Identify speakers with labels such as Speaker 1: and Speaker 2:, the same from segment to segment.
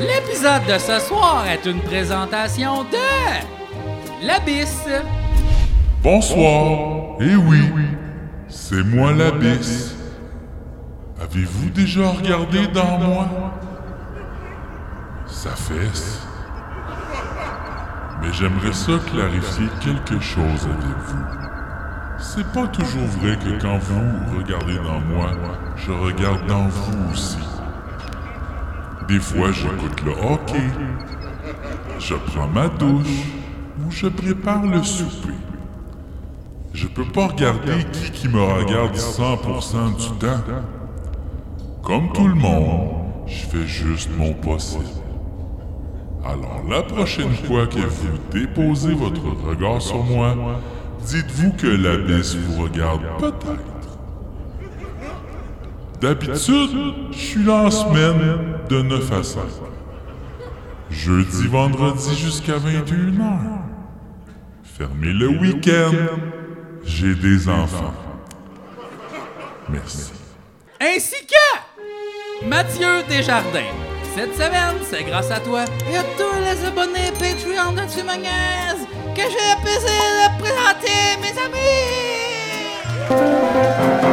Speaker 1: L'épisode de ce soir est une présentation de l'Abysse.
Speaker 2: Bonsoir. Eh oui, c'est moi l'abysse. Avez-vous déjà regardé dans moi Sa fesse. Mais j'aimerais ça clarifier quelque chose avec vous. C'est pas toujours vrai que quand vous regardez dans moi, je regarde dans vous aussi. Des fois, j'écoute le hockey, je prends ma douche ou je prépare le souper. Je peux pas regarder qui qui me regarde 100% du temps. Comme tout le monde, je fais juste mon possible. Alors la prochaine fois que vous déposez votre regard sur moi, dites-vous que l'abysse vous regarde peut-être. D'habitude, je suis là en semaine de 9 à 5. Jeudi, vendredi jusqu'à 21h. Fermez le week-end. J'ai des enfants. Merci.
Speaker 1: Ainsi que Mathieu Desjardins. Cette semaine, c'est grâce à toi et à tous les abonnés Patreon de Tumagaze que j'ai le plaisir de présenter mes amis.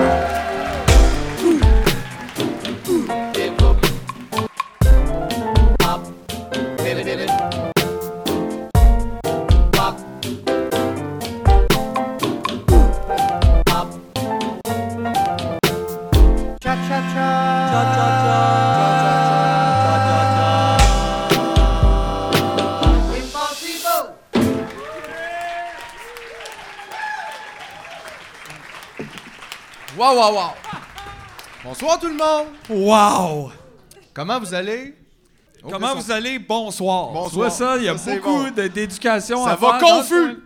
Speaker 3: Wow, wow, wow! Bonsoir tout le monde!
Speaker 4: Wow!
Speaker 3: Comment vous allez? Oh,
Speaker 4: Comment
Speaker 3: que
Speaker 4: vous
Speaker 3: ça-
Speaker 4: allez? Bonsoir.
Speaker 3: Bonsoir.
Speaker 4: Tu vois ça, il y a
Speaker 3: Ça, c'est
Speaker 4: beaucoup
Speaker 3: bon.
Speaker 4: de- d'éducation
Speaker 3: Ça
Speaker 4: à
Speaker 3: va
Speaker 4: faire dans
Speaker 3: confus!
Speaker 4: le-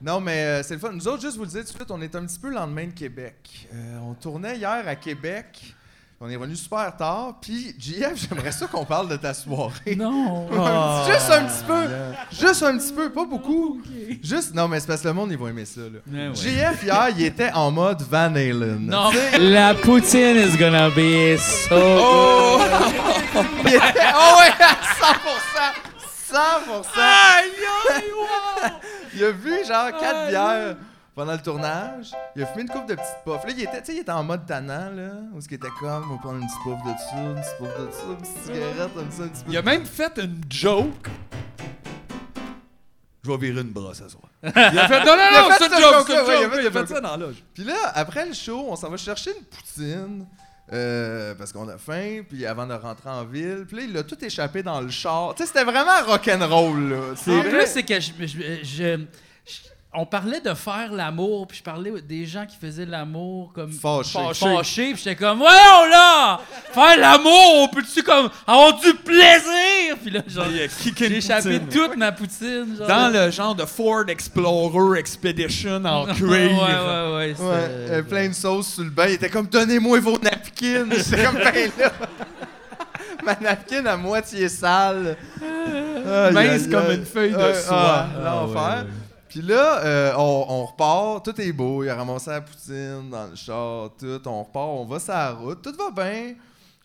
Speaker 3: Non, mais euh, c'est le fun. Nous autres, juste vous le dire tout de suite, on est un petit peu le lendemain de Québec. Euh, on tournait hier à Québec. On est revenu super tard. Puis, JF, j'aimerais ça qu'on parle de ta soirée.
Speaker 1: Non.
Speaker 3: Un petit- juste un petit peu. Juste un petit peu, pas beaucoup. Juste, non, mais c'est parce que le monde, ils vont aimer ça. Là.
Speaker 1: Eh ouais.
Speaker 3: JF, hier, il était en mode Van Halen.
Speaker 1: Non. La poutine is gonna be so
Speaker 3: Oh! Il était- oh ouais, à 100%! 100%!
Speaker 4: Aïe, aïe,
Speaker 3: Il a vu genre quatre bières pendant le tournage. Il a fumé une coupe de petites puffs. Là, il était, tu sais, il était en mode tannant, là. Où ce qu'il était comme, on va prendre une petite puff de ça, une petite puff de ça, une petite cigarette, comme ça, une petite puff.
Speaker 4: Il a même fait une joke.
Speaker 3: Je vais virer une brosse à soir.
Speaker 4: Il a fait non, non,
Speaker 3: Il a
Speaker 4: non,
Speaker 3: fait
Speaker 4: c'est
Speaker 3: ce
Speaker 4: une joke, c'est
Speaker 3: joke-là,
Speaker 4: une
Speaker 3: ouais, il a
Speaker 4: joke.
Speaker 3: fait
Speaker 4: Il a
Speaker 3: ce
Speaker 4: fait ça dans la loge.
Speaker 3: Puis là, après le show, on s'en va chercher une poutine. euh, parce qu'on a faim, puis avant de rentrer en ville. Puis là, il a tout échappé dans le char. Tu sais, c'était vraiment rock'n'roll, là. tu sais.
Speaker 1: En plus, c'est que je, je- je- je- on parlait de faire l'amour, puis je parlais des gens qui faisaient l'amour comme
Speaker 3: Fâchés.
Speaker 1: fâchés, puis j'étais comme voyons là, faire l'amour, peux-tu comme avoir du plaisir, puis là genre
Speaker 4: Il a kické une
Speaker 1: j'ai échappé
Speaker 4: poutine.
Speaker 1: toute ma poutine genre.
Speaker 4: Dans le genre de Ford Explorer Expedition en cuir.
Speaker 1: ouais ouais ouais, c'est-
Speaker 3: Ouais, euh, plein de sauce sur le bain. Il était comme donnez-moi vos napkins. J'étais comme ben là. Ma napkin à moitié sale. Aïe,
Speaker 4: Mince
Speaker 3: aïe,
Speaker 4: comme
Speaker 3: aïe.
Speaker 4: une feuille de
Speaker 3: Euh,
Speaker 4: soie.
Speaker 3: ah,
Speaker 1: Ah, ouais,
Speaker 3: L'enfer.
Speaker 1: ouais.
Speaker 3: Puis là, euh, on, on repart, tout est beau, il a ramassé la poutine dans le char, tout, on repart, on va sur la route, tout va bien.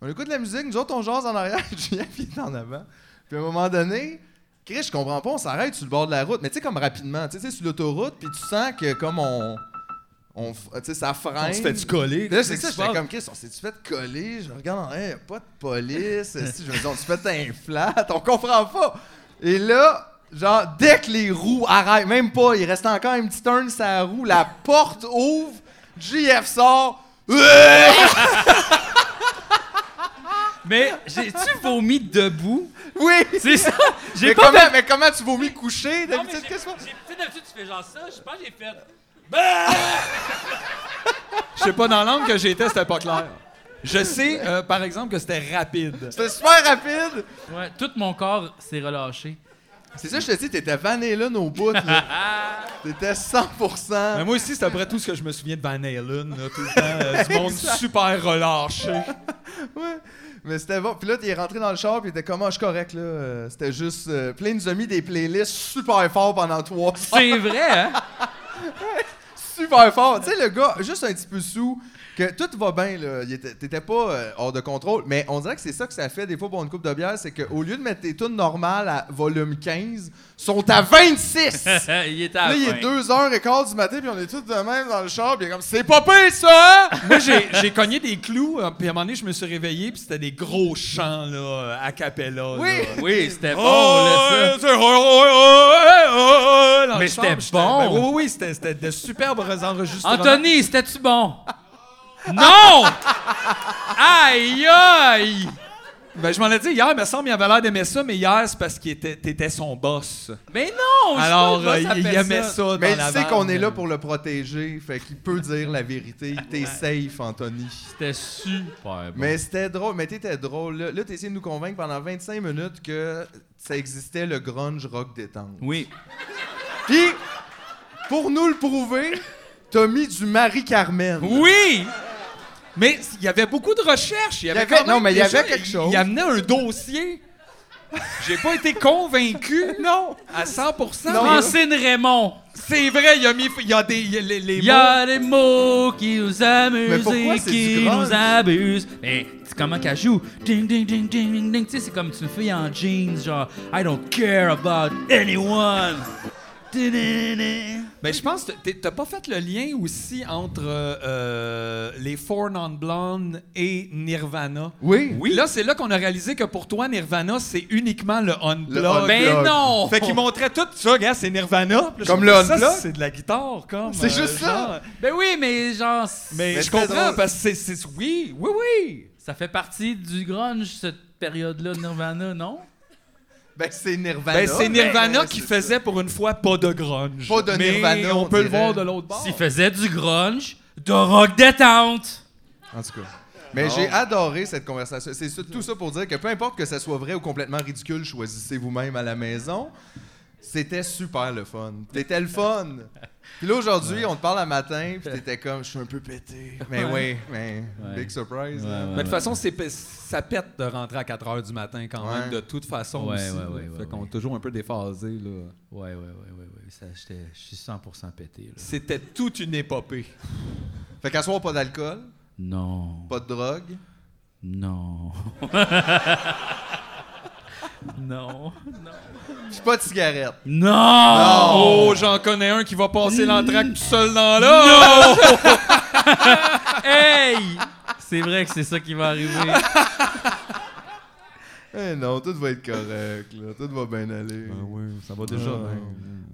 Speaker 3: On écoute la musique, nous autres on jase en arrière, Julien puis il est en avant. Puis à un moment donné, Chris, je comprends pas, on s'arrête sur le bord de la route, mais tu sais comme rapidement, tu sais sur l'autoroute, puis tu sens que comme on on f- tu sais ça freine.
Speaker 4: On se fait du coller.
Speaker 3: Puis Là, c'est ça,
Speaker 4: Qu'est-ce
Speaker 3: j'étais
Speaker 4: qui se
Speaker 3: comme Chris, on s'est-tu fait coller? Je regarde en hey, y a pas de police. si, je me dis, on s'est fait un flat, on comprend pas. Et là, genre, dès que les roues arrêtent, même pas, il reste encore un petit turn sur la roue, la porte ouvre, JF sort. Euh, Ouais!
Speaker 1: Mais j'ai-tu vomi debout?
Speaker 3: Oui!
Speaker 1: C'est ça! J'ai
Speaker 3: Mais
Speaker 1: pas
Speaker 3: comment,
Speaker 1: fait-
Speaker 3: mais comment tu vomis couché
Speaker 1: Non, Ah, mais
Speaker 3: d'habitude?
Speaker 1: j'ai-
Speaker 3: Qu'est-ce que tu fais?
Speaker 1: j'ai- Tu sais, d'habitude, tu fais genre ça, je pense que j'ai fait. Ben!
Speaker 4: passe? Je sais pas, dans l'angle que j'étais, c'était pas clair. Je sais, euh, par exemple, que c'était rapide.
Speaker 3: C'était super rapide!
Speaker 1: Ouais, tout mon corps s'est relâché.
Speaker 3: C'est ça, je te dis, t'étais vanné là, nos bouts, là. T'étais 100%.
Speaker 4: Mais moi aussi, c'est après tout ce que je me souviens de Van Halen, là, tout le temps, euh, du monde super relâché.
Speaker 3: Ouais. Mais c'était bon. Puis là, il est rentré dans le char, puis il était comme, Ah, je suis correct, là. Euh, C'était juste. euh, Puis là, il nous a mis des playlists super fort pendant trois heures.
Speaker 1: C'est vrai, hein?
Speaker 3: Super super fort. Tu sais, le gars, juste un petit peu sous, que tout va bien, là. Il était- T'étais pas euh, hors de contrôle, mais on dirait que c'est ça que ça fait des fois pour une coupe de bière, c'est qu'au lieu de mettre tes tunes normales à volume 15, sont à 26!
Speaker 1: Euh, il était à
Speaker 3: Là,
Speaker 1: la
Speaker 3: il
Speaker 1: fin.
Speaker 3: est 2h15 du matin, puis on est tous de même dans le char, puis il est comme, c'est pas pire ça! hein?
Speaker 4: Moi, j'ai j'ai cogné des clous, euh, puis à un moment donné, je me suis réveillé, puis c'était des gros chants, là, euh, a cappella.
Speaker 3: Oui!
Speaker 4: là.
Speaker 1: Oui, c'était bon,
Speaker 4: Oh,
Speaker 1: là, ça.
Speaker 4: c'est- oh, oh, oh, oh, oh, dans
Speaker 1: Mais
Speaker 4: le
Speaker 1: c'était
Speaker 4: char, j'étais-
Speaker 1: bon.
Speaker 4: ben oui, oui, oui, c'était c'était de superbes enregistrements. Ah!
Speaker 1: Anthony, c'était-tu bon? non! Aïe, aïe!
Speaker 4: Ben, je m'en ai dit hier, il me semble qu'il avait l'air d'aimer ça, mais hier, c'est parce qu'il était, t'étais son boss.
Speaker 1: Mais non! je sais
Speaker 4: Alors,
Speaker 1: pas,
Speaker 4: euh,
Speaker 1: ça
Speaker 4: il
Speaker 1: s'appelle
Speaker 4: aimait ça, dans
Speaker 3: Mais
Speaker 4: la
Speaker 3: il sait
Speaker 4: vanne.
Speaker 3: qu'on est là pour le protéger, fait qu'il peut dire la vérité. T'es safe, Anthony.
Speaker 1: C'était super bon.
Speaker 3: Mais c'était drôle, mais t'étais drôle. Là, là, t'as essayé de nous convaincre pendant 25 minutes que ça existait le grunge rock détente.
Speaker 1: Oui.
Speaker 3: Puis, pour nous le prouver, t'as mis du Marie-Carmen.
Speaker 4: Oui! Mais il y avait beaucoup de recherches. Il y avait,
Speaker 3: avait-
Speaker 4: quand même
Speaker 3: non, mais il y
Speaker 4: des
Speaker 3: avait
Speaker 4: gens-
Speaker 3: quelque chose.
Speaker 4: Il amenait un dossier. J'ai pas été convaincu. Non. À 100
Speaker 1: Francine Raymond,
Speaker 4: C'est vrai, il y a mis. Il y a des. il y a les, les
Speaker 1: il y a des mots qui nous
Speaker 3: Mais
Speaker 1: amusent
Speaker 3: pourquoi
Speaker 1: et
Speaker 3: c'est
Speaker 1: qui
Speaker 3: du grunge?
Speaker 1: nous abusent. Et c'est comment qu'elle joue? Ding, ding, ding, ding, ding, ding. Tu sais, c'est comme une fille en jeans, genre « I don't care about anyone ». Tadadada.
Speaker 4: Mais Ben, je pense que t'es- t'as pas fait le lien aussi entre euh, euh, les Four Non Blondes et Nirvana.
Speaker 3: Oui.
Speaker 4: Oui. Là, c'est là qu'on a réalisé que pour toi, Nirvana, c'est uniquement le
Speaker 3: Le
Speaker 4: unplug.
Speaker 3: unplug.
Speaker 1: Ben
Speaker 3: Blog.
Speaker 1: non!
Speaker 4: Fait qu'ils montraient tout ça, gars, c'est Nirvana.
Speaker 3: Oh.
Speaker 4: Puis là,
Speaker 3: Comme
Speaker 4: je me
Speaker 3: le
Speaker 4: dis, ça,
Speaker 3: unplug?
Speaker 4: C'est de la guitare, comme. euh,
Speaker 3: C'est juste ça.
Speaker 4: genre.
Speaker 1: Ben oui, mais genre, c-
Speaker 4: Mais,
Speaker 3: Mais
Speaker 4: je
Speaker 3: c'est
Speaker 4: comprends,
Speaker 3: drôle.
Speaker 4: parce que c'est- c'est. Oui, oui, oui.
Speaker 1: ça fait partie du grunge, cette période-là de Nirvana, non?
Speaker 3: Ben, c'est Nirvana.
Speaker 4: Ben, c'est Nirvana
Speaker 3: Ben,
Speaker 4: qui
Speaker 3: c'est
Speaker 4: faisait pour une fois pas de grunge.
Speaker 3: Pas de
Speaker 4: Mais
Speaker 3: Nirvana,
Speaker 4: On
Speaker 3: on
Speaker 4: peut le
Speaker 3: dirait.
Speaker 4: voir de l'autre bord.
Speaker 1: S'il faisait du grunge, de rock détente!
Speaker 3: ça. En tout cas. Mais j'ai adoré cette conversation. C'est ça- tout ça pour dire que peu importe que ça soit vrai ou complètement ridicule, choisissez vous-même à la maison. C'était super le fun. T'étais le fun. Puis là, aujourd'hui, on te parle à matin, puis t'étais comme, je suis un peu pété. Mais oui, mais
Speaker 1: Ouais.
Speaker 3: big surprise. hein.
Speaker 1: Ouais,
Speaker 3: là.
Speaker 1: ouais.
Speaker 4: Mais de toute façon, c'est, ça pète de rentrer à 4 h du matin quand
Speaker 3: Ouais.
Speaker 4: même, de toute façon.
Speaker 1: Ouais,
Speaker 4: aussi,
Speaker 1: ouais,
Speaker 4: là.
Speaker 1: ouais, ouais,
Speaker 4: fait qu'on
Speaker 1: ouais.
Speaker 4: est toujours un peu déphasé. Là.
Speaker 1: Ouais, ouais, ouais, ouais, ouais. Ça, j'étais- je suis 100% pété, là.
Speaker 4: C'était toute une épopée.
Speaker 3: Fait qu'à soir, pas d'alcool,
Speaker 1: Non.
Speaker 3: pas de drogue.
Speaker 1: Non. non. Non.
Speaker 3: Puis pas de cigarette.
Speaker 1: Non.
Speaker 4: Oh, j'en connais un qui va passer l'entraque tout seul dans là.
Speaker 1: Hey! C'est vrai que c'est ça qui va arriver.
Speaker 3: Eh non, tout va être correct, là. Tout va bien aller.
Speaker 4: ça va
Speaker 3: déjà bien.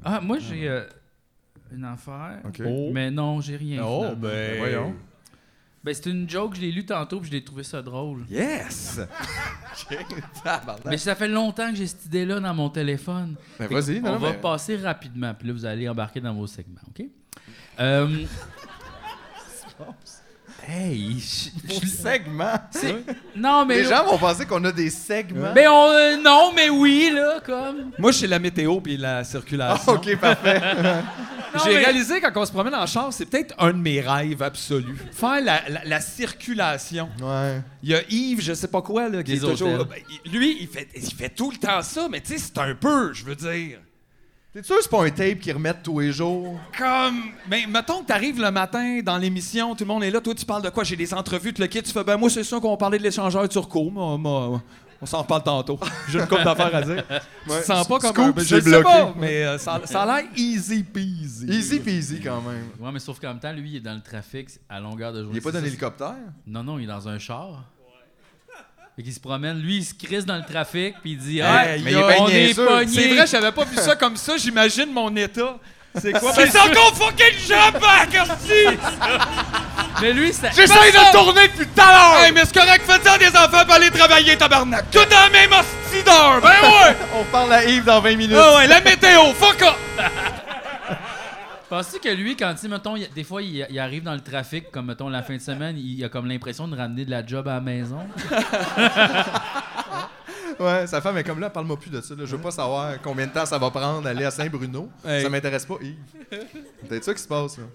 Speaker 1: Ah, moi, j'ai euh, une affaire.
Speaker 3: OK.
Speaker 4: Oh.
Speaker 1: Mais non, j'ai rien.
Speaker 4: Oh,
Speaker 1: finalement.
Speaker 4: ben.
Speaker 3: Voyons.
Speaker 1: Ben, c'est une joke, je l'ai lu tantôt puis je l'ai trouvé ça drôle.
Speaker 4: Yes!
Speaker 1: Mais ça fait longtemps que j'ai cette idée-là dans mon téléphone.
Speaker 3: Ben
Speaker 1: Fait
Speaker 3: vas-y,
Speaker 1: qu'on-
Speaker 3: non,
Speaker 1: On
Speaker 3: non,
Speaker 1: va
Speaker 3: mais-
Speaker 1: passer rapidement, puis là, vous allez embarquer dans vos segments, OK? Euh, Hey! je-
Speaker 3: Pour
Speaker 1: je-
Speaker 3: segment.
Speaker 1: c'est- Non, mais.
Speaker 3: Les gens vont penser qu'on a des segments.
Speaker 1: Ben, on- euh, non, mais oui, là, comme.
Speaker 4: Moi, je sais la météo puis la
Speaker 3: Ah,
Speaker 4: circulation.
Speaker 3: ok, parfait.
Speaker 1: Non,
Speaker 4: J'ai
Speaker 1: mais-
Speaker 4: réalisé quand on se promène en char, c'est peut-être un de mes rêves absolus. Faire la- la- la circulation.
Speaker 3: Ouais.
Speaker 4: Il y a Yves, je sais pas quoi, là, qui
Speaker 1: Des
Speaker 4: est toujours.
Speaker 1: hôtels.
Speaker 4: Ben, Lui, il fait, il fait tout le temps ça, mais tu sais, c'est un peu, je veux dire.
Speaker 3: T'es sûr que c'est pas un tape qu'ils remettent tous les jours?
Speaker 4: Comme. Mais mettons que t'arrives le matin dans l'émission, tout le monde est là, toi, tu parles de quoi J'ai des entrevues, tu le quittes, tu fais, ben moi, c'est sûr qu'on parlait de l'échangeur turco, mais on, m'a- on s'en reparle tantôt. J'ai une couple d'affaires à dire. tu te sens pas comme
Speaker 3: Scoop,
Speaker 4: un- ben, je
Speaker 3: c'est
Speaker 4: le sais pas,
Speaker 3: bloqué.
Speaker 4: mais euh, ça, ça a l'air easy peasy.
Speaker 3: Easy peasy quand même.
Speaker 1: Ouais, mais sauf qu'en même temps, lui, il est dans le trafic à longueur de journée.
Speaker 3: Il est pas
Speaker 1: C'est
Speaker 3: dans
Speaker 1: ça,
Speaker 3: l'hélicoptère?
Speaker 1: c'est- Non, non, il est dans un char. Fait qu'il se promène, lui, il se crisse dans le trafic, puis il dit Ah,
Speaker 4: Hey,
Speaker 3: Eh, mais il est bien
Speaker 1: on est
Speaker 3: niaiseux.
Speaker 1: pogné.
Speaker 4: C'est vrai, j'avais pas vu ça comme ça, j'imagine mon état. C'est quoi? Mais c'est encore fucking Jean-Marc, hostie!
Speaker 1: Mais lui, ça.
Speaker 4: J'essaye de tourner depuis tout à l'heure! Hey, mais c'est correct, faites ça des enfants pour aller travailler, tabarnak! Tout dans mes hosties d'heure! Ben ouais!
Speaker 3: On parle à Yves dans 20 minutes.
Speaker 4: Ah ouais, la météo, fuck up!
Speaker 1: Penses-tu que lui, quand, tu sais, mettons, il- des fois, il, il arrive dans le trafic, comme, mettons, la fin de semaine, il, il a comme l'impression de ramener de la job à la maison?
Speaker 3: Ouais, sa femme est comme là, parle-moi plus de ça. là. Je veux pas savoir combien de temps ça va prendre d'aller à Saint-Bruno.
Speaker 4: Hey.
Speaker 3: Ça m'intéresse pas, Yves. C'est peut-être ça qui se passe. Là.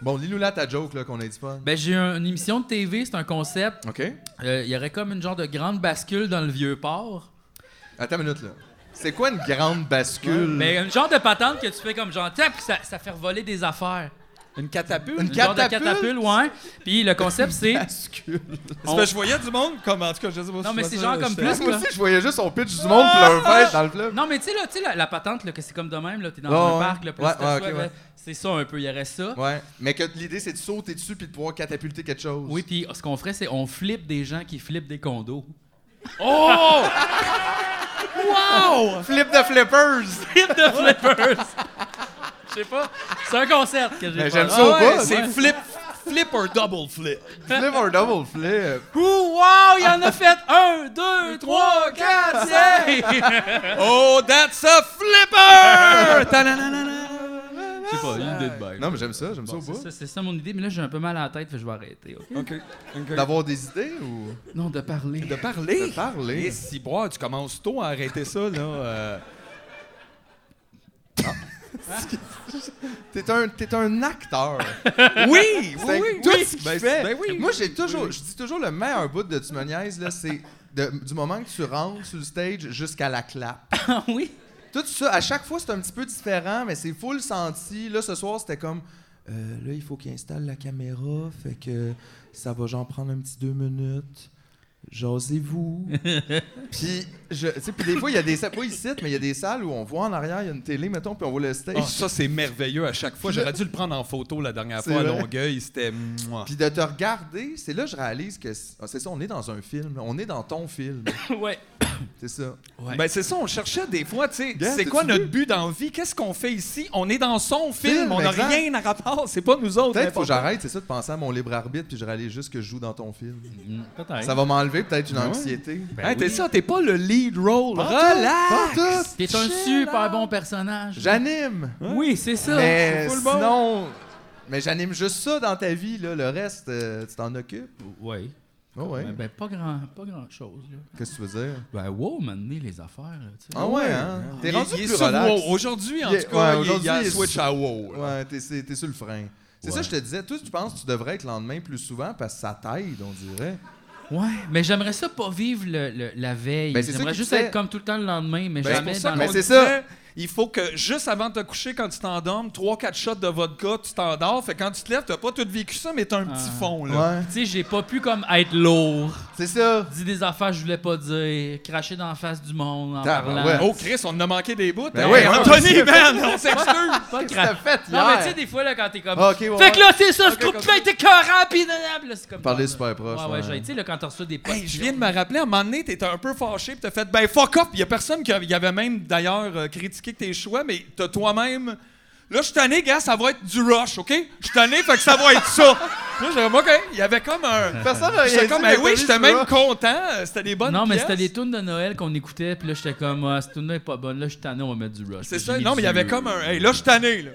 Speaker 3: Bon, lis-nous là ta joke là, qu'on a dit pas.
Speaker 1: Ben, j'ai un- une émission de TV, c'est un concept.
Speaker 3: OK.
Speaker 1: Euh, Il y aurait comme une genre de grande bascule dans le vieux port.
Speaker 3: Attends une minute là. C'est quoi une grande bascule?
Speaker 1: ben- Mais une genre de patente que tu fais comme genre, tap, puis ça, ça fait voler des affaires.
Speaker 4: Une catapulte?
Speaker 3: Une
Speaker 1: Une genre de
Speaker 3: catapulte?
Speaker 1: catapulte, ouais. Puis le concept, c'est.
Speaker 3: Bascule.
Speaker 4: C'est parce que je voyais du monde comme. En tout cas, je sais pas si
Speaker 1: Non, mais
Speaker 4: je
Speaker 1: c'est
Speaker 4: vois
Speaker 1: genre
Speaker 4: ça,
Speaker 1: comme
Speaker 4: j'étais-
Speaker 1: plus,
Speaker 3: Moi
Speaker 1: là.
Speaker 3: aussi, je voyais juste son pitch du monde pis leur fête dans le fleuve.
Speaker 1: Non, mais tu sais, là, tu sais, la, la patente, là, que c'est comme de même, là, t'es dans
Speaker 3: Ouais,
Speaker 1: un
Speaker 3: ouais.
Speaker 1: parc, là, puis
Speaker 3: Ouais,
Speaker 1: tu t'assois,
Speaker 3: ouais, ok,
Speaker 1: là,
Speaker 3: ouais.
Speaker 1: c'est ça un peu, il y aurait ça.
Speaker 3: Ouais. Mais que l'idée, c'est de sauter dessus puis de pouvoir catapulter quelque chose.
Speaker 1: Oui, puis ce qu'on ferait, c'est on flippe des gens qui flippent des condos.
Speaker 4: Oh! wow!
Speaker 3: Flip de flippers!
Speaker 1: Flip de flippers! Je sais pas, c'est un concept que j'ai
Speaker 3: Mais
Speaker 1: pas
Speaker 3: j'aime
Speaker 1: là.
Speaker 3: ça ou
Speaker 4: Ah ouais,
Speaker 3: pas?
Speaker 4: c'est flip, flip or double flip.
Speaker 3: Flip or double flip?
Speaker 1: Ouh, wow, il y en a fait un, deux, trois, quatre, cinq!
Speaker 4: Oh, that's a flipper! Ta-na-na-na-na.
Speaker 1: Je sais pas, une idée de bête.
Speaker 3: Non, mais j'aime ça, j'aime ça ou
Speaker 1: C'est
Speaker 3: pas?
Speaker 1: ça, c'est ça mon idée, mais là, j'ai un peu mal à la tête, fait que je vais arrêter. ok?
Speaker 4: OK. ok.
Speaker 3: D'avoir des idées ou
Speaker 1: Non, de parler.
Speaker 4: De parler.
Speaker 3: de parler?
Speaker 4: Et si boire, tu commences tôt à arrêter ça, là. euh.
Speaker 3: T'es un, t'es un acteur.
Speaker 4: Oui!
Speaker 3: C'est
Speaker 4: Oui!
Speaker 3: tout
Speaker 4: oui.
Speaker 3: ce qu'il
Speaker 4: Ben,
Speaker 3: fait.
Speaker 4: ben oui.
Speaker 3: Moi, j'ai toujours, je dis toujours le meilleur bout de Tu me niaises, là, c'est de- du moment que tu rentres sur le stage jusqu'à la clap.
Speaker 1: Ah oui?
Speaker 3: Tout ça, à chaque fois, c'est un petit peu différent, mais c'est full senti. Là, ce soir, c'était comme. euh, là, il faut qu'il installe la caméra, fait que ça va genre prendre un petit deux minutes. Jasez-vous. puis, je, tu sais, puis des fois, il y a des salles, pas ici, mais il y a des salles où on voit en arrière, il y a une télé, mettons, puis on voit le stage.
Speaker 4: Oh, ça, c'est merveilleux à chaque fois. J'aurais dû le prendre en photo la dernière fois
Speaker 3: C'est
Speaker 4: à
Speaker 3: vrai.
Speaker 4: Longueuil. C'était. mouah.
Speaker 3: Puis de te regarder, c'est là que je réalise que c'est ah, c'est ça, on est dans un film, là. on est dans ton film,
Speaker 1: ouais.
Speaker 3: c'est ça.
Speaker 1: Ouais.
Speaker 4: Ben, c'est ça, on cherchait des fois, tu sais,
Speaker 3: Gars,
Speaker 4: c'est
Speaker 3: t'as-tu
Speaker 4: quoi
Speaker 3: vu?
Speaker 4: notre but dans la vie? Qu'est-ce qu'on fait ici? On est dans son film,
Speaker 3: Film,
Speaker 4: on n'a
Speaker 3: exact.
Speaker 4: rien à rapport, c'est pas nous autres.
Speaker 3: Peut-être faut que
Speaker 4: n'importe.
Speaker 3: j'arrête, c'est ça, de penser à mon libre arbitre, puis je réalise juste que je joue dans ton film.
Speaker 1: Mm, Peut-être.
Speaker 3: Ça va m'enlever peut-être une
Speaker 4: Ben. Ouais.
Speaker 3: anxiété.
Speaker 1: Ben
Speaker 4: Hey, t'es
Speaker 1: oui.
Speaker 4: ça, t'es pas le lead role.
Speaker 3: Pas en tout,
Speaker 4: Relax!
Speaker 3: pas en tout.
Speaker 1: T'es un super bon personnage.
Speaker 3: J'anime.
Speaker 1: Oui, c'est ça.
Speaker 3: Mais
Speaker 4: c'est full bon.
Speaker 3: sinon, mais j'anime juste ça dans ta vie, là. Le reste, euh, tu t'en occupes.
Speaker 1: Oui.
Speaker 3: Oh ouais.
Speaker 1: Ben, ben, pas grand, pas grand chose. Là.
Speaker 3: Qu'est-ce que tu veux dire?
Speaker 1: Ben wow, m'amener les affaires. Là, tu sais.
Speaker 3: Ah ouais, hein? T'es
Speaker 4: Il est-
Speaker 3: rendu
Speaker 4: il est
Speaker 3: plus
Speaker 4: sur
Speaker 3: relax.
Speaker 4: WoW. Aujourd'hui, en
Speaker 3: Il est-
Speaker 4: tout cas,
Speaker 3: ouais,
Speaker 4: il est- il y a
Speaker 3: aujourd'hui, il est
Speaker 4: switch
Speaker 3: sur-
Speaker 4: à WoW. là.
Speaker 3: Ouais, t'es c'est- t'es sur le frein. C'est
Speaker 4: Ouais.
Speaker 3: ça, je te disais. Toi, tu penses que tu devrais être le lendemain plus souvent parce que ça t'aide, on dirait.
Speaker 1: Ouais, mais j'aimerais ça pas vivre le- le- la veille.
Speaker 3: Ben, c'est ça
Speaker 1: j'aimerais
Speaker 3: qu'il
Speaker 1: juste
Speaker 3: disait.
Speaker 1: être comme tout le temps le lendemain, mais
Speaker 3: Ben,
Speaker 4: C'est
Speaker 1: jamais
Speaker 4: pour
Speaker 1: dans
Speaker 4: ça
Speaker 1: la-
Speaker 3: Mais
Speaker 4: qu'on
Speaker 3: c'est
Speaker 4: disait,
Speaker 3: ça.
Speaker 4: Il faut que juste avant de te coucher, quand tu t'endormes, 3-4 shots de vodka, tu t'endors. Fait que quand tu te lèves, t'as pas tout vécu ça, mais t'as un petit
Speaker 1: Ah.
Speaker 4: fond. Là.
Speaker 3: Ouais.
Speaker 1: Tu sais, j'ai pas pu comme être lourd,
Speaker 3: C'est ça.
Speaker 1: dire des affaires que je voulais pas dire, cracher dans la face du monde en
Speaker 3: Tabarouette.
Speaker 1: parlant.
Speaker 4: Oh, Chris, on en a manqué des bouts.
Speaker 3: Ben
Speaker 4: Hey,
Speaker 3: ouais,
Speaker 4: Anthony, man, on s'excuse.
Speaker 1: Pas
Speaker 3: Qu'est-ce que t'as
Speaker 1: cra-
Speaker 3: fait hier?
Speaker 1: Non, mais tu sais, des fois, là, quand t'es comme.
Speaker 3: Ah, Oh, ok, ouais,
Speaker 1: fait que
Speaker 3: ouais.
Speaker 1: là, c'est ça,
Speaker 3: Ok,
Speaker 1: ce groupe qui
Speaker 3: continue.
Speaker 1: va être écœurant, pis nanana, là, c'est comme.
Speaker 3: Parler
Speaker 1: Ouais,
Speaker 3: super proche,
Speaker 1: Ouais,
Speaker 3: ouais.
Speaker 1: ouais, j'ai- tu sais, là, quand t'as reçu des potes.
Speaker 4: Hey, je viens de me rappeler, à un moment donné, t'étais un peu fâché, puis t'as fait, ben fuck up. Il y a personne qui a- y avait même d'ailleurs euh, critiqué tes choix, mais t'as toi-même. Là, je suis tanné, gars, ça va être du rush, OK? Je suis tanné, fait que ça va être ça. Là, j'ai comme, OK, il y avait comme un.
Speaker 3: Personne n'a rien
Speaker 4: J'étais
Speaker 3: dit.
Speaker 4: comme,
Speaker 3: mais
Speaker 4: ben oui,
Speaker 3: t'as
Speaker 4: j'étais
Speaker 3: vu,
Speaker 4: même
Speaker 3: tu vois.
Speaker 4: content. euh, C'était des bonnes
Speaker 1: Non, mais
Speaker 4: pièces.
Speaker 1: c'était des tunes de Noël qu'on écoutait, puis là, j'étais comme, ah, cette tune-là est pas bonne, là, je suis tanné, on va mettre du rush.
Speaker 4: C'est
Speaker 1: Puis
Speaker 4: ça.
Speaker 1: j'ai mis
Speaker 4: Non, mais il y
Speaker 1: du-
Speaker 4: avait comme un. Hey, là, je suis tanné, là.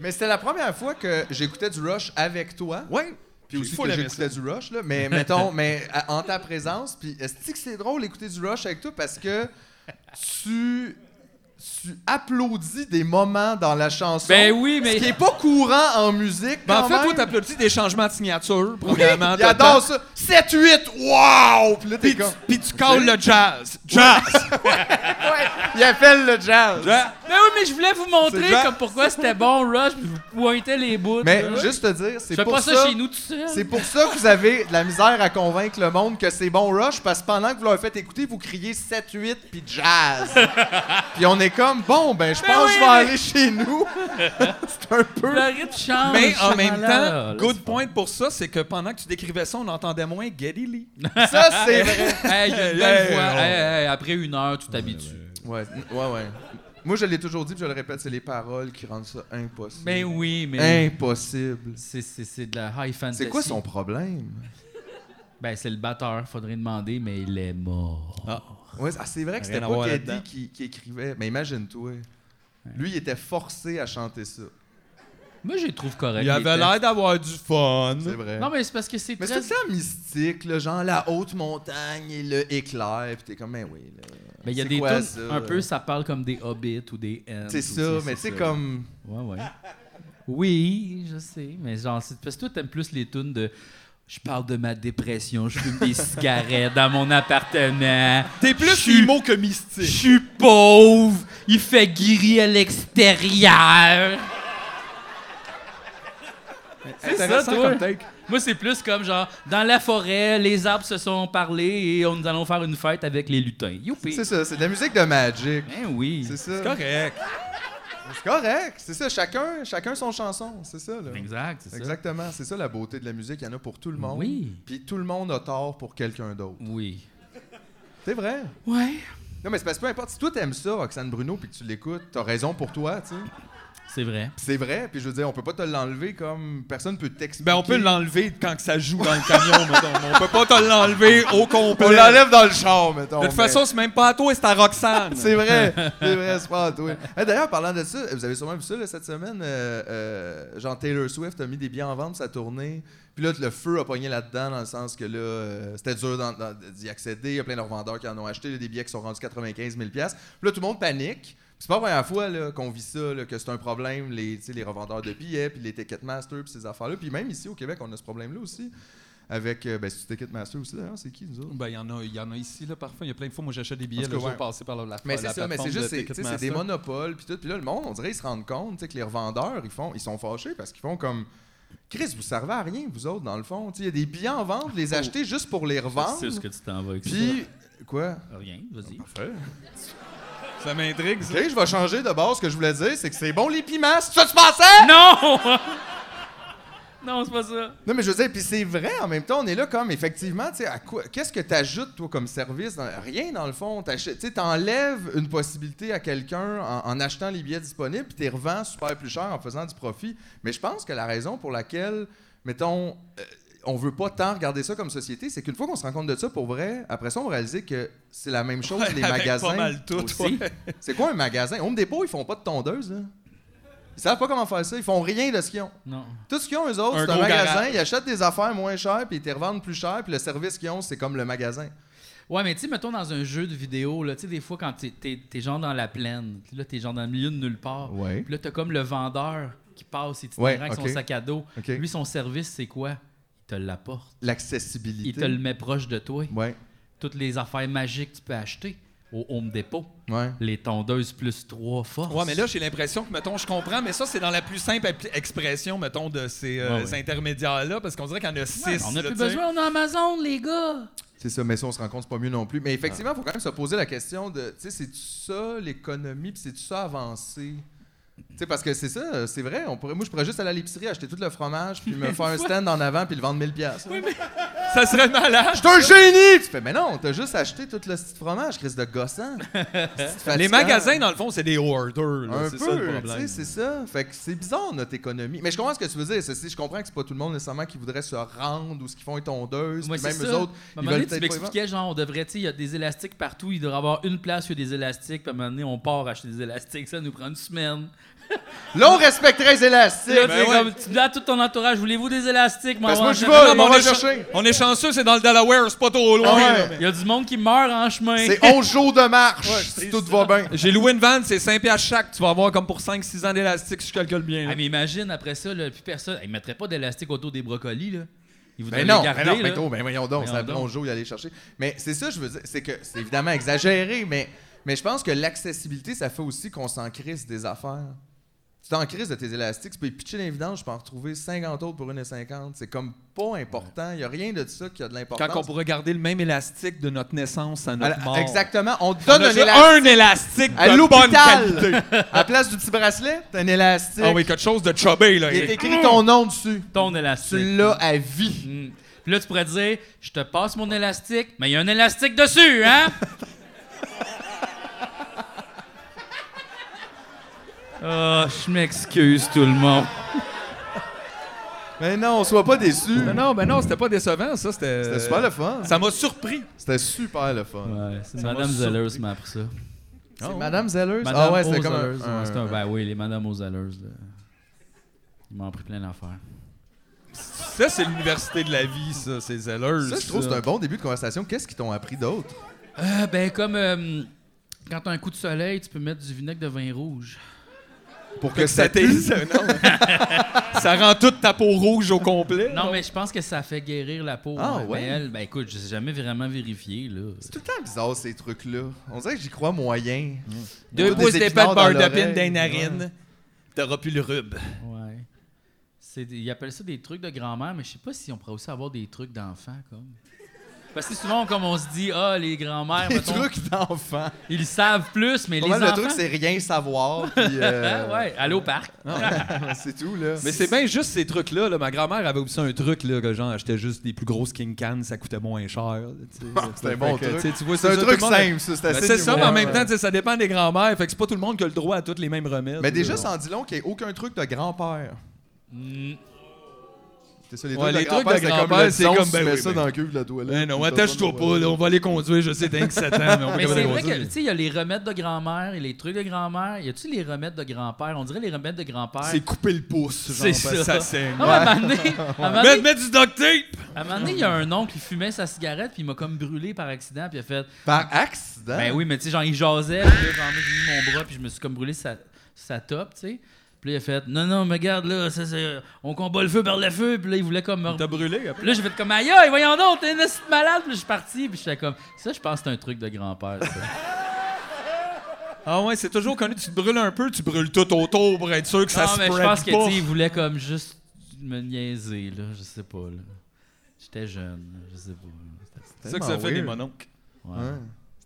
Speaker 3: Mais c'était la première fois que j'écoutais du Rush avec toi.
Speaker 4: Ouais.
Speaker 3: Puis aussi
Speaker 4: Faut
Speaker 3: que
Speaker 4: l'aimer,
Speaker 3: j'écoutais du Rush, là. Mais mettons, mais à- en ta présence. Puis est-ce que c'est drôle d'écouter du Rush avec toi parce que tu. Tu applaudis des moments dans la chanson.
Speaker 1: Ben oui, mais-
Speaker 3: Ce qui est pas courant en musique.
Speaker 4: Ben, en
Speaker 3: quand
Speaker 4: fait,
Speaker 3: même.
Speaker 4: toi, t'applaudis des changements de signature,
Speaker 3: Oui,
Speaker 4: premièrement.
Speaker 3: Il adore ça. 7-8, wow! Puis là, t'es
Speaker 4: Puis tu,
Speaker 3: comme.
Speaker 4: puis tu calls le jazz. Jazz! hein.
Speaker 3: Ouais, il appelle le jazz.
Speaker 4: jazz.
Speaker 1: Ben oui, mais je voulais vous montrer
Speaker 3: C'est genre-
Speaker 1: comme pourquoi c'était bon, Rush, puis vous pointez les bouts.
Speaker 3: Mais
Speaker 1: là.
Speaker 3: juste te dire,
Speaker 1: Je
Speaker 3: c'est
Speaker 1: fais
Speaker 3: pour
Speaker 1: pas ça, chez nous tout seul.
Speaker 3: C'est pour ça que vous avez de la misère à convaincre le monde que c'est bon Rush, parce que pendant que vous leur faites écouter, vous criez 7-8 puis jazz. puis on est comme, bon, ben je pense
Speaker 1: Ben
Speaker 3: que
Speaker 1: oui,
Speaker 3: je vais
Speaker 1: mais-
Speaker 3: aller chez nous. c'est un peu.
Speaker 1: Le rythme
Speaker 3: Ah,
Speaker 1: change.
Speaker 4: Mais en même
Speaker 1: Là, là,
Speaker 4: temps,
Speaker 1: là,
Speaker 4: good
Speaker 1: c'est
Speaker 4: point pour ça, c'est que pendant que tu décrivais ça, on entendait moins Geddy Lee.
Speaker 3: Ah, Ça, c'est vrai.
Speaker 1: pas- Hey, il y a une belle
Speaker 4: Hey,
Speaker 1: voix.
Speaker 4: on-
Speaker 1: Hey, hey, après une heure, tu t'habitues.
Speaker 3: Ouais, n- ouais, ouais. Moi, je l'ai toujours dit, puis je le répète, c'est les paroles qui rendent ça impossible.
Speaker 1: Mais Ben oui, mais.
Speaker 3: Impossible.
Speaker 1: C'est- C'est c'est de la high fantasy.
Speaker 3: C'est quoi son problème?
Speaker 1: Ben, c'est le batteur, faudrait demander, mais il est mort.
Speaker 3: Ouais, ah, c'est vrai que c'était
Speaker 4: Rien à
Speaker 3: pas
Speaker 4: voir
Speaker 3: Keddy
Speaker 4: là-dedans.
Speaker 3: qui, qui écrivait. Mais imagine-toi. Lui, il était forcé à chanter ça.
Speaker 1: Moi, je le trouve correct.
Speaker 4: Il avait
Speaker 1: les
Speaker 4: l'air d'avoir du fun.
Speaker 3: C'est vrai.
Speaker 1: textes. Non, mais c'est parce que c'est
Speaker 3: Mais
Speaker 1: très.
Speaker 3: c'est tout le temps mystique, là, genre la haute montagne et le éclair, pis t'es comme, mais oui, là.
Speaker 1: Mais il y a
Speaker 3: c'est
Speaker 1: des
Speaker 3: quoi,
Speaker 1: tunes,
Speaker 3: ça?
Speaker 1: un peu, ça parle comme des hobbits ou des ents.
Speaker 3: C'est
Speaker 1: ou
Speaker 3: ça, mais tu
Speaker 1: c'est
Speaker 3: sais,
Speaker 1: ça.
Speaker 3: comme.
Speaker 1: Ouais, ouais. Oui, je sais, mais genre, c'est parce que toi, t'aimes plus les tunes de. Je parle de ma dépression, je fume des cigarettes dans mon appartement.
Speaker 4: T'es
Speaker 1: Je
Speaker 4: plus
Speaker 1: suis-
Speaker 4: emo que
Speaker 1: Je
Speaker 4: mystique.
Speaker 1: suis pauvre, il fait guérir à l'extérieur. C'est ça,
Speaker 4: Intéressant
Speaker 1: toi.
Speaker 4: comme take.
Speaker 1: Moi, c'est plus comme genre, dans la forêt, les arbres se sont parlés et on- nous allons faire une fête avec les lutins. Youpi!
Speaker 3: C'est ça, c'est de la musique de Magic.
Speaker 1: Ben oui.
Speaker 3: C'est ça.
Speaker 4: C'est correct.
Speaker 3: C'est correct. C'est ça, chacun, chacun son chanson. C'est ça, là.
Speaker 1: Exact, c'est ça.
Speaker 3: Exactement, c'est ça la beauté de la musique, il y en a pour tout le monde.
Speaker 1: Oui.
Speaker 3: Puis tout le monde a tort pour quelqu'un d'autre.
Speaker 1: Oui.
Speaker 3: C'est vrai.
Speaker 1: Ouais.
Speaker 3: Non, mais c'est parce que peu importe, si toi t'aimes ça, Roxane Bruno, puis que tu l'écoutes, t'as raison pour toi, tu sais.
Speaker 1: C'est vrai.
Speaker 3: Puis c'est vrai, puis je veux dire, on peut pas te l'enlever comme personne peut t'expliquer.
Speaker 4: Ben, on peut l'enlever quand que ça joue dans le camion, mettons. mais On peut pas te l'enlever au complet.
Speaker 3: On l'enlève dans le char, mettons.
Speaker 4: De toute
Speaker 3: mais-
Speaker 4: façon, c'est même pas à toi, c'est à Roxane.
Speaker 3: C'est vrai, c'est vrai, c'est pas à toi. Eh, D'ailleurs, parlant de ça, vous avez sûrement vu ça là, cette semaine. euh, euh, genre Taylor Swift a mis des billets en vente pour sa tournée. Puis là, le feu a pogné là-dedans, dans le sens que là, euh, c'était dur d'en- d'en- d'y accéder. Il y a plein de revendeurs qui en ont acheté, là, des billets qui sont rendus 95 000 Puis là, tout le monde panique. Puis C'est pas la première fois là, qu'on vit ça, là, que c'est un problème, les, tu sais, les revendeurs de billets, puis les Ticketmaster, puis ces affaires-là. Puis même ici au Québec, on a ce problème-là aussi. Avec, euh, ben, c'est Ticketmaster aussi, d'ailleurs, c'est qui, nous autres?
Speaker 4: Ben, il y, en a- il y en a ici, là, parfois. Il y a plein de fois, moi, j'achète des billets,
Speaker 3: En
Speaker 4: là,
Speaker 3: tout cas,
Speaker 4: je
Speaker 3: ouais.
Speaker 4: vais passer par la, la
Speaker 3: Mais
Speaker 4: la
Speaker 3: c'est ça, mais c'est
Speaker 4: plateforme
Speaker 3: juste,
Speaker 4: de
Speaker 3: c'est tu sais, c'est des
Speaker 4: Ticketmaster.
Speaker 3: monopoles, puis tout. Puis là, le monde, on dirait, ils se rendent compte, tu sais, que les revendeurs, ils font, ils sont fâchés parce qu'ils font comme. Chris, vous servez à rien, vous autres, dans le fond. Tu sais, Il y a des billets en vente, les acheter juste pour les revendre.
Speaker 1: C'est ce que tu t'en vas avec
Speaker 3: Ah! Puis. Quoi?
Speaker 1: ça. Rien, vas-y.
Speaker 4: Ça m'intrigue, ça.
Speaker 3: Ok, je vais changer de base. Ce que je voulais dire, c'est que c'est bon les piments. C'est ça que tu pensais?
Speaker 1: Non! non, c'est pas ça.
Speaker 3: Non, mais je veux dire, puis c'est vrai, en même temps, on est là comme, effectivement, tu sais, à quoi, qu'est-ce que t'ajoutes, toi, comme service? dans- rien, dans le fond. T'achètes- Tu sais, t'enlèves une possibilité à quelqu'un en, en achetant les billets disponibles, puis t'es revends super plus cher en faisant du profit. Mais je pense que la raison pour laquelle, mettons, euh, on veut pas tant regarder ça comme société, c'est qu'une fois qu'on se rend compte de ça pour vrai, après ça, on réalise que c'est la même chose, les
Speaker 4: Avec
Speaker 3: magasins.
Speaker 4: pas mal tout,
Speaker 1: Aussi.
Speaker 4: ouais.
Speaker 3: C'est quoi un magasin? Home Depot, ils font pas de tondeuse, là. Ils savent pas comment faire ça. Ils font rien de ce qu'ils ont.
Speaker 1: Non.
Speaker 3: Tout ce qu'ils ont, eux autres,
Speaker 4: Un
Speaker 3: c'est un
Speaker 4: gros
Speaker 3: magasin.
Speaker 4: garage.
Speaker 3: Ils achètent des affaires moins chères, puis ils te revendent plus cher, puis le service qu'ils ont, c'est comme le magasin.
Speaker 1: Ouais, mais tu sais, mettons dans un jeu de vidéo, là, tu sais, des fois quand t'es- t'es t'es genre dans la plaine, puis là, t'es genre dans le milieu de nulle part.
Speaker 3: Ouais.
Speaker 1: Puis là, t'as comme le vendeur qui passe itinérant
Speaker 3: Ouais,
Speaker 1: avec son
Speaker 3: ok.
Speaker 1: sac à dos.
Speaker 3: Ok.
Speaker 1: Lui, son service, c'est quoi? Il te l'apporte.
Speaker 3: L'accessibilité.
Speaker 1: Il te le met proche de toi.
Speaker 3: Ouais,
Speaker 1: Toutes les affaires magiques que tu peux acheter au Home Depot.
Speaker 3: ouais.
Speaker 1: Les tondeuses plus trois forces.
Speaker 4: Ouais, mais là, j'ai l'impression que, mettons, je comprends, mais ça, c'est dans la plus simple ap- expression, mettons, de ces euh,
Speaker 1: Ouais, ouais.
Speaker 4: intermédiaires-là, parce qu'on dirait qu'il y en a six.
Speaker 1: Ouais, on n'a
Speaker 4: là,
Speaker 1: plus
Speaker 4: tu sais.
Speaker 1: besoin, on a Amazon, les gars.
Speaker 3: C'est ça, mais ça, on se rend compte, c'est pas mieux non plus. Mais effectivement, il faut quand même se poser la question de, tu sais, c'est-tu ça l'économie, puis c'est-tu ça avancer? Tu sais, parce que c'est ça, euh, c'est vrai. On pourrait, moi, je pourrais juste aller à l'épicerie, acheter tout le fromage, puis me faire un stand en avant, puis le vendre 1000$. piastres.
Speaker 4: Ça serait malade.
Speaker 3: T'es un génie! Tu fais, mais non, t'as juste acheté tout le petit fromage, Chris de gossant.
Speaker 4: Les magasins, dans le fond, c'est des hoarders. là,
Speaker 3: Un
Speaker 4: C'est ça le
Speaker 3: peu, tu sais,
Speaker 4: problème.
Speaker 3: c'est ça. Fait que c'est bizarre notre économie. Mais je comprends ce que tu veux dire. Ceci, je comprends que c'est pas tout le monde nécessairement qui voudrait se rendre ou ce qu'ils font est tondeuse.
Speaker 1: Moi,
Speaker 3: puis
Speaker 1: c'est
Speaker 3: même
Speaker 1: ça.
Speaker 3: eux autres,
Speaker 1: À un
Speaker 3: ils
Speaker 1: moment donné,
Speaker 3: veulent
Speaker 1: tu
Speaker 3: peut-être pas y vendre.
Speaker 1: m'expliquais, genre, on devrait, tu sais, il y a des élastiques partout, il devrait y avoir une place où il y a des élastiques, puis à un moment donné, on part acheter des élastiques, ça nous prend une semaine.
Speaker 3: Là, on respecterait les
Speaker 1: Puis Là,
Speaker 3: élastiques.
Speaker 1: tu sais,
Speaker 4: ouais.
Speaker 1: comme, tu dis à tout ton entourage, voulez-vous des élastiques?
Speaker 3: Eh ben Parce que
Speaker 1: Maman,
Speaker 3: moi, je
Speaker 1: j'ai-
Speaker 3: vais,
Speaker 4: Non, mais
Speaker 3: Ah, on va
Speaker 4: est chan-
Speaker 3: chercher.
Speaker 4: on est chanceux, c'est dans le Delaware, c'est pas trop loin.
Speaker 3: Ah ouais.
Speaker 4: là, mais-
Speaker 1: Il y a du monde qui meurt en chemin.
Speaker 3: C'est 11 jours de marche si
Speaker 4: c'est
Speaker 3: tout va
Speaker 4: ça.
Speaker 3: bien.
Speaker 4: J'ai loué une vanne, c'est 5 piastres chaque. Tu vas avoir comme pour 5-6 ans d'élastique si je calcule bien. là.
Speaker 1: Ah, mais imagine, après ça, là, plus personne. Ils mettraient pas d'élastique autour des brocolis, là. Ils voudraient
Speaker 3: Ben non,
Speaker 1: les garder.
Speaker 3: ben non,
Speaker 1: là.
Speaker 3: ben, gros, ben voyons donc,
Speaker 1: Voyons
Speaker 3: ça
Speaker 1: donc.
Speaker 3: bon jour, il allait chercher. Mais c'est ça, je veux dire, c'est que c'est évidemment exagéré, mais, mais je pense que l'accessibilité, ça fait aussi qu'on s'en crisse des affaires. Tu t'en crises de tes élastiques, tu peux y pitcher l'évidence, je peux en retrouver 50 autres pour 1,50. C'est comme pas important, il n'y a rien de ça qui a de l'importance.
Speaker 4: Quand on pourrait garder le même élastique de notre naissance à notre
Speaker 3: Alors,
Speaker 4: mort.
Speaker 3: Exactement, on te
Speaker 4: On
Speaker 3: Ah, donne
Speaker 4: a
Speaker 3: un
Speaker 4: juste
Speaker 3: élastique
Speaker 4: un élastique
Speaker 3: à
Speaker 4: de bonne qualité.
Speaker 3: l'hôpital. à la place du petit bracelet, t'as un élastique.
Speaker 4: Ah oui, quelque chose de chubby, là.
Speaker 3: Il est écrit ton nom dessus.
Speaker 1: Ton élastique.
Speaker 3: Tu l'as à vie.
Speaker 1: Mm. Puis là, tu pourrais dire, je te passe mon élastique, mais il y a un élastique dessus, hein? Ah, je m'excuse, tout le monde.
Speaker 3: Mais non, sois
Speaker 4: Euh,
Speaker 3: pas déçu.
Speaker 4: Non, non, ben non, c'était pas décevant, ça. C'était
Speaker 3: C'était super le fun.
Speaker 4: Ça m'a surpris.
Speaker 3: C'était super le fun.
Speaker 1: Ouais, c'est
Speaker 4: m'a
Speaker 1: Madame
Speaker 4: surpris.
Speaker 1: Zellers qui m'a appris ça.
Speaker 4: Ah
Speaker 3: C'est Madame Zellers?
Speaker 1: Madame
Speaker 3: ah ouais, c'était
Speaker 1: aux
Speaker 3: comme un,
Speaker 1: Zellers, ouais, c'était un- Ben oui, les Madame aux Zellers, là. Ils m'ont appris plein d'affaires.
Speaker 4: Ça, c'est l'université de la vie, ça. C'est Zellers.
Speaker 3: Ça, je trouve que c'est un bon début de conversation. Qu'est-ce qu'ils t'ont appris d'autre?
Speaker 1: Euh, ben, comme euh, quand t'as un coup de soleil, tu peux mettre du vinaigre de vin rouge.
Speaker 3: Pour
Speaker 4: que ça t'ait- ça, non. Ça rend toute ta peau rouge au complet.
Speaker 1: Non, mais je pense que ça fait guérir la peau.
Speaker 3: Ah,
Speaker 1: Mais
Speaker 3: ouais?
Speaker 1: elle, ben écoute, je sais jamais vraiment vérifié, là.
Speaker 3: C'est tout le temps bizarre, ces trucs-là. On dirait que j'y crois moyen.
Speaker 4: Deux
Speaker 3: Plutôt
Speaker 4: pouces
Speaker 3: des
Speaker 4: d'épais de
Speaker 3: épinards dans
Speaker 4: beurre de
Speaker 3: l'oreille.
Speaker 4: pine dans les narines. T'auras plus le rub.
Speaker 1: Ouais. C'est des- ils appellent ça des trucs de grand-mère, mais je sais pas si on pourrait aussi avoir des trucs d'enfants, comme. Parce que souvent, comme on se dit, ah, les grand-mères,
Speaker 3: Des
Speaker 1: mettons,
Speaker 3: trucs d'enfant.
Speaker 1: ils savent plus, mais
Speaker 3: Pas
Speaker 1: les
Speaker 3: mal, Le
Speaker 1: enfants...
Speaker 3: truc, c'est rien savoir, puis euh,
Speaker 1: Ah, ouais, aller au parc.
Speaker 3: c'est tout, là.
Speaker 4: Mais c'est bien juste ces trucs-là. là. Ma grand-mère avait aussi un truc là, que genre achetait juste des plus grosses King Cans, ça coûtait moins cher.
Speaker 3: C'est un bon
Speaker 4: Fait que,
Speaker 3: truc.
Speaker 4: tu sais, tu vois,
Speaker 3: C'est un
Speaker 4: ça,
Speaker 3: truc
Speaker 4: tout le monde a-
Speaker 3: simple, ça. C'est
Speaker 4: Ben,
Speaker 3: assez
Speaker 4: c'est ça, mais
Speaker 3: humain,
Speaker 4: en même
Speaker 3: ouais.
Speaker 4: temps, tu sais, ça dépend des grands-mères. Fait que c'est pas tout le monde qui a le droit à tous les mêmes remèdes.
Speaker 3: Mais déjà,
Speaker 4: là.
Speaker 3: sans dit long qu'il n'y ait aucun truc de grand-père.
Speaker 4: Hmm.
Speaker 1: Mm.
Speaker 3: C'est ça, les
Speaker 4: Ouais, les
Speaker 3: trucs de
Speaker 4: trucs de grand-père,
Speaker 3: grand-père, c'est comme le
Speaker 4: c'est
Speaker 3: sauce,
Speaker 4: comme, ben
Speaker 3: tu mets
Speaker 4: oui,
Speaker 3: ça
Speaker 4: ben-
Speaker 3: dans le cul de la toilette.
Speaker 4: Eh non,
Speaker 3: T'as
Speaker 4: attache-toi
Speaker 3: le
Speaker 4: pas,
Speaker 3: droit de-
Speaker 4: là, on va les conduire. Je sais, t'as que 7 ans, mais on va
Speaker 1: Mais c'est vrai que,
Speaker 4: conduire.
Speaker 1: tu sais, il y a les remèdes de grand-mère et les trucs de grand-mère. Y a-tu les remèdes de grand-père? On dirait les remèdes de grand-père.
Speaker 4: C'est couper le pouce, genre,
Speaker 1: C'est
Speaker 4: parce que
Speaker 1: ça.
Speaker 4: ça saigne.
Speaker 1: Ah, mais à un moment donné- à un moment
Speaker 4: Mets,
Speaker 1: donné-
Speaker 4: mets du duct tape!
Speaker 1: à un moment donné, il y a un oncle qui fumait sa cigarette, puis il m'a comme brûlé par accident, puis il a fait
Speaker 3: Par accident?
Speaker 4: Ah.
Speaker 1: Ben oui, mais tu sais, genre, il jasait, puis là, genre, moi, j'ai mis mon bras, puis je me suis comme brûlé sa, sa top, tu sais. Puis là, il a fait Non, non, mais regarde, là, ça, c'est- on combat le feu par le feu, puis là, il voulait comme me.
Speaker 4: T'as brûlé, après.
Speaker 1: Puis là, j'ai fait comme Aïe, aïe, voyons donc, t'es une petite malade, puis je suis parti, puis j'étais comme Ça, je pense que c'est un truc de grand-père, ça.
Speaker 4: Ah ouais, c'est toujours connu, tu te brûles un peu, tu brûles tout autour pour être sûr que ça
Speaker 1: non,
Speaker 4: se
Speaker 1: mais
Speaker 4: spread
Speaker 1: je pense que, tu
Speaker 4: pas.
Speaker 1: sais, il voulait comme juste me niaiser, là, je sais pas, là. J'étais jeune, là, je sais pas.
Speaker 4: C'est ça que ça fait
Speaker 3: Tellement
Speaker 4: des
Speaker 3: weird.
Speaker 4: mononcles.
Speaker 1: Ouais.
Speaker 3: Ouais.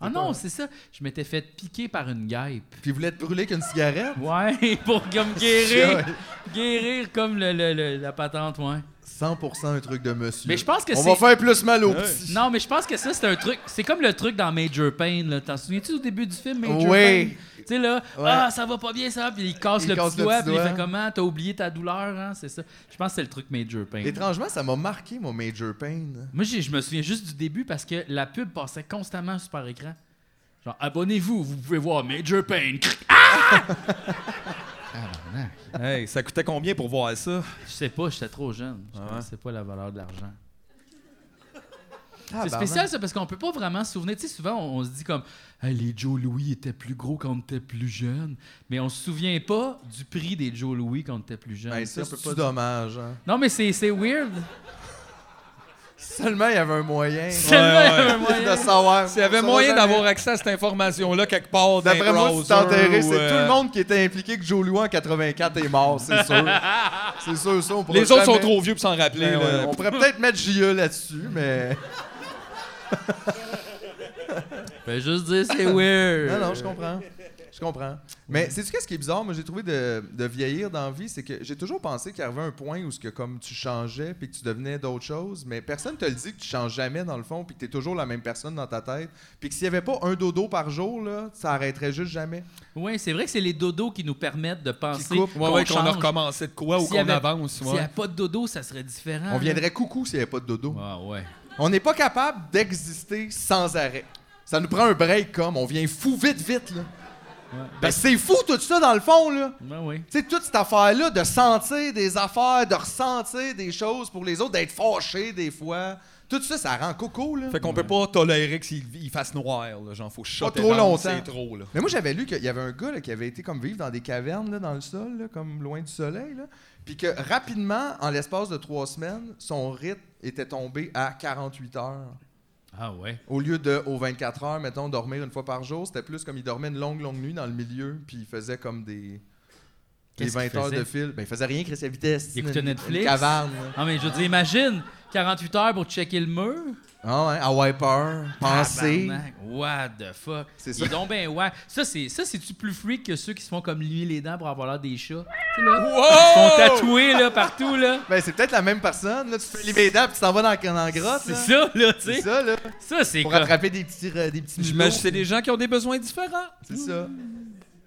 Speaker 1: Ah non, c'est ça, je m'étais fait piquer par une guêpe.
Speaker 3: Puis il voulait te brûler qu'une cigarette?
Speaker 1: Ouais, pour comme guérir. guérir comme le, le- le- la patente, ouais.
Speaker 3: 100% un truc de monsieur.
Speaker 1: Mais je pense que
Speaker 3: On
Speaker 1: c'est.
Speaker 3: va faire plus mal aux
Speaker 4: Ouais.
Speaker 3: petits.
Speaker 1: Non, mais je pense que ça, c'est un truc. C'est comme le truc dans Major Pain, là. T'en souviens-tu au début du film, Major
Speaker 3: Oui.
Speaker 1: Pain? Tu sais, là,
Speaker 3: Ouais.
Speaker 1: ah, ça va pas bien, ça. Puis il casse
Speaker 3: Il
Speaker 1: le
Speaker 3: casse
Speaker 1: petit
Speaker 3: le
Speaker 1: doigt,
Speaker 3: petit
Speaker 1: puis il
Speaker 3: doigt.
Speaker 1: fait comment? T'as oublié ta douleur, hein? C'est ça. Je pense que c'est le truc Major Pain.
Speaker 3: Étrangement, ça m'a marqué, mon Major Pain.
Speaker 1: Moi, j'ai- je me souviens juste du début parce que la pub passait constamment sur par écran. Genre, abonnez-vous, vous pouvez voir Major Pain.
Speaker 4: Hey, ça coûtait combien pour voir ça?
Speaker 1: Je sais pas, j'étais trop jeune. Je
Speaker 4: ouais?
Speaker 1: connaissais pas la valeur de l'argent.
Speaker 3: Ah,
Speaker 1: C'est
Speaker 3: barnac.
Speaker 1: spécial ça parce qu'on peut pas vraiment se souvenir. Tu sais, souvent on, on se dit comme Ah, les Joe Louis étaient plus gros quand on était plus jeune, mais on se souvient pas du prix des Joe Louis quand on était plus jeune.
Speaker 3: Ben,
Speaker 1: Tu sais,
Speaker 3: ça,
Speaker 1: on
Speaker 3: c'est
Speaker 1: peut pas-
Speaker 3: dommage. hein.
Speaker 1: Non, mais c'est c'est weird.
Speaker 3: Seulement, il y avait un moyen
Speaker 1: C'est
Speaker 4: ouais.
Speaker 1: un moyen.
Speaker 3: de savoir.
Speaker 4: S'il y avait
Speaker 3: Ça
Speaker 4: moyen
Speaker 3: va jamais.
Speaker 4: d'avoir accès à cette information-là quelque part dans
Speaker 3: D'après
Speaker 4: un
Speaker 3: moi, si
Speaker 4: browser
Speaker 3: t'es enterré,
Speaker 4: ou,
Speaker 3: c'est tout
Speaker 4: euh,
Speaker 3: le monde qui était impliqué que Joe Louis en 84 est mort, c'est sûr. c'est sûr, ça, on pourra
Speaker 4: Les autres sont
Speaker 3: jamais-
Speaker 4: trop vieux pour s'en rappeler.
Speaker 3: Ben,
Speaker 4: là.
Speaker 3: on pourrait peut-être mettre J.E. là-dessus, mais...
Speaker 1: Fais juste dire c'est weird.
Speaker 3: Non, non, je comprends. Je comprends. Mais c'est tu qu'est-ce qui est bizarre, moi j'ai trouvé de, de vieillir dans la vie, c'est que j'ai toujours pensé qu'il arrivait un point où ce que comme tu changeais puis que tu devenais d'autres choses, mais personne te le dit que tu changes jamais dans le fond puis que tu es toujours la même personne dans ta tête, puis que s'il y avait pas un dodo par jour là, ça arrêterait juste jamais.
Speaker 1: Oui, c'est vrai que c'est les dodos qui nous permettent de penser
Speaker 3: coupent,
Speaker 4: Ouais, ouais,
Speaker 1: qu'on
Speaker 4: qu'on a
Speaker 1: change.
Speaker 4: recommencé de quoi ou
Speaker 1: S'il y
Speaker 4: qu'on
Speaker 1: avait-
Speaker 4: avance.
Speaker 1: S'il n'y
Speaker 4: ouais.
Speaker 1: a pas de dodo, ça serait différent.
Speaker 3: On viendrait coucou s'il y avait pas de dodo.
Speaker 1: Ah ouais.
Speaker 3: On n'est pas capable d'exister sans arrêt. Ça nous prend un break comme on vient fou vite vite là. Ben, c'est fou tout ça dans le fond là.
Speaker 1: Ben oui.
Speaker 3: Tu sais, toute cette affaire-là de sentir des affaires, de ressentir des choses pour les autres, d'être fâché des fois, tout ça, ça rend coco, là.
Speaker 4: Fait qu'on peut pas tolérer qu'il il fasse noir. Là. Genre, faut shotter
Speaker 3: trop
Speaker 4: down,
Speaker 3: longtemps.
Speaker 4: C'est trop, là.
Speaker 3: Mais moi, j'avais lu qu'il y avait un gars là, qui avait été comme vivre dans des cavernes, là, dans le sol, là, comme loin du soleil, là. Puis que rapidement, en l'espace de trois semaines, son rythme était tombé à 48 heures.
Speaker 1: Ah ouais.
Speaker 3: Au lieu de, aux 24 heures, mettons, dormir une fois par jour, c'était plus comme il dormait une longue, longue nuit dans le milieu, puis il faisait comme des. Des
Speaker 1: Qu'est-ce qu'il
Speaker 3: 20 heures
Speaker 1: faisait?
Speaker 3: de fil. Ben, il faisait rien, Chris, à vitesse.
Speaker 1: Il écoutait
Speaker 3: Une- une
Speaker 1: Netflix?
Speaker 3: caverne, là.
Speaker 1: Non, Ah, mais je veux dire, imagine 48 heures pour checker le mur.
Speaker 3: Ah ouais, à wiper, penser.
Speaker 1: Tabarnak. What the fuck?
Speaker 3: C'est
Speaker 1: Il
Speaker 3: ça.
Speaker 1: est donc ben ouais. Ça, c'est, ça, c'est-tu plus freak que ceux qui se font comme lier les dents pour avoir l'air des chats? Tu sais, là, Ils sont tatoués, là, partout, là.
Speaker 3: Ben, c'est peut-être la même personne. Là, tu te fais les dents puis tu t'en vas dans, dans la grotte.
Speaker 1: C'est
Speaker 3: là.
Speaker 1: ça, là, tu
Speaker 3: C'est
Speaker 1: sais.
Speaker 3: ça, là.
Speaker 1: Ça, c'est
Speaker 3: Pour
Speaker 1: comme-
Speaker 3: attraper des petits, euh, des petits
Speaker 4: J'imagine que
Speaker 3: mulots.
Speaker 4: c'est des gens qui ont des besoins différents.
Speaker 3: C'est ça.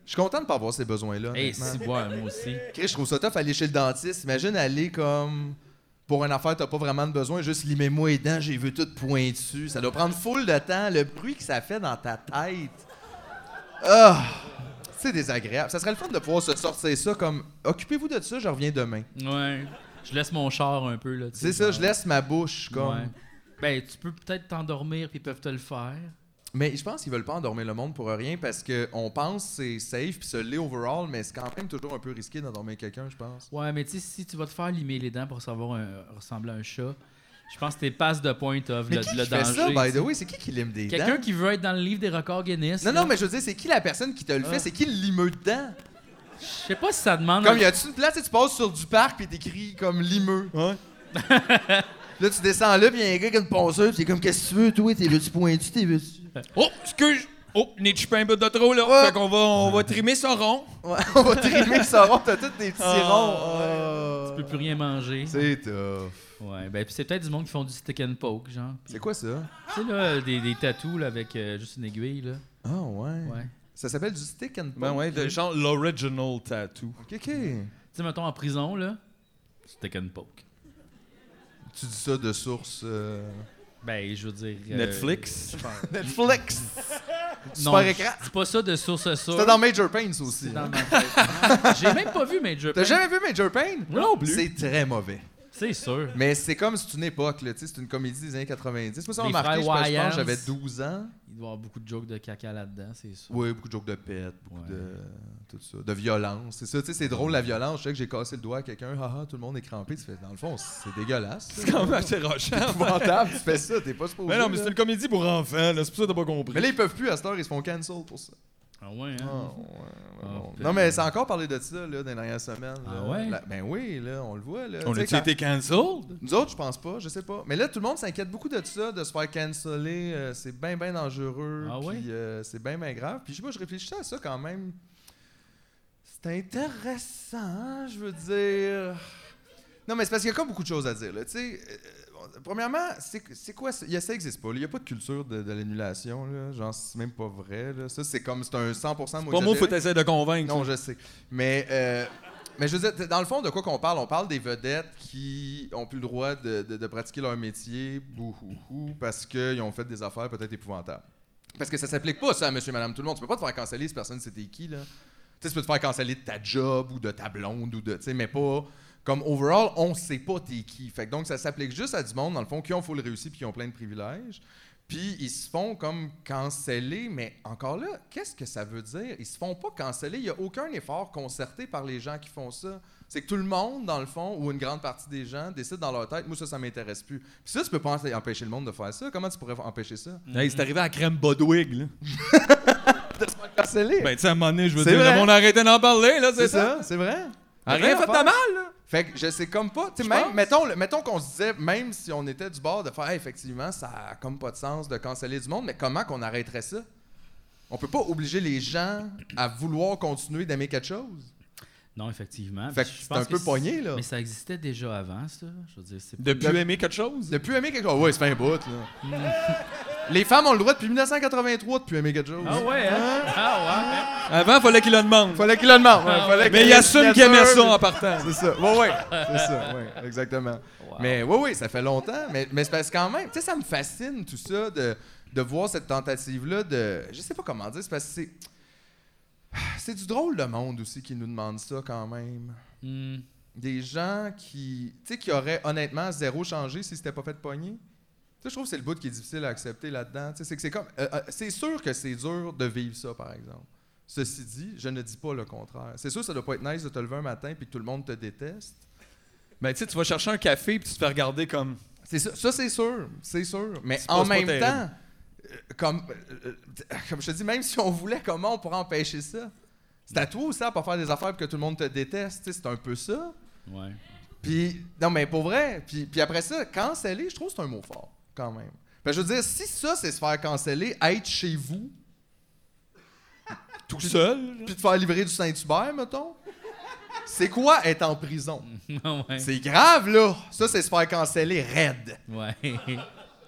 Speaker 3: Je suis content de pas avoir ces besoins-là.
Speaker 1: Hey,
Speaker 3: honnêtement.
Speaker 1: si, ouais, moi aussi.
Speaker 3: Chris, je trouve ça tough aller chez le dentiste. Imagine aller comme. Pour une affaire, t'as pas vraiment de besoin. Juste limez-moi les dents, j'ai vu tout pointu. Ça doit prendre full de temps. Le bruit que ça fait dans ta tête. Ah! C'est désagréable. Ça serait le fun de pouvoir se sortir ça comme. Occupez-vous de ça, je reviens demain.
Speaker 1: Ouais. Je laisse mon char un peu, là. tu sais,
Speaker 3: C'est ça,
Speaker 1: genre.
Speaker 3: je laisse ma bouche comme.
Speaker 1: Ouais. Ben, tu peux peut-être t'endormir, puis ils peuvent te le faire.
Speaker 3: Mais je pense qu'ils veulent pas endormir le monde pour rien parce qu'on pense que c'est safe puis se l'est overall, mais c'est quand même toujours un peu risqué d'endormir quelqu'un, je pense.
Speaker 1: Ouais, mais tu sais, si tu vas te faire limer les dents pour savoir un- ressembler à un chat, je pense que t'es passe de point off
Speaker 3: Mais
Speaker 1: le,
Speaker 3: qui,
Speaker 1: le
Speaker 3: qui
Speaker 1: danger.
Speaker 3: fait ça, by
Speaker 1: tu
Speaker 3: the
Speaker 1: sais.
Speaker 3: way? C'est qui qui lime des
Speaker 1: Quelqu'un
Speaker 3: dents?
Speaker 1: qui veut être dans le livre des records Guinness.
Speaker 3: Non,
Speaker 1: là.
Speaker 3: non, mais je veux dire, c'est qui la personne qui te le fait?
Speaker 1: Ah.
Speaker 3: C'est qui le limeux dedans?
Speaker 5: Je sais pas si ça demande.
Speaker 3: Comme, y a-tu une place, tu sais, tu passes sur du parc puis t'écris comme limeux.
Speaker 4: Ouais.
Speaker 3: Là, tu descends là, puis y a un gars qui a une ponceuse, pis il est comme, qu'est-ce que tu veux, toi? T'es veux-tu pointu, t'es veux-tu?
Speaker 4: Oh, excuse. Oh, Nietzsche pas un peu de trop, là.
Speaker 3: Ouais.
Speaker 4: Fait qu'on va, on va trimer son rond.
Speaker 3: Ouais, on va trimer ça rond, t'as tous des petits
Speaker 4: Ah,
Speaker 3: ronds.
Speaker 5: Tu peux plus rien manger.
Speaker 3: C'est tough.
Speaker 5: Ouais, ben puis c'est peut-être du monde qui font du stick and poke, genre. Puis,
Speaker 3: C'est quoi ça?
Speaker 5: Tu sais, là, des, des tatous là, avec euh, juste une aiguille, là.
Speaker 3: Ah, ouais.
Speaker 5: Ouais.
Speaker 3: Ça s'appelle du stick and
Speaker 4: Ben ouais, de, genre l'original tattoo.
Speaker 3: Ok, ok. Tu
Speaker 5: Tu sais, mettons en prison, là, stick and poke.
Speaker 3: dis ça de source euh,
Speaker 5: Ben, je veux dire. euh,
Speaker 4: Netflix.
Speaker 3: Netflix.
Speaker 5: Non,
Speaker 3: Super écran.
Speaker 5: C'est pas ça de source sûre.
Speaker 3: C'était dans Major Pains aussi.
Speaker 5: C'est dans ma tête. J'ai même pas vu Major
Speaker 3: T'as
Speaker 5: Payne.
Speaker 3: jamais vu Major Pain?
Speaker 5: Moi non plus.
Speaker 3: C'est très mauvais.
Speaker 5: C'est sûr.
Speaker 3: Mais c'est comme, c'est une époque, là, tu sais, c'est une comédie des années 90. Moi, ça m'a
Speaker 5: Les
Speaker 3: marqué, je
Speaker 5: frères
Speaker 3: pense, je pense que
Speaker 5: Wayans.
Speaker 3: j'avais 12 ans.
Speaker 5: Il doit y avoir beaucoup de jokes de caca là-dedans, c'est sûr.
Speaker 3: Oui, beaucoup de jokes de pète, beaucoup
Speaker 5: Ouais.
Speaker 3: de tout ça, de violence. C'est ça, tu sais, c'est drôle la violence. Je sais que j'ai cassé le doigt à quelqu'un, haha, tout le monde est crampé. Tu fais, dans le fond, c'est dégueulasse.
Speaker 4: C'est quand même assez rochant.
Speaker 3: épouvantable. tu fais ça, t'es pas supposé.
Speaker 4: Mais Ben non, mais
Speaker 3: là.
Speaker 4: c'est une comédie pour enfants, là. C'est pour ça que t'as pas compris.
Speaker 3: Mais là, ils peuvent plus à cette heure, ils se font cancel pour ça.
Speaker 5: Ah ouais, hein?
Speaker 3: Ah, ouais, ouais,
Speaker 5: Ah,
Speaker 3: bon.
Speaker 5: fait-
Speaker 3: non, mais c'est encore parlé de ça là, dans les dernières semaines.
Speaker 5: Ah
Speaker 3: là.
Speaker 5: ouais?
Speaker 3: La- ben oui, là, on le voit. Là.
Speaker 4: on
Speaker 3: Tu sais,
Speaker 4: a-tu
Speaker 3: quand-
Speaker 4: été cancelled?
Speaker 3: Nous autres, je pense pas, je sais pas. Mais là, tout le monde s'inquiète beaucoup de ça, de se faire canceller. euh, c'est bien, bien dangereux.
Speaker 5: Ah ouais?
Speaker 3: Puis euh, c'est bien, bien grave. Puis je sais pas, je réfléchissais à ça quand même. C'est intéressant, hein, je veux dire. Non, mais c'est parce qu'il y a comme beaucoup de choses à dire. Là. Tu sais, euh, bon, premièrement, c'est c'est quoi ça? Il y a- ça n'existe pas. là. Il n'y a pas de culture de, de l'annulation. là. Genre, c'est même pas vrai. là. Ça, c'est comme c'est un 100%
Speaker 4: Pas moi, faut
Speaker 3: exagéré.
Speaker 4: essayer de convaincre.
Speaker 3: Non, je sais. Mais, euh, mais je veux dire, dans le fond, de quoi qu'on parle? On parle des vedettes qui ont plus le droit de, de- de pratiquer leur métier, bouhouhou, parce qu'ils ont fait des affaires peut-être épouvantables. Parce que ça s'applique pas, ça, à monsieur, madame, tout le monde. Tu peux pas te faire canceller si personne c'était qui, là. Tu sais, tu peux te faire canceller de ta job ou de ta blonde ou de. Tu sais, mais pas. Comme overall, on sait pas t'es qui. Fait que donc, ça s'applique juste à du monde, dans le fond, qui ont full réussi puis qui ont plein de privilèges. Puis ils se font comme canceller, mais encore là, qu'est-ce que ça veut dire? Ils se font pas canceller, il n'y a aucun effort concerté par les gens qui font ça. C'est que tout le monde, dans le fond, ou une grande partie des gens, décide dans leur tête, moi ça, ça m'intéresse plus. Puis ça, tu peux pas en- empêcher le monde de faire ça. Comment tu pourrais empêcher ça?
Speaker 4: Hey, c'est arrivé à Crème Bodwig, là.
Speaker 3: Canceller!
Speaker 4: Ben, tu sais, à un moment donné, je veux
Speaker 3: C'est
Speaker 4: dire,
Speaker 3: vrai.
Speaker 4: le monde a arrêté d'en parler, là, c'est
Speaker 3: c'est
Speaker 4: ça?
Speaker 3: ça, c'est vrai?
Speaker 4: A Rien fait de mal, là.
Speaker 3: Fait que je sais comme pas. Tu sais,
Speaker 4: Je
Speaker 3: même,
Speaker 4: pense.
Speaker 3: mettons, le- mettons qu'on se disait, même si on était du bord de faire, Hey, effectivement, ça a comme pas de sens de canceller du monde, mais comment qu'on arrêterait ça? On peut pas obliger les gens à vouloir continuer d'aimer quelque chose.
Speaker 5: Non, effectivement.
Speaker 3: Fait
Speaker 5: Puis
Speaker 3: que
Speaker 5: je
Speaker 3: c'est
Speaker 5: pense
Speaker 3: un peu
Speaker 5: c-
Speaker 3: pogné, là.
Speaker 5: Mais ça existait déjà avant, ça. Je veux dire, c'est pas-
Speaker 4: De plus aimer quelque chose.
Speaker 3: De plus aimer quelque chose. Ouais, c'est fait un bout, là. les femmes ont le droit depuis 1983 de plus aimer quelque chose.
Speaker 5: Ah ouais, hein? Ah
Speaker 4: Avant, fallait qu'il le demande.
Speaker 3: Fallait qu'il le demande. ouais, fallait qu'il
Speaker 4: Ah Mais il
Speaker 3: y ait
Speaker 4: assume
Speaker 3: une
Speaker 4: qu'il aimait ça
Speaker 3: signature,
Speaker 4: en partant.
Speaker 3: C'est ça. Oui, oui. C'est ça. Ouais, exactement.
Speaker 5: Wow.
Speaker 3: Mais oui, oui, ça fait longtemps. Mais, mais c'est parce que quand même, tu sais, ça me fascine tout ça de, de voir cette tentative-là de. Je sais pas comment dire, c'est parce que c'est. C'est du drôle le monde aussi qui nous demande ça quand même.
Speaker 5: ouais? Hmm.
Speaker 3: Des gens qui. Tu sais, qui auraient honnêtement zéro changé si c'était pas fait de poignée. Tu sais, je trouve que c'est le bout qui est difficile à accepter là-dedans. Tu sais, c'est que c'est comme. euh, euh, c'est sûr que c'est dur de vivre ça, par exemple. Ceci dit, je ne dis pas le contraire. C'est sûr que ça doit pas être nice de te lever un matin puis que tout le monde te déteste.
Speaker 4: Ben, tu sais, tu vas chercher un café puis tu te fais regarder comme.
Speaker 3: C'est ça, ça, c'est sûr, c'est sûr. Mais
Speaker 4: C'est pas-
Speaker 3: en
Speaker 4: c'est pas
Speaker 3: même
Speaker 4: terrible.
Speaker 3: temps, euh, comme, euh, euh, comme je te dis, même si on voulait, comment on pourrait empêcher ça? C'est à toi aussi à pas faire des affaires pour que tout le monde te déteste. tu sais, C'est un peu ça.
Speaker 5: Ouais.
Speaker 3: Puis, non, mais pour vrai. Puis, puis après ça, canceller, je trouve que c'est un mot fort, quand même. Parce que je veux dire, si ça, c'est se faire canceller, être chez vous,
Speaker 4: Tout seul.
Speaker 3: puis te faire livrer du Saint-Hubert, mettons, c'est quoi être en prison?
Speaker 5: Ah ouais.
Speaker 3: C'est grave, là. Ça, c'est se faire canceller raide.
Speaker 5: Ouais.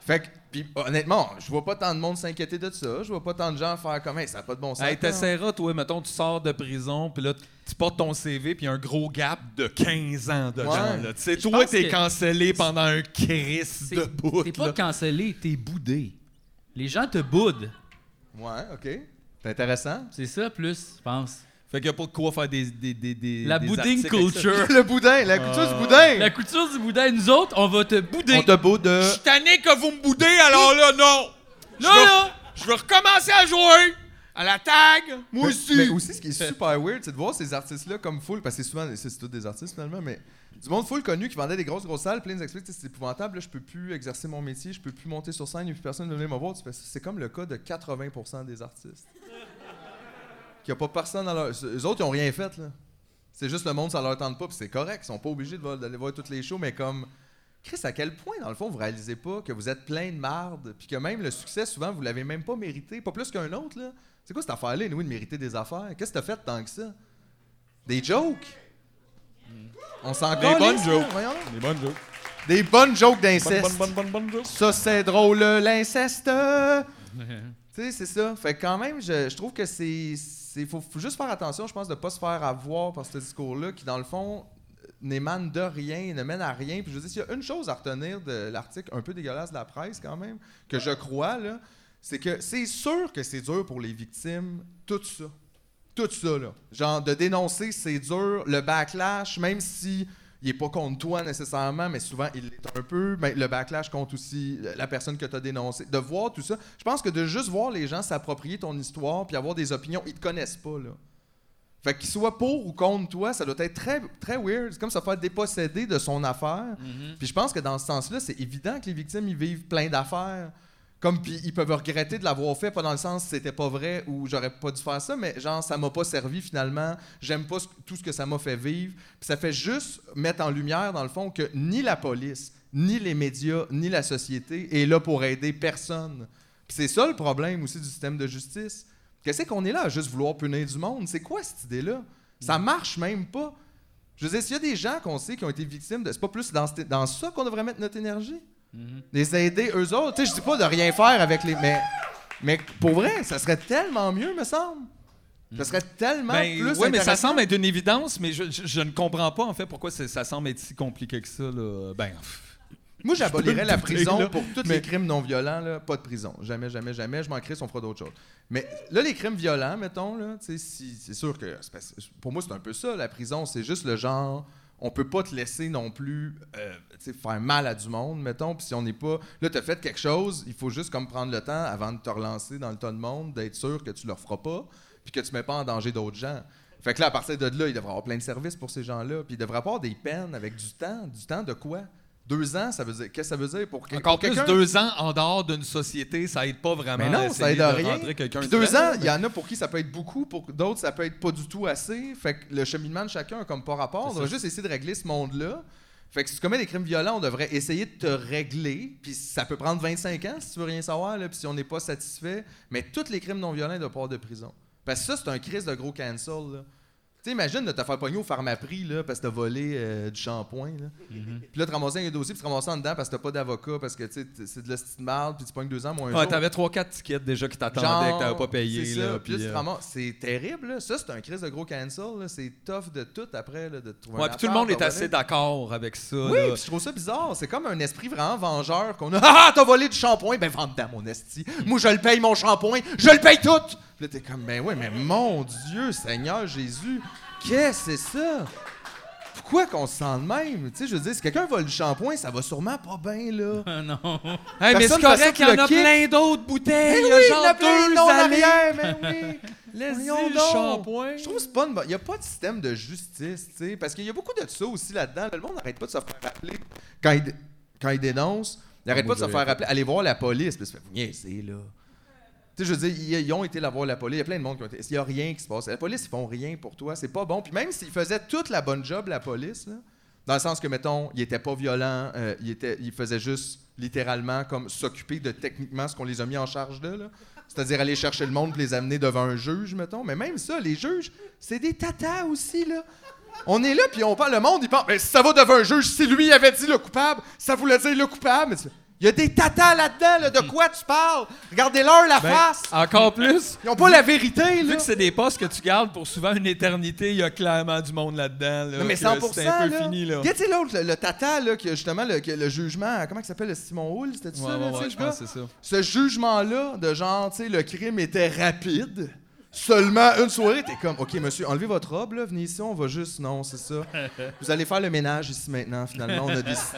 Speaker 3: Fait que, pis honnêtement, je vois pas tant de monde s'inquiéter de ça. Je vois pas tant de gens faire comme, hey, ça a pas de bon sens.
Speaker 4: Hey,
Speaker 3: là.
Speaker 4: t'essaieras, toi, mettons, tu sors de prison, puis là, tu portes ton CV, puis il y a un gros gap de 15 ans de
Speaker 3: Ouais.
Speaker 4: gens, là. Tu sais,
Speaker 5: Je
Speaker 4: toi,
Speaker 5: pense
Speaker 4: t'es
Speaker 5: que-
Speaker 4: cancellé pendant un Chris
Speaker 5: C'est-
Speaker 4: de bout.
Speaker 5: T'es pas
Speaker 4: là.
Speaker 5: cancellé, t'es boudé. Les gens te boudent.
Speaker 3: Ouais, ok. C'est intéressant.
Speaker 5: C'est ça, plus, je pense.
Speaker 4: Fait qu'il y a pas de quoi faire des. des, des, des-
Speaker 5: La
Speaker 4: des
Speaker 5: bouding
Speaker 4: articles avec ça.
Speaker 5: culture.
Speaker 3: Le boudin, la culture du boudin.
Speaker 5: Ah. La culture du boudin, nous autres, on va te
Speaker 3: On
Speaker 5: bouder.
Speaker 3: te beau de.
Speaker 4: Je suis tanné que vous me boudez, alors là, non! Je
Speaker 5: Là,
Speaker 4: veux-
Speaker 5: là!
Speaker 4: Je veux recommencer à jouer! À la tag! Moi
Speaker 3: Mais-
Speaker 4: aussi!
Speaker 3: Mais aussi, ce qui est super weird, c'est de voir ces artistes-là comme full, parce que c'est souvent, c'est c'est tous des artistes finalement, mais du monde full connu qui vendait des grosses, grosses salles, plein d'expliques, c'est épouvantable, là, je peux plus exercer mon métier, je peux plus monter sur scène, et puis personne ne venait me voir. Tu fais, C'est comme le cas de 80% des artistes. qu'il n'y a pas personne à leur. Eux autres, ils n'ont rien fait, là. C'est juste le monde, ça leur tente pas, puis c'est correct. Ils sont pas obligés de vo- d'aller voir toutes les shows, mais comme. Chris, à quel point, dans le fond, vous réalisez pas que vous êtes plein de marde, puis que même le succès, souvent, vous l'avez même pas mérité, pas plus qu'un autre, là. C'est quoi cette affaire-là, nous, de mériter des affaires? Qu'est-ce que t'as fait tant que ça? Des jokes? On s'en
Speaker 4: Des
Speaker 3: calisse,
Speaker 4: bonnes
Speaker 3: là,
Speaker 4: jokes.
Speaker 3: voyons.
Speaker 4: Les bonnes jokes.
Speaker 3: Des bonnes jokes
Speaker 4: Bonne,
Speaker 3: d'inceste.
Speaker 4: bonne, bonne, bonne, bonne jokes.
Speaker 3: Ça, c'est drôle, l'inceste! Tu sais, c'est ça. Fait que quand même, je, je trouve que c'est. Il faut, faut juste faire attention, je pense, de pas se faire avoir par ce discours-là qui, dans le fond, euh, n'émane de rien, ne mène à rien. Puis je veux dire, s'il y a une chose à retenir de l'article un peu dégueulasse de la presse, quand même, que je crois, là, c'est que c'est sûr que c'est dur pour les victimes, tout ça. Tout ça, là. Genre, de dénoncer, c'est dur. Le backlash, même si il est pas contre toi nécessairement, mais souvent il l'est un peu. Mais le backlash compte aussi la personne que tu as dénoncée. De voir tout ça, je pense que de juste voir les gens s'approprier ton histoire puis avoir des opinions, ils te connaissent pas là. Fait qu'ils soient pour ou contre toi, ça doit être très très weird. C'est comme se faire déposséder de son affaire. Puis je pense que dans ce sens-là, c'est évident que les victimes ils vivent plein d'affaires. Comme puis ils peuvent regretter de l'avoir fait, pas dans le sens c'était pas vrai ou j'aurais pas dû faire ça, mais genre ça m'a pas servi finalement. J'aime pas ce- tout ce que ça m'a fait vivre. Puis ça fait juste mettre en lumière dans le fond que ni la police, ni les médias, ni la société est là pour aider personne. Puis c'est ça le problème aussi du système de justice. Qu'est-ce qu'on est là à juste vouloir punir du monde C'est quoi cette idée-là Ça
Speaker 4: Mm.
Speaker 3: marche même pas. Je veux dire, s'il y a des gens qu'on sait qui ont été victimes de. C'est pas plus dans, cette- dans ça qu'on devrait mettre notre énergie.
Speaker 4: Mm-hmm.
Speaker 3: Les aider eux autres. Tu sais, je dis pas de rien faire avec les. Mais, mais pour vrai, ça serait tellement mieux, me semble. Ça serait tellement
Speaker 4: Mm-hmm. Ben,
Speaker 3: plus.
Speaker 4: ouais, mais ça
Speaker 3: intéressant.
Speaker 4: semble être une évidence, mais je, je- je ne comprends pas en fait pourquoi c'est- ça semble être si compliqué que ça. Là. Ben, pff.
Speaker 3: Moi, j'abolirais la
Speaker 4: douter,
Speaker 3: prison
Speaker 4: là,
Speaker 3: pour tous
Speaker 4: mais-
Speaker 3: les crimes non violents. Là. Pas de prison. Jamais, jamais, jamais. Je m'en crisse, on fera d'autres choses. Mais là, les crimes violents, mettons, là, tu sais, si, c'est sûr que. c'est parce- Pour moi, c'est un peu ça. La prison, c'est juste le genre. On peut pas te laisser non plus euh, tu sais, faire mal à du monde, mettons. Puis si on n'est pas. Là, t'as fait quelque chose, il faut juste comme prendre le temps avant de te relancer dans le tas de monde, d'être sûr que tu le referas pas, puis que tu mets pas en danger d'autres gens. Fait que là, à partir de là, il devrait avoir plein de services pour ces gens-là. Puis il devrait avoir des peines avec du temps. Du temps de quoi? Deux ans, ça veut dire. Qu'est-ce que ça veut dire pour que-
Speaker 4: encore
Speaker 3: pour
Speaker 4: plus
Speaker 3: quelqu'un?
Speaker 4: deux ans en dehors d'une société, ça aide pas vraiment.
Speaker 3: Mais
Speaker 4: à
Speaker 3: non, ça
Speaker 4: essayer
Speaker 3: aide à
Speaker 4: de
Speaker 3: rien.
Speaker 4: rentrer quelqu'un
Speaker 3: Puis
Speaker 4: dedans,
Speaker 3: deux ans, il
Speaker 4: mais-
Speaker 3: y en a pour qui ça peut être beaucoup, pour d'autres, ça peut être pas du tout assez. Fait que le cheminement de chacun a comme pas rapport. On
Speaker 4: C'est
Speaker 3: devrait juste essayer de régler ce monde-là. Fait que si tu commets des crimes violents, on devrait essayer de te régler. Puis ça peut prendre 25 ans si tu veux rien savoir, là, puis si on n'est pas satisfait. Mais tous les crimes non violents doivent pas avoir de prison. Parce que ça, c'est un crise de gros cancel. là. Tu sais, imagine de te faire pogner au pharmaprix là, parce que t'as volé euh, du shampoing. là. Puis là, te ramasser un dossier, puis te ramasser en dedans parce que t'as pas d'avocat, parce que tu sais, t- c'est de la petite marde, puis tu pognes deux ans moins un
Speaker 4: Ouais,
Speaker 3: jour.
Speaker 4: t'avais 3-4 tickets déjà qui
Speaker 3: Genre,
Speaker 4: t'attendaient, que t'avais pas payé.
Speaker 3: c'est ça.
Speaker 4: là,
Speaker 3: Puis là,
Speaker 4: puis,
Speaker 3: tu
Speaker 4: euh,
Speaker 3: te ramasses. C'est terrible. là. Ça, c'est un crise de gros cancel. là. C'est tough de tout après là, de te trouver
Speaker 4: ouais,
Speaker 3: un
Speaker 4: puis tout le
Speaker 3: appart,
Speaker 4: monde est
Speaker 3: t'en
Speaker 4: assez
Speaker 3: vas
Speaker 4: d'accord avec ça.
Speaker 3: là.
Speaker 4: là.
Speaker 3: Oui, puis je trouve ça bizarre. C'est comme un esprit vraiment vengeur qu'on a. Ah, ah, t'as volé du shampoing. Ben, vends-le mon esti. Moi, je le paye, mon shampoing. Je le paye tout. Puis là, t'es comme, ben ouais, mais mon Dieu, Seigneur Jésus, qu'est-ce que c'est ça? Pourquoi qu'on se sent de même? Tu sais, je veux dire, si quelqu'un vole du shampoing, ça va sûrement pas bien, là.
Speaker 4: Ben
Speaker 5: Ah non.
Speaker 4: Hey, mais c'est
Speaker 3: Personne fasse
Speaker 4: correct, il y
Speaker 3: le
Speaker 4: en a
Speaker 3: kick.
Speaker 4: plein d'autres
Speaker 3: Ben
Speaker 4: bouteilles. il y a
Speaker 3: oui, il
Speaker 4: genre
Speaker 3: y en a plein,
Speaker 4: deux
Speaker 3: non, en
Speaker 4: allées.
Speaker 3: arrière, ben oui.
Speaker 4: Laisse-y
Speaker 3: Voyons
Speaker 4: le
Speaker 3: donc.
Speaker 4: shampoing.
Speaker 3: Je trouve que c'est pas une bonne- Il n'y a pas de système de justice, tu sais. Parce qu'il y a beaucoup de ça aussi là-dedans. Le monde n'arrête pas de se faire rappeler quand il, quand il dénonce. Il n'arrête pas
Speaker 4: moi,
Speaker 3: de se
Speaker 4: j'aurais
Speaker 3: faire
Speaker 4: fait.
Speaker 3: rappeler. Allez voir la police. Puis ça fait, vous niaisez, là. Tu sais, je veux dire, ils, ils ont été la voir la police. Il y a plein de monde qui ont été. Il n'y a rien qui se passe. La police, ils font rien pour toi. C'est pas bon. Puis même s'ils faisaient toute la bonne job, la police, là, dans le sens que, mettons, ils n'étaient pas violents, euh, ils, étaient, ils faisaient juste littéralement comme s'occuper de techniquement ce qu'on les a mis en charge de, là. C'est-à-dire aller chercher le monde et les amener devant un juge, mettons. Mais même ça, les juges, c'est des tatas aussi, là. On est là, puis on parle, le monde, il pense, mais si ça va devant un juge, si lui avait dit le coupable, ça voulait dire le coupable. Mais tu fais, Il y a des tatas là-dedans, là, de quoi tu parles? Regardez-leur la
Speaker 4: Ben,
Speaker 3: face!
Speaker 4: Encore plus.
Speaker 3: Ils ont pas la vérité,
Speaker 4: Vu
Speaker 3: là!
Speaker 4: que c'est des postes que tu gardes pour souvent une éternité, il y a clairement du monde là-dedans. Là,
Speaker 3: Non, mais
Speaker 4: que
Speaker 3: 100
Speaker 4: C'est un peu
Speaker 3: là.
Speaker 4: fini, là.
Speaker 3: Tu sais, l'autre, le, le tata, là, qui a justement le, que le jugement, comment il s'appelle, le Simon Hull, c'était
Speaker 4: Ouais,
Speaker 3: ça, là,
Speaker 4: ouais,
Speaker 3: tu sais,
Speaker 4: ouais,
Speaker 3: le
Speaker 4: je
Speaker 3: gars?
Speaker 4: pense que c'est ça.
Speaker 3: Ce jugement-là, de genre, tu sais, le crime était rapide. Seulement une soirée, t'es comme, OK, monsieur, enlevez votre robe, là, venez ici, on va juste. Non, c'est ça. Vous allez faire le ménage ici maintenant, finalement, on a décidé.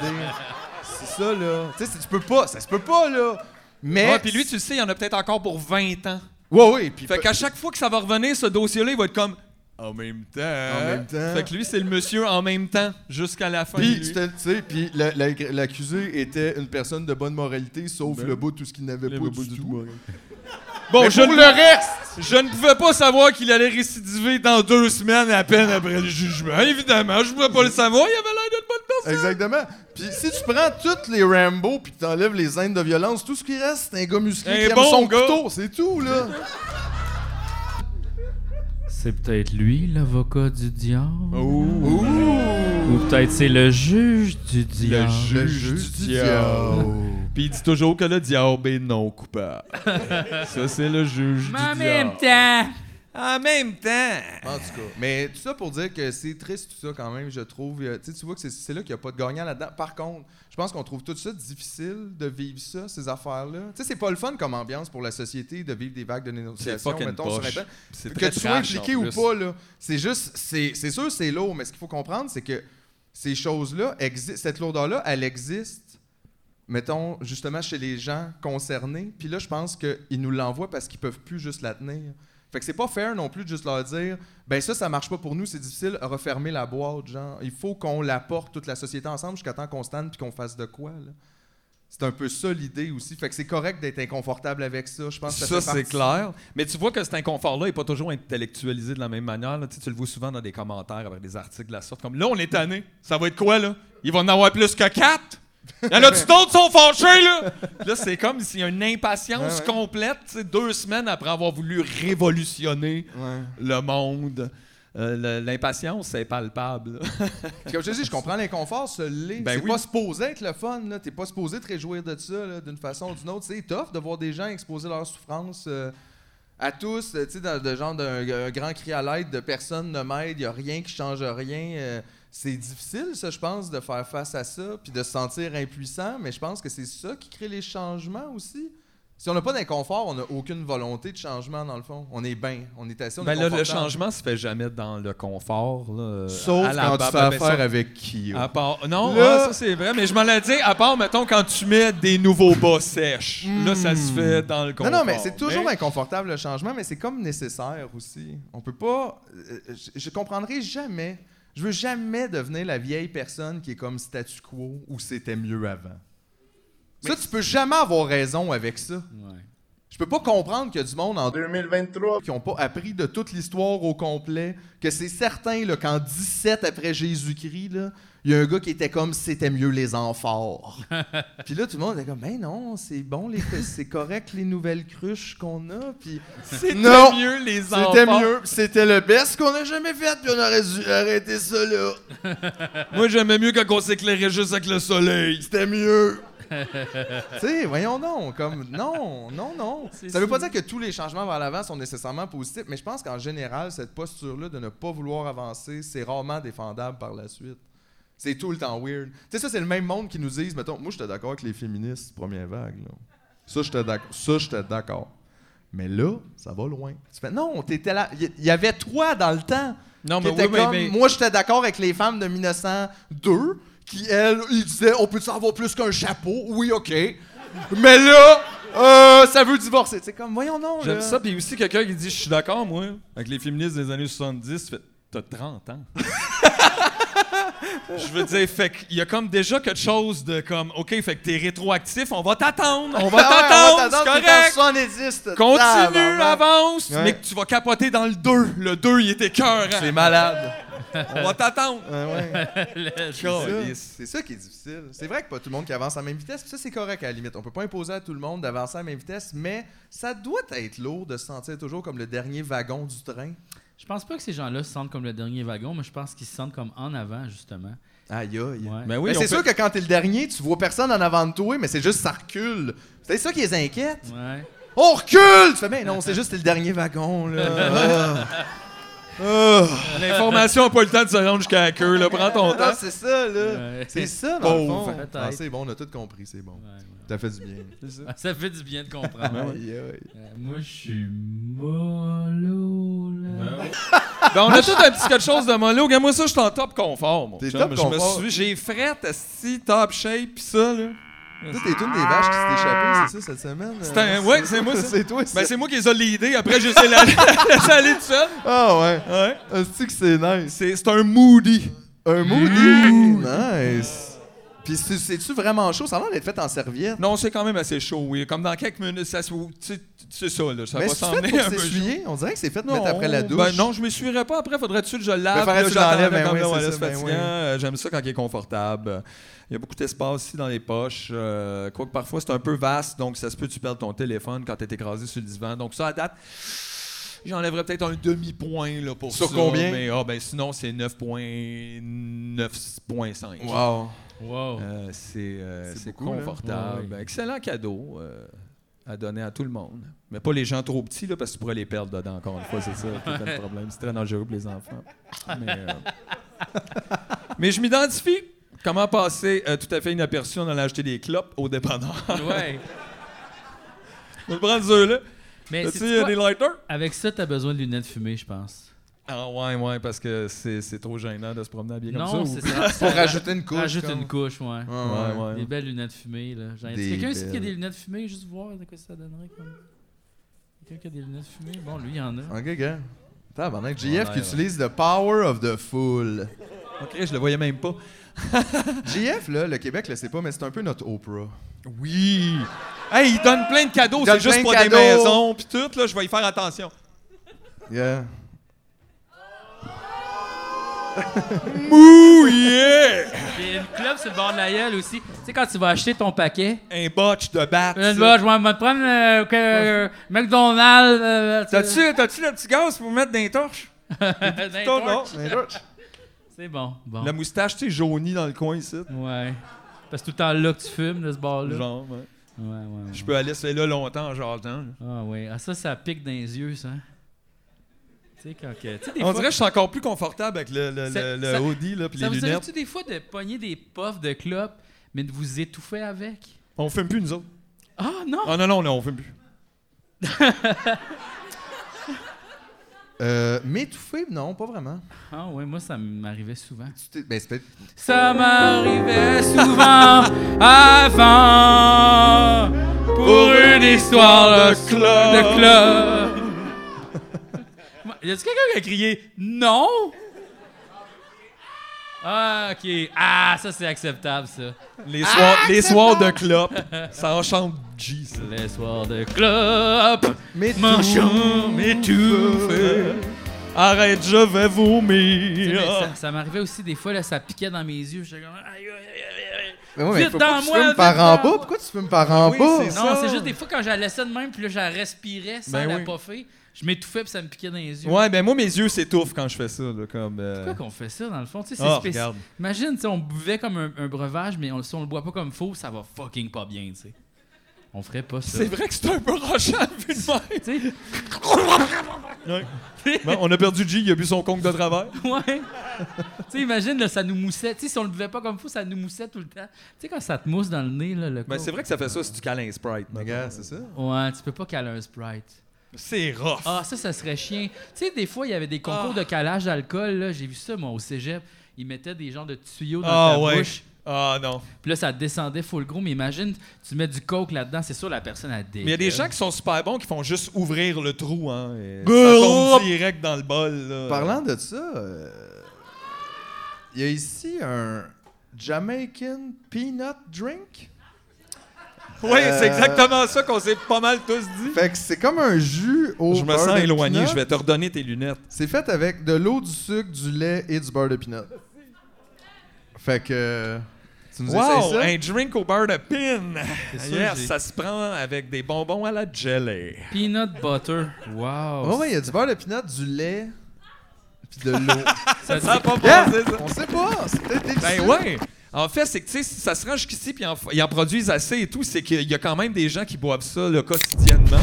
Speaker 3: C'est ça, là. Tu sais, c'est- tu peux pas, ça se peut pas, là. Mais.
Speaker 4: Ouais, puis lui, tu le sais, il y en a peut-être encore pour 20 ans.
Speaker 3: Ouais, ouais, puis.
Speaker 4: Fait qu'à chaque fois que ça va revenir, ce dossier-là, il va être comme en même temps.
Speaker 3: En même temps.
Speaker 4: Fait que lui, c'est le monsieur en même temps jusqu'à la fin.
Speaker 3: Puis,
Speaker 4: lui.
Speaker 3: tu te- tu sais, puis la- la- l'accusé était une personne de bonne moralité, sauf le bout de tout ce qu'il n'avait pas du tout.
Speaker 4: Bon,
Speaker 6: Mais
Speaker 4: je
Speaker 6: pour
Speaker 4: ne-
Speaker 6: le reste!
Speaker 4: Je ne pouvais pas savoir qu'il allait récidiver dans deux semaines à peine après le jugement. Évidemment, je ne pouvais pas le savoir. Il avait l'air d'une bonne personne.
Speaker 3: Exactement. Puis si tu prends toutes les Rambo puis t'enlèves les scènes de violence, tout ce qui reste, c'est un gars musclé
Speaker 4: Un
Speaker 3: qui aime
Speaker 4: bon
Speaker 3: son
Speaker 4: gars.
Speaker 3: couteau, c'est tout là.
Speaker 1: C'est peut-être lui, l'avocat du diable.
Speaker 4: Oh.
Speaker 3: Ouh.
Speaker 1: Ou peut-être c'est le juge du diable.
Speaker 3: Le
Speaker 4: juge du Puis il dit toujours que le diable est non coupable. Ça, c'est le juge
Speaker 5: Mais en
Speaker 4: du
Speaker 5: même
Speaker 4: diable.
Speaker 5: temps,
Speaker 4: Ah, En même temps.
Speaker 3: En tout cas, mais tout ça pour dire que c'est triste tout ça quand même, je trouve. Euh, Tu sais, tu vois que c'est- c'est là qu'il n'y a pas de gagnant là-dedans. Par contre, je pense qu'on trouve tout ça difficile de vivre ça, ces affaires-là. Tu sais, c'est pas le fun comme ambiance pour la société de vivre des vagues de dénonciation,
Speaker 4: fucking
Speaker 3: mettons, sur
Speaker 4: poche.
Speaker 3: Internet.
Speaker 4: C'est
Speaker 3: Que
Speaker 4: très
Speaker 3: tu sois
Speaker 4: trash,
Speaker 3: impliqué
Speaker 4: en
Speaker 3: ou
Speaker 4: plus.
Speaker 3: pas, là. C'est juste, c'est c'est sûr, c'est lourd, mais ce qu'il faut comprendre, c'est que ces choses-là existent. Cette lourdeur-là, elle existe, mettons, justement, chez les gens concernés. Puis là, je pense qu'ils nous l'envoient parce qu'ils peuvent plus juste la tenir. Fait que c'est pas fair non plus de juste leur dire ben ça, ça marche pas pour nous, c'est difficile, refermer la boîte, genre. Il faut qu'on la porte toute la société ensemble jusqu'à temps qu'on se tanne puis qu'on fasse de quoi, là. C'est un peu ça l'idée aussi. Fait que c'est correct d'être inconfortable avec ça. Je pense que
Speaker 4: Ça,
Speaker 3: fait
Speaker 4: c'est
Speaker 3: partie-
Speaker 4: clair. Mais tu vois que cet inconfort-là n'est pas toujours intellectualisé de la même manière. là. Tu, sais, tu le vois souvent dans des commentaires avec des articles de la sorte. Comme là, on est tanné. Ça va être quoi, là? Il va en avoir plus que quatre? Y en a-tu d'autres qui sont fâchés, là? Là, c'est comme s'il y a une
Speaker 3: Ouais,
Speaker 4: impatience
Speaker 3: ouais.
Speaker 4: complète, tu sais, deux semaines après avoir voulu révolutionner
Speaker 3: Ouais.
Speaker 4: le monde. Euh, le- L'impatience, c'est palpable. là.
Speaker 3: Puis Comme je te dis, je comprends l'inconfort, ça l'est.
Speaker 4: Ben
Speaker 3: c'est
Speaker 4: oui.
Speaker 3: pas supposé être le fun, là. T'es pas supposé te réjouir de ça, là, d'une façon ou d'une autre. C'est tough de voir des gens exposer leur souffrance euh, à tous, euh, tu sais, dans le genre d'un un grand cri à l'aide de personne ne m'aide, y a rien qui change rien. euh, c'est difficile, ça, je pense, de faire face à ça, puis de se sentir impuissant, mais je pense que c'est ça qui crée les changements aussi. Si on n'a pas d'inconfort, on n'a aucune volonté de changement, dans le fond. On est bien, on est assis, on
Speaker 4: Ben
Speaker 3: est
Speaker 4: là, le
Speaker 3: confortable.
Speaker 4: changement se fait jamais dans le confort. là,
Speaker 3: Sauf
Speaker 4: à la
Speaker 3: quand tu
Speaker 4: barbe.
Speaker 3: fais
Speaker 4: Ben, ça,
Speaker 3: affaire avec qui.
Speaker 4: À part, non,
Speaker 3: Là-
Speaker 4: ouais, ça c'est vrai, mais je m'en ai dit, à part, mettons, quand tu mets des nouveaux bas sèches, là, ça se fait dans le confort.
Speaker 3: Non, non, mais c'est toujours inconfortable le changement, mais c'est comme nécessaire aussi. On peut pas. euh, je, je comprendrai jamais. Je veux jamais devenir la vieille personne qui est comme statu quo ou c'était mieux avant. Ça, tu peux jamais avoir raison avec ça. Je peux pas comprendre qu'il y a du monde en 2023 qui ont pas appris de toute l'histoire au complet, que c'est certain là, qu'en 17 après Jésus-Christ, là, il y a un gars qui était comme c'était mieux les amphores. Puis là, tout le monde était comme, ben non, c'est bon, les, c'est correct les nouvelles cruches qu'on a. Puis
Speaker 4: C'était
Speaker 3: Non!
Speaker 4: mieux les enfants.
Speaker 3: c'était mieux, c'était le best qu'on a jamais fait, puis on aurait dû arrêter ça là.
Speaker 4: Moi, j'aimais mieux quand on s'éclairait juste avec le soleil.
Speaker 3: C'était mieux. tu sais, voyons donc, comme non, non, non. Ça veut pas dire que tous les changements vers l'avant sont nécessairement positifs, mais je pense qu'en général, cette posture-là de ne pas vouloir avancer, c'est rarement défendable par la suite. C'est tout le temps weird. Tu sais, ça, c'est le même monde qui nous disent, mettons, moi, j'étais d'accord avec les féministes, première vague, là. Ça, j'étais d'accord. Ça, j'étais d'accord. Mais là, ça va loin. Tu fais, non, t'étais là. Il y- Il y avait trois dans le temps.
Speaker 4: Non,
Speaker 3: Qui était comme, Moi, j'étais d'accord avec les femmes de 1902 qui, elles, ils disaient on peut avoir plus qu'un chapeau Oui, OK. Mais là, euh, ça veut divorcer. C'est comme voyons, non.
Speaker 4: J'aime
Speaker 3: là.
Speaker 4: ça, puis aussi quelqu'un qui dit, je suis d'accord, moi, avec les féministes des années 70, fait, t'as 30 ans. Je veux dire, fait qu'il y a comme déjà quelque chose de comme, OK, fait que t'es rétroactif, on va t'attendre, on va
Speaker 3: Ah ouais, on va
Speaker 4: t'attendre, c'est
Speaker 3: t'attendre, t'es
Speaker 4: correct.
Speaker 3: en 70, t'as-
Speaker 4: Continue,
Speaker 3: Tabarnak.
Speaker 4: avance,
Speaker 3: Ouais.
Speaker 4: mais que tu vas capoter dans le 2. Le 2, il était cœur. hein.
Speaker 3: C'est malade.
Speaker 4: On va t'attendre.
Speaker 3: Ouais, Ah ouais. C'est ça.
Speaker 4: Calice.
Speaker 3: C'est ça qui est difficile. C'est vrai que pas tout le monde qui avance à la même vitesse, puis ça c'est correct à la limite. On peut pas imposer à tout le monde d'avancer à la même vitesse, mais ça doit être lourd de se sentir toujours comme le dernier wagon du train.
Speaker 1: Je pense pas que ces gens-là se sentent comme le dernier wagon, mais je pense qu'ils se sentent comme en avant, justement.
Speaker 3: Aïe aïe.
Speaker 1: Ouais.
Speaker 4: Ben
Speaker 3: Mais
Speaker 4: oui, on
Speaker 3: c'est
Speaker 4: peut-
Speaker 3: sûr que quand t'es le dernier, tu vois personne en avant de toi, mais c'est juste ça recule. C'est ça qui les inquiète. Oh,
Speaker 1: Ouais.
Speaker 3: On recule! Tu fais, ben non, c'est juste t'es le dernier wagon, là. Ah.
Speaker 4: l'information n'a pas le temps de se rendre jusqu'à la queue. Là. Prends ton
Speaker 3: Ah,
Speaker 4: temps.
Speaker 3: c'est ça, là.
Speaker 1: Ouais.
Speaker 3: C'est ça, dans le
Speaker 1: Pauvre.
Speaker 3: fond.
Speaker 1: Peut-être.
Speaker 3: Ah, c'est bon, on a tout compris, c'est bon.
Speaker 1: Ouais, ouais.
Speaker 3: T'as fait du bien.
Speaker 1: Ah, Ça fait du bien de
Speaker 4: Ah,
Speaker 1: comprendre.
Speaker 3: Aïe, aïe.
Speaker 1: Euh, Moi, je suis mollo, là.
Speaker 4: Ben, on a tout un petit quelque chose de mollo. Regarde-moi ça, je suis en top confort. mon
Speaker 3: T'es
Speaker 4: chum.
Speaker 3: top
Speaker 4: je
Speaker 3: confort.
Speaker 4: Me suis... J'ai fret, si top shape, pis ça. Là.
Speaker 3: Toi, t'es une des vaches qui s'est échappée, c'est ça, cette semaine?
Speaker 4: C'est
Speaker 3: Euh,
Speaker 4: un- ouais, c'est moi, ça.
Speaker 3: C'est toi, ça.
Speaker 4: Ben, c'est moi qui les ai leadés. Après, j'ai essayé de la laisser aller tout seul.
Speaker 3: Ah, ouais.
Speaker 4: Ouais.
Speaker 3: Ah, C'est-tu que c'est nice?
Speaker 4: C'est c'est un moody.
Speaker 3: Un moody! Nice! Puis c'est- c'est-tu vraiment chaud? Ça a l'air d'être fait en serviette.
Speaker 4: Non, c'est quand même assez chaud, oui. Comme dans quelques minutes, ça se- tu sais, C'est ça, là. Ça
Speaker 3: mais
Speaker 4: va
Speaker 3: c'est Ben, fait
Speaker 4: s'emmener
Speaker 3: pour
Speaker 4: un peu. chaud.
Speaker 3: s'essuyer? On dirait que c'est fait mettre après la douche.
Speaker 4: Ben non, je m'essuierai pas après. Faudrait-tu que je lave?
Speaker 3: Ben, faudrait
Speaker 4: là,
Speaker 3: que tu l'enlèves,
Speaker 4: j'attendrais
Speaker 3: ben
Speaker 4: comme
Speaker 3: oui,
Speaker 4: là, ouais,
Speaker 3: c'est
Speaker 4: là,
Speaker 3: ça,
Speaker 4: c'est
Speaker 3: ben
Speaker 4: fatigant.
Speaker 3: oui.
Speaker 4: Euh, J'aime ça quand il est confortable. Il y a beaucoup d'espace ici dans les poches. Euh, Quoique parfois, c'est un peu vaste, donc ça se peut que tu perdes ton téléphone quand t'es écrasé sur le divan. Donc ça, à date, j'enlèverais peut-être un demi-point là, pour
Speaker 3: Sur
Speaker 4: ça,
Speaker 3: combien?
Speaker 4: Mais, ah, ben, sinon, c'est 9.9.5.
Speaker 3: Wow.
Speaker 1: Wow.
Speaker 4: Euh, c'est euh,
Speaker 3: C'est
Speaker 4: c'est
Speaker 3: beaucoup, là.
Speaker 4: confortable.
Speaker 1: Ouais, ouais.
Speaker 4: Excellent cadeau euh, à donner à tout le monde. Mais pas les gens trop petits, là, parce que tu pourrais les perdre dedans, encore une fois, c'est ça qui est le problème. C'est très dangereux pour les enfants. Mais, euh, mais je m'identifie. Comment passer euh, tout à fait inaperçu en allant acheter des clopes au dépanneur?
Speaker 1: ouais.
Speaker 4: On prend ceux là.
Speaker 1: Mais
Speaker 4: As-tu
Speaker 1: sais-tu
Speaker 4: euh,
Speaker 1: quoi?
Speaker 4: des lighters?
Speaker 1: avec ça, t'as besoin de lunettes fumées, je pense.
Speaker 4: Ah ouais, ouais, parce que c'est c'est trop gênant de se promener habillé
Speaker 1: Non,
Speaker 4: comme ça.
Speaker 1: c'est
Speaker 4: ou-
Speaker 1: ça.
Speaker 3: Pour rajouter une couche.
Speaker 1: Rajoute
Speaker 3: comme.
Speaker 1: une couche, ouais.
Speaker 3: Ouais,
Speaker 4: Ouais,
Speaker 3: ouais.
Speaker 4: ouais.
Speaker 1: Des belles lunettes fumées, là. Genre, y a-t-il
Speaker 3: Des
Speaker 1: Quelqu'un ici qui a
Speaker 3: belles.
Speaker 1: des lunettes fumées, juste voir de quoi ça donnerait. Comme... Quelqu'un qui a des lunettes fumées? Bon, lui, il y en a.
Speaker 3: Ok, gars. Tabarnak, JF
Speaker 4: Ouais,
Speaker 3: qui
Speaker 4: ouais.
Speaker 3: utilise the power of the fool.
Speaker 4: Ok, je le voyais même pas.
Speaker 3: JF, là, le Québec le sait pas, mais c'est un peu notre Oprah.
Speaker 4: Oui. Hey, il donne plein de cadeaux,
Speaker 3: Il donne
Speaker 4: c'est juste
Speaker 3: plein
Speaker 4: pour
Speaker 3: de
Speaker 4: des
Speaker 3: cadeaux.
Speaker 4: maisons puis tout là, je vais y faire attention.
Speaker 3: Yeah.
Speaker 4: Mou yeah!
Speaker 1: J'ai une clope sur le bord de la gueule aussi. Tu sais, quand tu vas acheter ton paquet,
Speaker 4: Un botch de bat.
Speaker 1: là,
Speaker 4: ça.
Speaker 1: tu vas, je vais me prendre euh, que, euh, McDonald's. euh,
Speaker 4: T'as-tu, t'as-tu le petit gaz pour mettre dans les torches?
Speaker 1: N'importe.
Speaker 4: Ton nom.
Speaker 1: C'est bon. bon.
Speaker 4: La moustache, tu sais, jaunie dans le coin ici.
Speaker 1: Ouais. Parce que tout le temps là que tu fumes, de ce bord-là.
Speaker 4: Genre, ouais.
Speaker 1: Ouais, ouais. ouais.
Speaker 4: Je peux aller rester là longtemps, genre, attends.
Speaker 1: Ah, ouais. Ah, ça, ça pique dans les yeux, ça. Tu sais, quand. que- Tu sais, des
Speaker 4: On
Speaker 1: fois.
Speaker 4: dirait que je suis encore plus confortable avec le, le,
Speaker 1: Ça-
Speaker 4: le, le
Speaker 1: ça-
Speaker 4: hoodie, là, puis
Speaker 1: Ça
Speaker 4: les
Speaker 1: vous
Speaker 4: lunettes.
Speaker 1: arrive-tu des fois de pogner des puffs de clope, mais de vous étouffer avec?
Speaker 4: On fume plus, nous autres.
Speaker 1: Ah non!
Speaker 4: Ah non, non, non, on fume plus.
Speaker 3: Euh, m'étouffer, non, pas vraiment.
Speaker 1: Ah ouais, moi ça m'arrivait souvent.
Speaker 3: Tu t'es- Ben, c'est peut-être-
Speaker 1: Ça m'arrivait souvent avant pour une histoire de clope. De clope. Moi, y a-tu quelqu'un qui a crié non? Ah, ok. Ah, ça c'est acceptable ça.
Speaker 4: Les, soirs, les soirs de clope, ça enchante G, ça.
Speaker 1: Les soirs de clope,
Speaker 3: M'étouffer.
Speaker 1: mon chant m'étouffe.
Speaker 4: Arrête, je vais
Speaker 1: Tu sais,
Speaker 4: vomir.
Speaker 1: mais ça, ça m'arrivait aussi des fois, là, ça piquait dans mes yeux. J'étais comme, aïe, aïe, aïe, aïe, aïe.
Speaker 3: Mais Ben ouais, mais
Speaker 1: Vite
Speaker 3: faut pas
Speaker 1: dans
Speaker 3: que tu
Speaker 1: moi,
Speaker 3: fumes
Speaker 1: vite
Speaker 3: par en
Speaker 1: dans
Speaker 3: bas.
Speaker 1: moi.
Speaker 3: Pourquoi tu fumes par en
Speaker 4: Oui,
Speaker 3: bas?
Speaker 4: c'est ça.
Speaker 1: Non, c'est juste des fois quand j'allais ça de même, puis là, je la respirais sans
Speaker 4: Ben
Speaker 1: la
Speaker 4: oui.
Speaker 1: puffer, je m'étouffais, puis ça me piquait dans les yeux.
Speaker 4: Ouais, ben moi, mes yeux s'étouffent quand je fais ça. Là, comme, euh,
Speaker 1: Pourquoi qu'on fait ça, dans le fond? Tu sais, c'est
Speaker 4: ah,
Speaker 1: spécial.
Speaker 4: regarde.
Speaker 1: Imagine, tu sais, on buvait comme un, un breuvage, mais on- si on le boit pas comme faux, ça va fucking pas bien, tu sais. On ferait pas ça.
Speaker 4: C'est vrai que c'est un peu rochant vu de
Speaker 1: Tu sais,
Speaker 4: même. Bon, Ben, on a perdu G, il a bu son conque de travers.
Speaker 1: ouais. tu sais, imagine, là, ça nous moussait. Tu sais, si on le buvait pas comme faux, ça nous moussait tout le temps. Tu sais, quand ça te mousse dans le nez, là, le
Speaker 4: Ben,
Speaker 1: corps.
Speaker 4: c'est vrai que ça fait ça si tu cales un Sprite.
Speaker 3: Mais gars, c'est ça.
Speaker 1: Ouais, tu peux pas caler un Sprite.
Speaker 4: C'est rough.
Speaker 1: Ah, ça, ça serait chien. Tu sais, des fois, il y avait des concours
Speaker 4: Ah.
Speaker 1: de calage d'alcool. là. J'ai vu ça, moi, au cégep. Ils mettaient des genres de tuyaux dans
Speaker 4: Ah,
Speaker 1: ta
Speaker 4: ouais.
Speaker 1: bouche.
Speaker 4: Ah non.
Speaker 1: Puis là, ça descendait full gros. Mais imagine, tu mets du coke là-dedans. C'est sûr, la personne a des.
Speaker 4: Mais il y a des gens qui sont super bons qui font juste ouvrir le trou. Hein, et ça
Speaker 3: Brrr.
Speaker 4: tombe direct dans le bol. Là.
Speaker 3: Parlant de ça, euh, il y a ici un Jamaican Peanut Drink.
Speaker 4: Oui, c'est
Speaker 3: Euh,
Speaker 4: exactement ça qu'on s'est pas mal tous dit.
Speaker 3: Fait que c'est comme un jus au
Speaker 4: Je me
Speaker 3: beurre
Speaker 4: sens
Speaker 3: de
Speaker 4: éloigné,
Speaker 3: peanut.
Speaker 4: je vais te redonner tes lunettes.
Speaker 3: C'est fait avec de l'eau, du sucre, du lait et du beurre de peanut. Fait que euh, tu nous essayes
Speaker 4: Wow,
Speaker 3: ça
Speaker 4: un drink au beurre de pin.
Speaker 1: C'est sûr,
Speaker 4: Yes,
Speaker 1: j'ai-
Speaker 4: ça se prend avec des bonbons à la jelly.
Speaker 1: Peanut butter. Wow.
Speaker 3: Ouais ouais, il y a du beurre de peanut, du lait puis de l'eau.
Speaker 1: Ça dit-
Speaker 4: Ça a pas
Speaker 3: Yeah!
Speaker 4: passé, ça.
Speaker 3: On sait pas, c'est peut-être délicieux.
Speaker 4: Hein? Ben ouais. En fait, c'est que tu sais, ça se rend jusqu'ici puis ils en f- ils en produisent assez et tout, c'est qu'il y a quand même des gens qui boivent ça là, quotidiennement.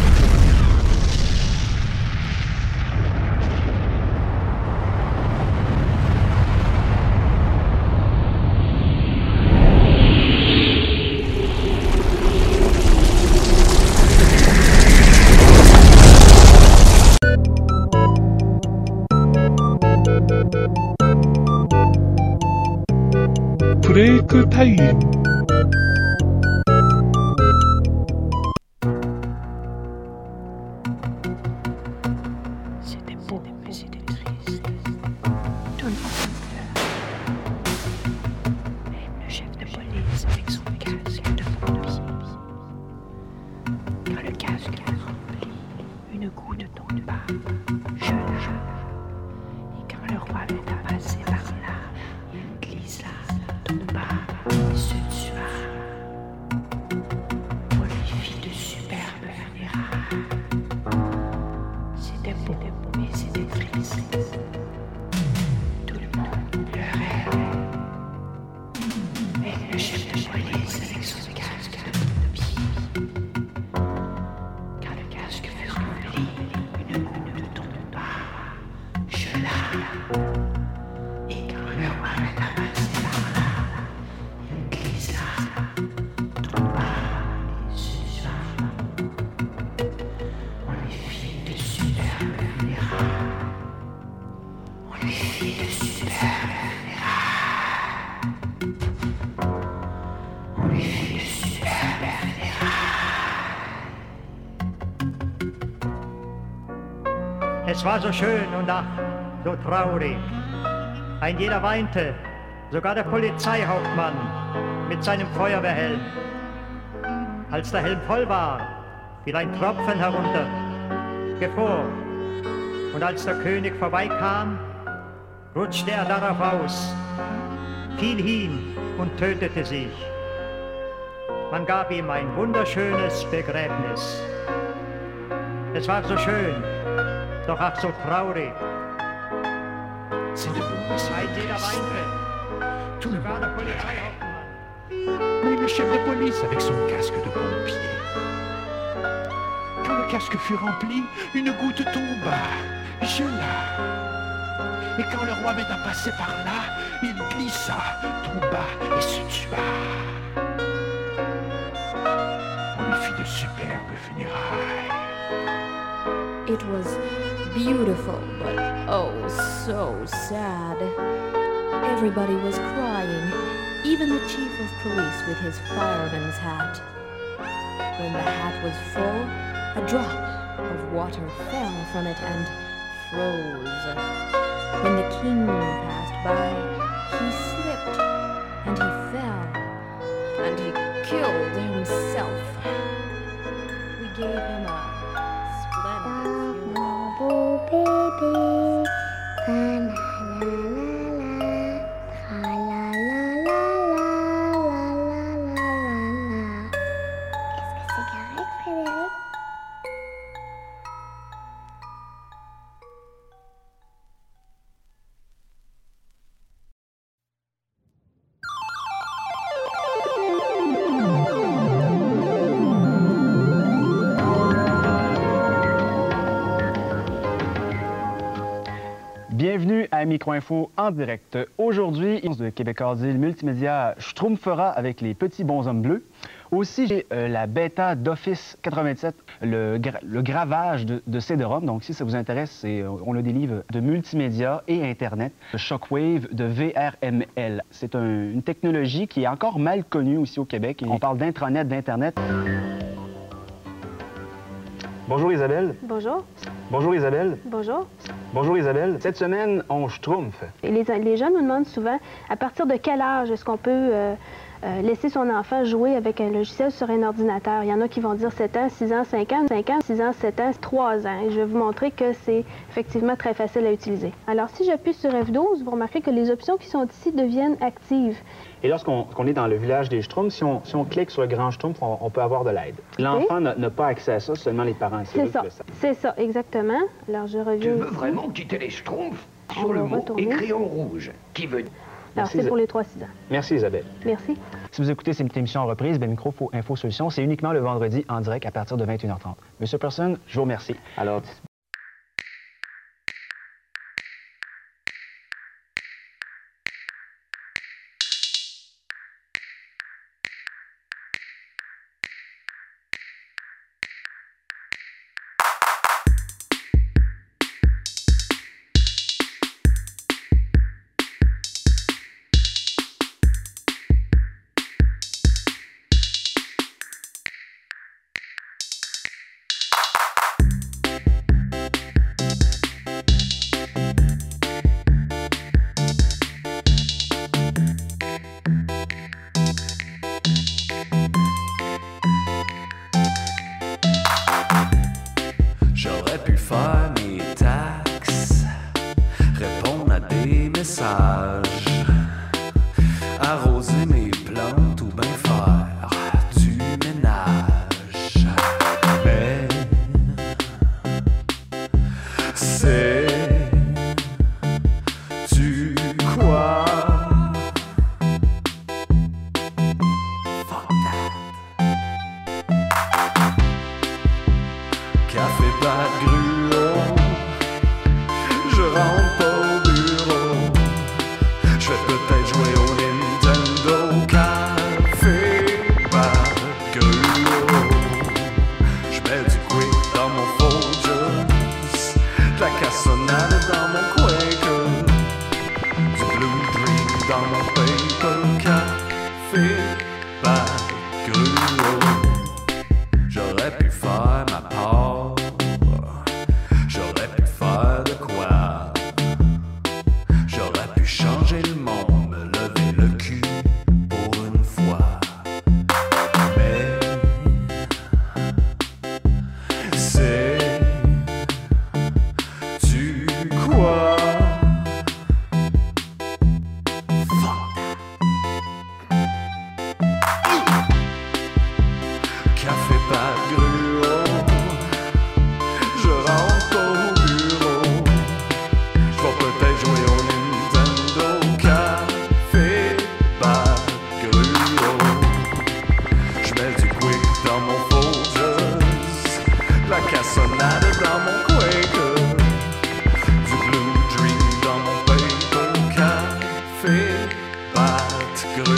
Speaker 6: C'était beau, mais c'était triste. Tout le monde pleure. Même le chef de police. ne goûte donc pas. Je Et quand le roi vint à passer par là, glissa, tomba, se tua. On lui fit de superbes funérailles. C'était beau, mais c'était triste. Tout le monde pleurait. Et le chef de police avec son casque de pied. Car le casque fut rempli, une goutte ne tombe pas. Je l'ai. Et quand le roi l'a passé par là, il glissa, tomba et se tua. On lui fit de superbes funérailles. On lui fit de superbes funérailles. On lui fit de superbes funérailles.
Speaker 7: Es war so schön und ach, so traurig. Ein jeder weinte, sogar der Polizeihauptmann mit seinem Feuerwehrhelm. Als der Helm voll war, fiel ein Tropfen herunter, gefror. Und als der König vorbeikam, rutschte er darauf aus, fiel hin und tötete sich. Man gab ihm ein wunderschönes Begräbnis. Es war so schön, doch ach so traurig. Ein jeder weinte. Sogar der Polizeihauptmann.
Speaker 8: Mais le chef de police avec son casque de pompier. Quand le casque fut rempli, une goutte tomba. Je la. Et quand le roi vint à passer par là, il glissa, tomba et se tua. On lui fit de superbes funérailles.
Speaker 9: It was beautiful, but oh, so sad. Everybody was crying, even the chief of police with his fireman's hat. When the hat was full, a drop of water fell from it and froze. When the king passed by, he slipped and he fell and he killed himself. We gave him a splendid funeral.
Speaker 10: Bienvenue à Microinfo en direct. Aujourd'hui, de Québécois Deal Multimédia Schtroumpfera avec les petits bonshommes bleus. Aussi, j'ai euh, la bêta d'Office 87, le, gra- le gravage de, de CD-ROM. Donc, si ça vous intéresse, c'est, euh, on a des livres de multimédia et Internet, de Shockwave, de VRML. C'est un- une technologie qui est encore mal connue aussi au Québec. On parle d'intranet, d'Internet. Bonjour Isabelle.
Speaker 11: Bonjour,
Speaker 10: Bonjour Isabelle.
Speaker 11: bonjour.
Speaker 10: Bonjour Isabelle. Cette semaine, on schtroumpf.
Speaker 11: Les, les jeunes nous demandent souvent à partir de quel âge est-ce qu'on peut euh, euh, laisser son enfant jouer avec un logiciel sur un ordinateur. Il y en a qui vont dire 7 ans, 6 ans, 5 ans, 5 ans, 6 ans, 7 ans, 3 ans. Et je vais vous montrer que c'est effectivement très facile à utiliser. Alors, si j'appuie sur F12, vous remarquez que les options qui sont ici deviennent actives.
Speaker 10: Et lorsqu'on qu'on est dans le village des Schtroumpfs, si on, si on clique sur le grand Schtroumpf, on, on peut avoir de l'aide. L'enfant n'a- n'a pas accès à ça, seulement les parents.
Speaker 11: C'est
Speaker 10: eux qui
Speaker 11: ça,
Speaker 10: le savent.
Speaker 11: c'est ça, exactement. Alors, je
Speaker 8: Tu
Speaker 11: reviens
Speaker 8: veux
Speaker 11: ici.
Speaker 8: vraiment quitter les schtroumpfs
Speaker 11: On
Speaker 8: sur le
Speaker 11: va
Speaker 8: mot
Speaker 11: retourner.
Speaker 8: écrit en rouge, qui veut
Speaker 11: Alors,
Speaker 10: Merci,
Speaker 11: c'est pour les 3-6 ans.
Speaker 10: Merci Isabelle.
Speaker 11: Merci.
Speaker 10: Si vous écoutez cette émission en reprise, ben, Micro Info Solutions, c'est uniquement le vendredi en direct à partir de 21h30. Monsieur Person, je vous remercie. Alors,
Speaker 12: faire mes taxes, répondre à des messages, arroser mes plantes ou bien faire du ménage. Mais c'est du quoi? Café pas gruau, je rentre pas au bureau. Je vais peut-être jouer au Nintendo. Café pas gruau, je mets du quick dans mon Folgers, de la cassonade dans mon Quaker, du blue green dans mon paper. Café pas gruau. J'aurais pu faire ma part. J'aurais pu faire de quoi. J'aurais pu changer le monde, me lever le cul pour une fois. Mais c'est du quoi? Café pas gruau, je rentre au bureau. Je vais peut-être jouer au Nintendo. Café pas gruau, je mets du quick dans mon Folgers, de la cassonade dans mon Quaker, du Blue Dream dans mon paper. Café pas gruau.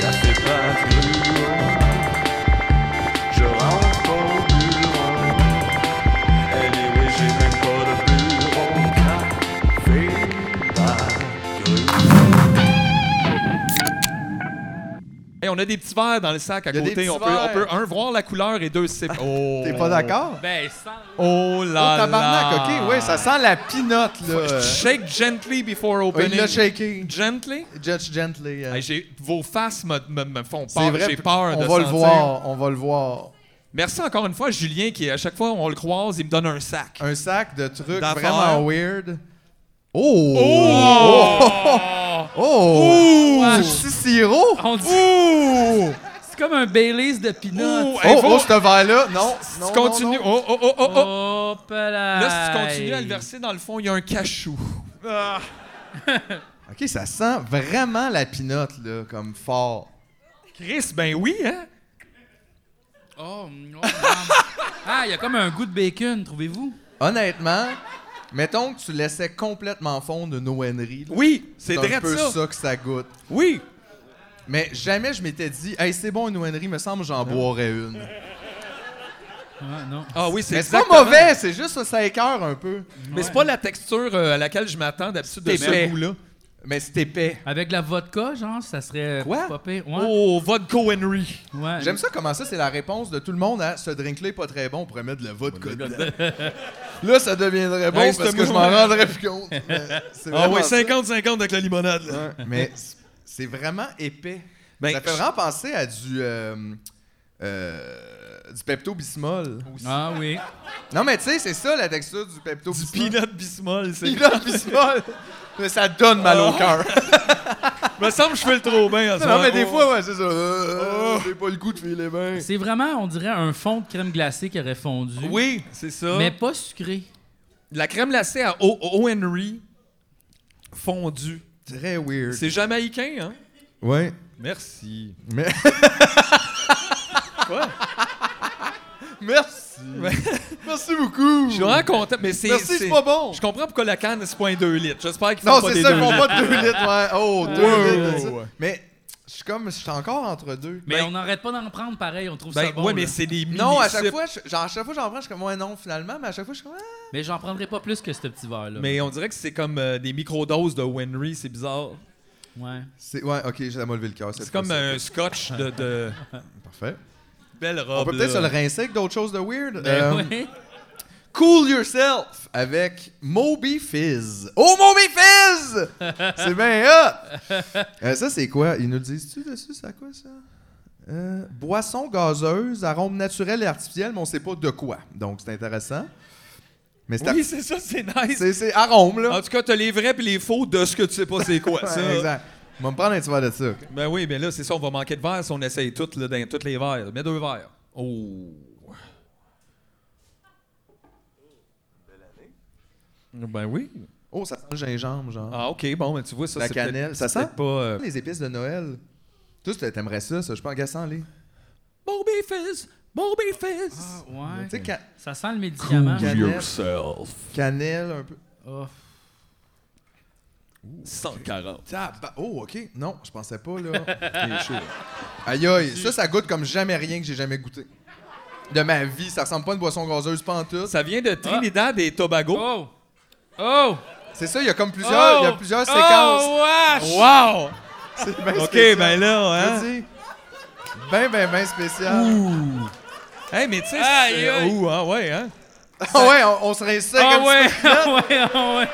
Speaker 12: Café pas gruau, je rentre au bureau. Anyway, j'ai même pas de bureau. Café pas
Speaker 4: Hey, on a des petits verres dans le sac
Speaker 3: Y
Speaker 4: à
Speaker 3: a des
Speaker 4: côté.
Speaker 3: petits
Speaker 4: On peut,
Speaker 3: verres.
Speaker 4: on peut, un, voir la couleur et deux, c'est. Oh.
Speaker 3: T'es pas d'accord?
Speaker 1: Ben, sans.
Speaker 4: Oh
Speaker 3: Oh,
Speaker 4: là
Speaker 3: tabarnak,
Speaker 4: là.
Speaker 3: ok, ouais, ça sent la pinotte, là.
Speaker 4: Shake gently before
Speaker 3: Ouais,
Speaker 4: opening.
Speaker 3: il l'a shaké.
Speaker 4: Gently?
Speaker 3: Judge gently. euh.
Speaker 4: Hey, j'ai- vos faces me, me- me font
Speaker 3: C'est
Speaker 4: peur.
Speaker 3: vrai,
Speaker 4: J'ai peur
Speaker 3: on
Speaker 4: de
Speaker 3: va le
Speaker 4: sentir.
Speaker 3: voir, on va le voir.
Speaker 4: Merci encore une fois, Julien, qui à chaque fois on le croise, il me donne un sac.
Speaker 3: Un sac de trucs
Speaker 4: D'affaires.
Speaker 3: vraiment weird. Oh!
Speaker 1: Oh!
Speaker 3: Oh! oh! Du petit sirop!
Speaker 4: Ah,
Speaker 1: On dit-
Speaker 4: Ouh!
Speaker 1: C'est comme un Baileys de peanuts.
Speaker 4: Ouh! Hey,
Speaker 3: Oh,
Speaker 4: faut-
Speaker 3: oh, ce verre-là! Non!
Speaker 4: si
Speaker 3: non,
Speaker 4: tu continues.
Speaker 3: non, non.
Speaker 4: Oh, oh, oh, oh, oh.
Speaker 1: Hop là!
Speaker 4: Là, si tu continues à le verser dans le fond, il y a un cachou.
Speaker 3: Ok, ça sent vraiment la pinotte, là, comme fort.
Speaker 4: Chris, ben oui, hein?
Speaker 1: Oh, mm, oh, man. Ah, il y a comme un goût de bacon, trouvez-vous?
Speaker 3: Honnêtement, mettons que tu laissais complètement fondre une ONerie. là.
Speaker 4: Oui, c'est
Speaker 3: un
Speaker 4: vrai
Speaker 3: peu
Speaker 4: ça.
Speaker 3: que ça goûte.
Speaker 4: Oui.
Speaker 3: Mais jamais je m'étais dit, hey, c'est bon une ONerie, me semble j'en boirais une.
Speaker 1: Ah, non.
Speaker 4: Ah oui, c'est
Speaker 3: Mais c'est pas
Speaker 4: exactement-
Speaker 3: mauvais, c'est juste ça, ça écœure un peu.
Speaker 4: Mais c'est pas la texture euh, à laquelle je m'attends d'habitude de
Speaker 1: C'est épais.
Speaker 4: ce goût-là.
Speaker 3: Mais c'est épais.
Speaker 1: Avec la vodka, genre, ça serait
Speaker 3: Quoi?
Speaker 1: pas pire. Ouais.
Speaker 4: Oh, vodka Henry.
Speaker 1: ouais.
Speaker 3: J'aime ça comment ça, c'est la réponse de tout le monde à ce drink-là est pas très bon, on pourrait mettre de la vodka dedans. Là, ça deviendrait bon
Speaker 4: Hey,
Speaker 3: parce
Speaker 4: c'est
Speaker 3: que je m'en
Speaker 4: moi.
Speaker 3: rendrais plus compte. Mais c'est
Speaker 4: Ah
Speaker 3: vraiment
Speaker 4: ouais,
Speaker 3: ça.
Speaker 4: 50-50 avec la limonade. Là.
Speaker 3: Ouais, Mais c'est- c'est vraiment épais.
Speaker 4: Ben,
Speaker 3: ça fait
Speaker 4: je-
Speaker 3: vraiment penser à du. euh, euh, du Pepto-Bismol.
Speaker 1: Ah oui.
Speaker 3: Non, mais tu sais, c'est ça la texture du
Speaker 4: Du
Speaker 3: Pepto-Bismol.
Speaker 4: peanut Oh! bismol, c'est.
Speaker 3: Pepto-Bismol. mais ça donne mal au cœur.
Speaker 4: me semble que je fais le trop bien. en ce
Speaker 3: Non, non,
Speaker 4: moment.
Speaker 3: mais des
Speaker 4: Oh.
Speaker 3: fois, ouais, c'est ça. Euh, J'ai pas le goût de filer bien.
Speaker 4: Oh,
Speaker 1: C'est vraiment, on dirait, un fond de crème glacée qui aurait fondu.
Speaker 4: Oui, c'est ça.
Speaker 1: Mais pas sucré.
Speaker 4: la crème glacée à O. O- Henry fondue.
Speaker 3: Très weird.
Speaker 4: C'est jamaïcain, hein?
Speaker 3: Ouais.
Speaker 4: Merci.
Speaker 3: Mais.
Speaker 4: Quoi?
Speaker 3: Merci. Merci beaucoup.
Speaker 4: Je suis vraiment content, mais c'est.
Speaker 3: Merci, c'est pas bon.
Speaker 4: Je comprends pourquoi la canne, c'est pas un 2 litres. J'espère qu'ils
Speaker 3: Non,
Speaker 4: font pas
Speaker 3: c'est
Speaker 4: des
Speaker 3: ça, ils
Speaker 4: deux
Speaker 3: font
Speaker 4: litres.
Speaker 3: pas de 2 litres. Ouais. Oh, 2
Speaker 4: Ouais,
Speaker 3: litres.
Speaker 4: ouais,
Speaker 3: c'est
Speaker 4: ouais.
Speaker 3: ça. Mais je suis comme, je suis encore entre deux.
Speaker 1: Mais on n'arrête pas d'en prendre pareil, on trouve
Speaker 4: Ben,
Speaker 1: ça bon.
Speaker 4: ouais,
Speaker 1: là.
Speaker 4: mais c'est des mini
Speaker 3: Non, à chaque
Speaker 4: sips.
Speaker 3: fois, je- genre, à chaque fois j'en prends, je suis comme, ouais, non, finalement, mais à chaque fois, je suis comme, ah.
Speaker 1: Mais j'en prendrai pas plus que ce petit verre-là.
Speaker 4: Mais on dirait que c'est comme euh, des microdoses de Wenry, c'est bizarre.
Speaker 1: Ouais.
Speaker 3: C'est- Ouais, ok, j'ai la levé le cœur.
Speaker 4: C'est comme euh, un scotch de, de-
Speaker 3: Parfait.
Speaker 4: belle robe.
Speaker 3: On peut peut-être se
Speaker 4: là.
Speaker 3: le rincer avec d'autres choses de weird.
Speaker 1: Ben
Speaker 3: Euh,
Speaker 1: ouais.
Speaker 3: Cool Yourself avec Moby Fizz. Oh, Moby Fizz! c'est bien hot! Euh, ça, c'est quoi? Ils nous le disent-tu dessus? C'est à quoi, ça? Euh, boisson gazeuse, arôme naturel et artificiel, mais on sait pas de quoi. Donc, c'est intéressant. Mais c'est
Speaker 4: Oui, c'est ça, c'est nice.
Speaker 3: c'est- c'est arôme, là.
Speaker 4: En tout cas, t'as les vrais pis les faux de ce que tu sais pas c'est quoi,
Speaker 3: Ouais,
Speaker 4: ça.
Speaker 3: exact. On va me prendre un petit verre de ça.
Speaker 4: Ben oui, ben là, c'est ça, on va manquer de verre si on essaye toutes, là, dans tous les verres. Mets deux verres. Oh. Ben oui.
Speaker 3: Oh, ça sent le gingembre, genre.
Speaker 4: Ah, OK, bon, ben tu vois, ça,
Speaker 3: La
Speaker 4: c'est peut-être-
Speaker 3: cannelle, ça
Speaker 4: c'est
Speaker 3: sent?
Speaker 4: peut-être pas... euh,
Speaker 3: Les épices de Noël. Toi, tu- t'aimerais ça, ça, je pense, gassant les.
Speaker 4: Moby Fizz! Moby Fizz!
Speaker 1: Ouais.
Speaker 3: Tu sais, ca-
Speaker 1: Ça sent le médicament.
Speaker 3: Cool. cannelle.
Speaker 4: yourself.
Speaker 3: cannelle, un peu.
Speaker 1: Oh.
Speaker 4: 140.
Speaker 3: Taba- Oh, ok. Non, je pensais pas, là. Aïe, aïe. Ça, ça goûte comme jamais rien que j'ai jamais goûté. De ma vie, ça ressemble pas à une boisson gazeuse, pas en tout.
Speaker 4: Ça vient de Trinidad et Tobago.
Speaker 1: Oh! Oh!
Speaker 3: C'est ça, il y a comme plusieurs, il y a
Speaker 1: Oh!
Speaker 3: plusieurs séquences.
Speaker 1: Oh, wesh!
Speaker 4: Wow!
Speaker 3: C'est bien
Speaker 4: OK,
Speaker 3: spécial.
Speaker 4: ben là,
Speaker 3: Je
Speaker 4: hein?
Speaker 3: dis, Ben, ben, ben spécial.
Speaker 4: Hey, mais tu sais...
Speaker 1: Aïe,
Speaker 4: c'est-
Speaker 1: aïe.
Speaker 4: Ouh, ah ouais, hein?
Speaker 3: Ah ouais, on, on se réessaye
Speaker 1: Ah
Speaker 3: comme
Speaker 1: ouais,
Speaker 3: ça.
Speaker 1: ah ouais, ah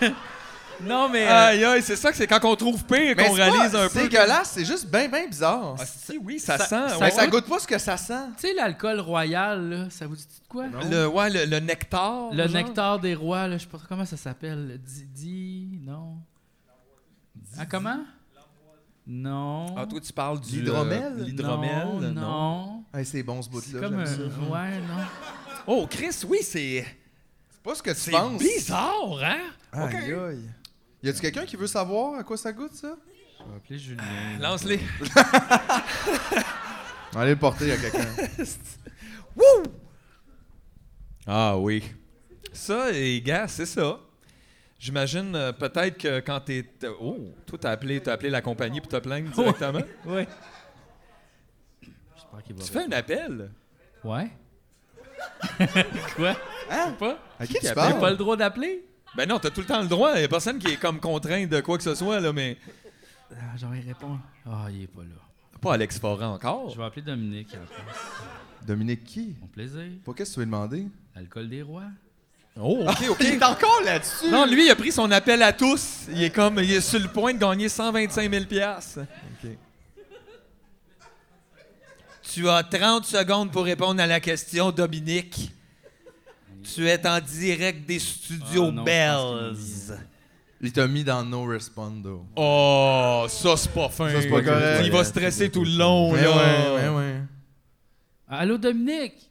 Speaker 1: ouais. non, mais. euh,
Speaker 4: Aïe, aïe, c'est ça que c'est quand on trouve pire
Speaker 3: Mais
Speaker 4: qu'on
Speaker 3: c'est pas
Speaker 4: réalise un peu.
Speaker 3: dégueulasse, c'est juste ben, ben bizarre.
Speaker 4: Ah, si, oui, ça,
Speaker 1: Ça-
Speaker 4: sent.
Speaker 1: ça-
Speaker 3: Mais
Speaker 4: Ah ouais.
Speaker 3: ça goûte pas ce que ça sent.
Speaker 1: tu sais, l'alcool royal, là, ça vous dit de quoi?
Speaker 4: Le, ouais, le, le nectar.
Speaker 1: Le
Speaker 4: genre.
Speaker 1: nectar des rois, là, je sais pas trop comment ça s'appelle. Di, di- non. Ah, comment? Non.
Speaker 4: Ah, toi, tu parles du. euh,
Speaker 3: L'hydromel?
Speaker 4: L'hydromel,
Speaker 1: Non, non.
Speaker 3: Hey, c'est bon ce bout-là.
Speaker 1: C'est comme
Speaker 3: j'aime
Speaker 1: un.
Speaker 3: ça.
Speaker 1: Ouais, non.
Speaker 4: Oh, Chris, oui, c'est.
Speaker 3: C'est pas ce que tu
Speaker 4: C'est
Speaker 3: penses.
Speaker 4: bizarre, hein?
Speaker 3: Aïe, aïe. Y a-tu quelqu'un qui veut savoir à quoi ça goûte, ça?
Speaker 1: Je vais appeler Julien.
Speaker 4: Lance-les.
Speaker 3: Allez le porter à quelqu'un.
Speaker 4: Wouh! Ah oui. Ça, les gars, c'est ça. J'imagine euh, peut-être que quand t'es. t'es- Oh, toi, t'as appelé, t'as appelé la compagnie pour te plaindre directement.
Speaker 1: Ouais. J'espère qu'il va.
Speaker 4: Tu fais un appel.
Speaker 1: Ouais. quoi?
Speaker 3: Hein?
Speaker 1: Pas?
Speaker 3: À qui tu
Speaker 1: J'ai
Speaker 3: parles?
Speaker 1: pas le droit d'appeler?
Speaker 4: Ben non, t'as tout le temps le droit. Y a personne qui est comme contraint de quoi que ce soit, là, mais.
Speaker 1: Ah, J'en vais répondre. Ah, il est pas là.
Speaker 4: Pas Alex Foran encore.
Speaker 1: Je vais appeler Dominique. après.
Speaker 3: Dominique qui?
Speaker 1: Mon plaisir.
Speaker 3: Pour qu'est-ce que tu veux demander?
Speaker 1: L'alcool des rois.
Speaker 4: Oh, ok, ok.
Speaker 3: Il est encore là-dessus!
Speaker 4: Non, lui, il a pris son appel à tous. Il est comme, il est sur le point de gagner 125 000 Tu as 30 secondes pour répondre à la question, Dominique. Tu es en direct des studios
Speaker 1: Ah non,
Speaker 4: Bells.
Speaker 1: je
Speaker 3: Il t'a mis dans No Respondo.
Speaker 4: Oh, ça, c'est pas Ben fin.
Speaker 3: Ça, c'est pas correct.
Speaker 4: Il va stresser tout le
Speaker 3: Oh
Speaker 4: long, là.
Speaker 3: ouais.
Speaker 1: Ah, Allô, Dominique?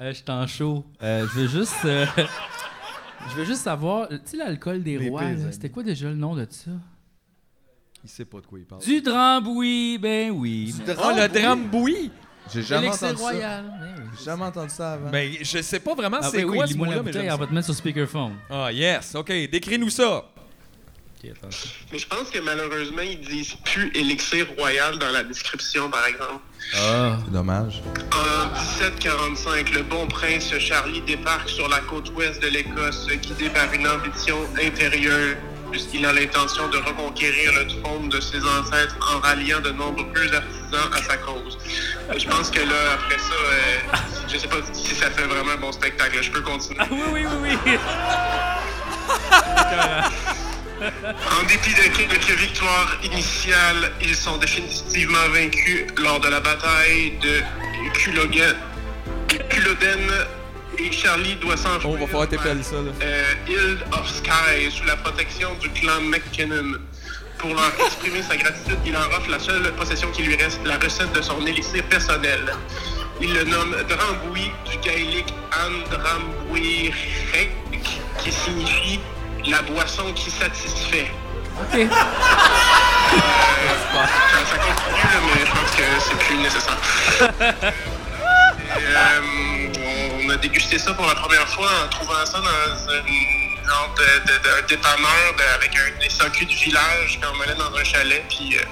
Speaker 1: Euh, je suis en chaud. Euh, je veux juste. euh, je veux juste savoir, tu sais, l'alcool des
Speaker 3: Les
Speaker 1: rois, là,
Speaker 3: paysannes.
Speaker 1: c'était quoi déjà le nom de ça?
Speaker 4: Il sait pas de quoi il parle.
Speaker 1: Du Dramboui, ben oui.
Speaker 3: Du
Speaker 1: Mais-
Speaker 4: Oh, le
Speaker 3: Dramboui.
Speaker 4: drame bouilli.
Speaker 3: J'ai jamais
Speaker 1: Élixir
Speaker 3: entendu ça.
Speaker 1: royal. ben oui.
Speaker 3: J'ai jamais entendu ça avant.
Speaker 4: Mais Ben, je sais pas vraiment
Speaker 1: Ah,
Speaker 4: c'est
Speaker 1: ben oui,
Speaker 4: quoi ce
Speaker 1: lis-moi la
Speaker 4: mot-là, mais
Speaker 1: bouteille,
Speaker 4: j'aime
Speaker 1: on va te mettre sur speakerphone.
Speaker 4: ça. Ah, yes, OK. Décris-nous ça.
Speaker 1: Ok, attention.
Speaker 13: Mais je pense que malheureusement, ils disent plus élixir royal dans la description, par exemple.
Speaker 3: C'est dommage.
Speaker 13: En 1745, le bon prince Charlie débarque sur la côte ouest de l'Écosse, guidé par une ambition intérieure, puisqu'il a l'intention de reconquérir le trône de ses ancêtres en ralliant de nombreux artisans à sa cause. Euh, Je pense que là, après ça, euh, je sais pas si ça fait vraiment un bon spectacle. Je peux continuer.
Speaker 1: Ah Oui, oui, oui, oui.
Speaker 13: En dépit de quelques victoires initiales, ils sont définitivement vaincus lors de la bataille de Culloden. Culloden et Charlie doit
Speaker 4: Oh,
Speaker 13: s'enfuir
Speaker 4: va falloir t'épeler ça, là.
Speaker 13: euh, Hill of Sky sous la protection du clan McKinnon. Pour leur exprimer sa gratitude, il leur offre la seule possession qui lui reste, la recette de son élixir personnel. Il le nomme Dramboui du gaélique Andrambuirek, qui signifie la boisson qui satisfait. Euh,
Speaker 5: OK.
Speaker 13: Ça, ça continue, là, mais je pense que c'est plus nécessaire. Et, euh, on a dégusté ça pour la première fois en trouvant ça dans une genre de, de- de- un dépanneur de- avec un, des socus du village quand on allait dans un chalet. Puis euh,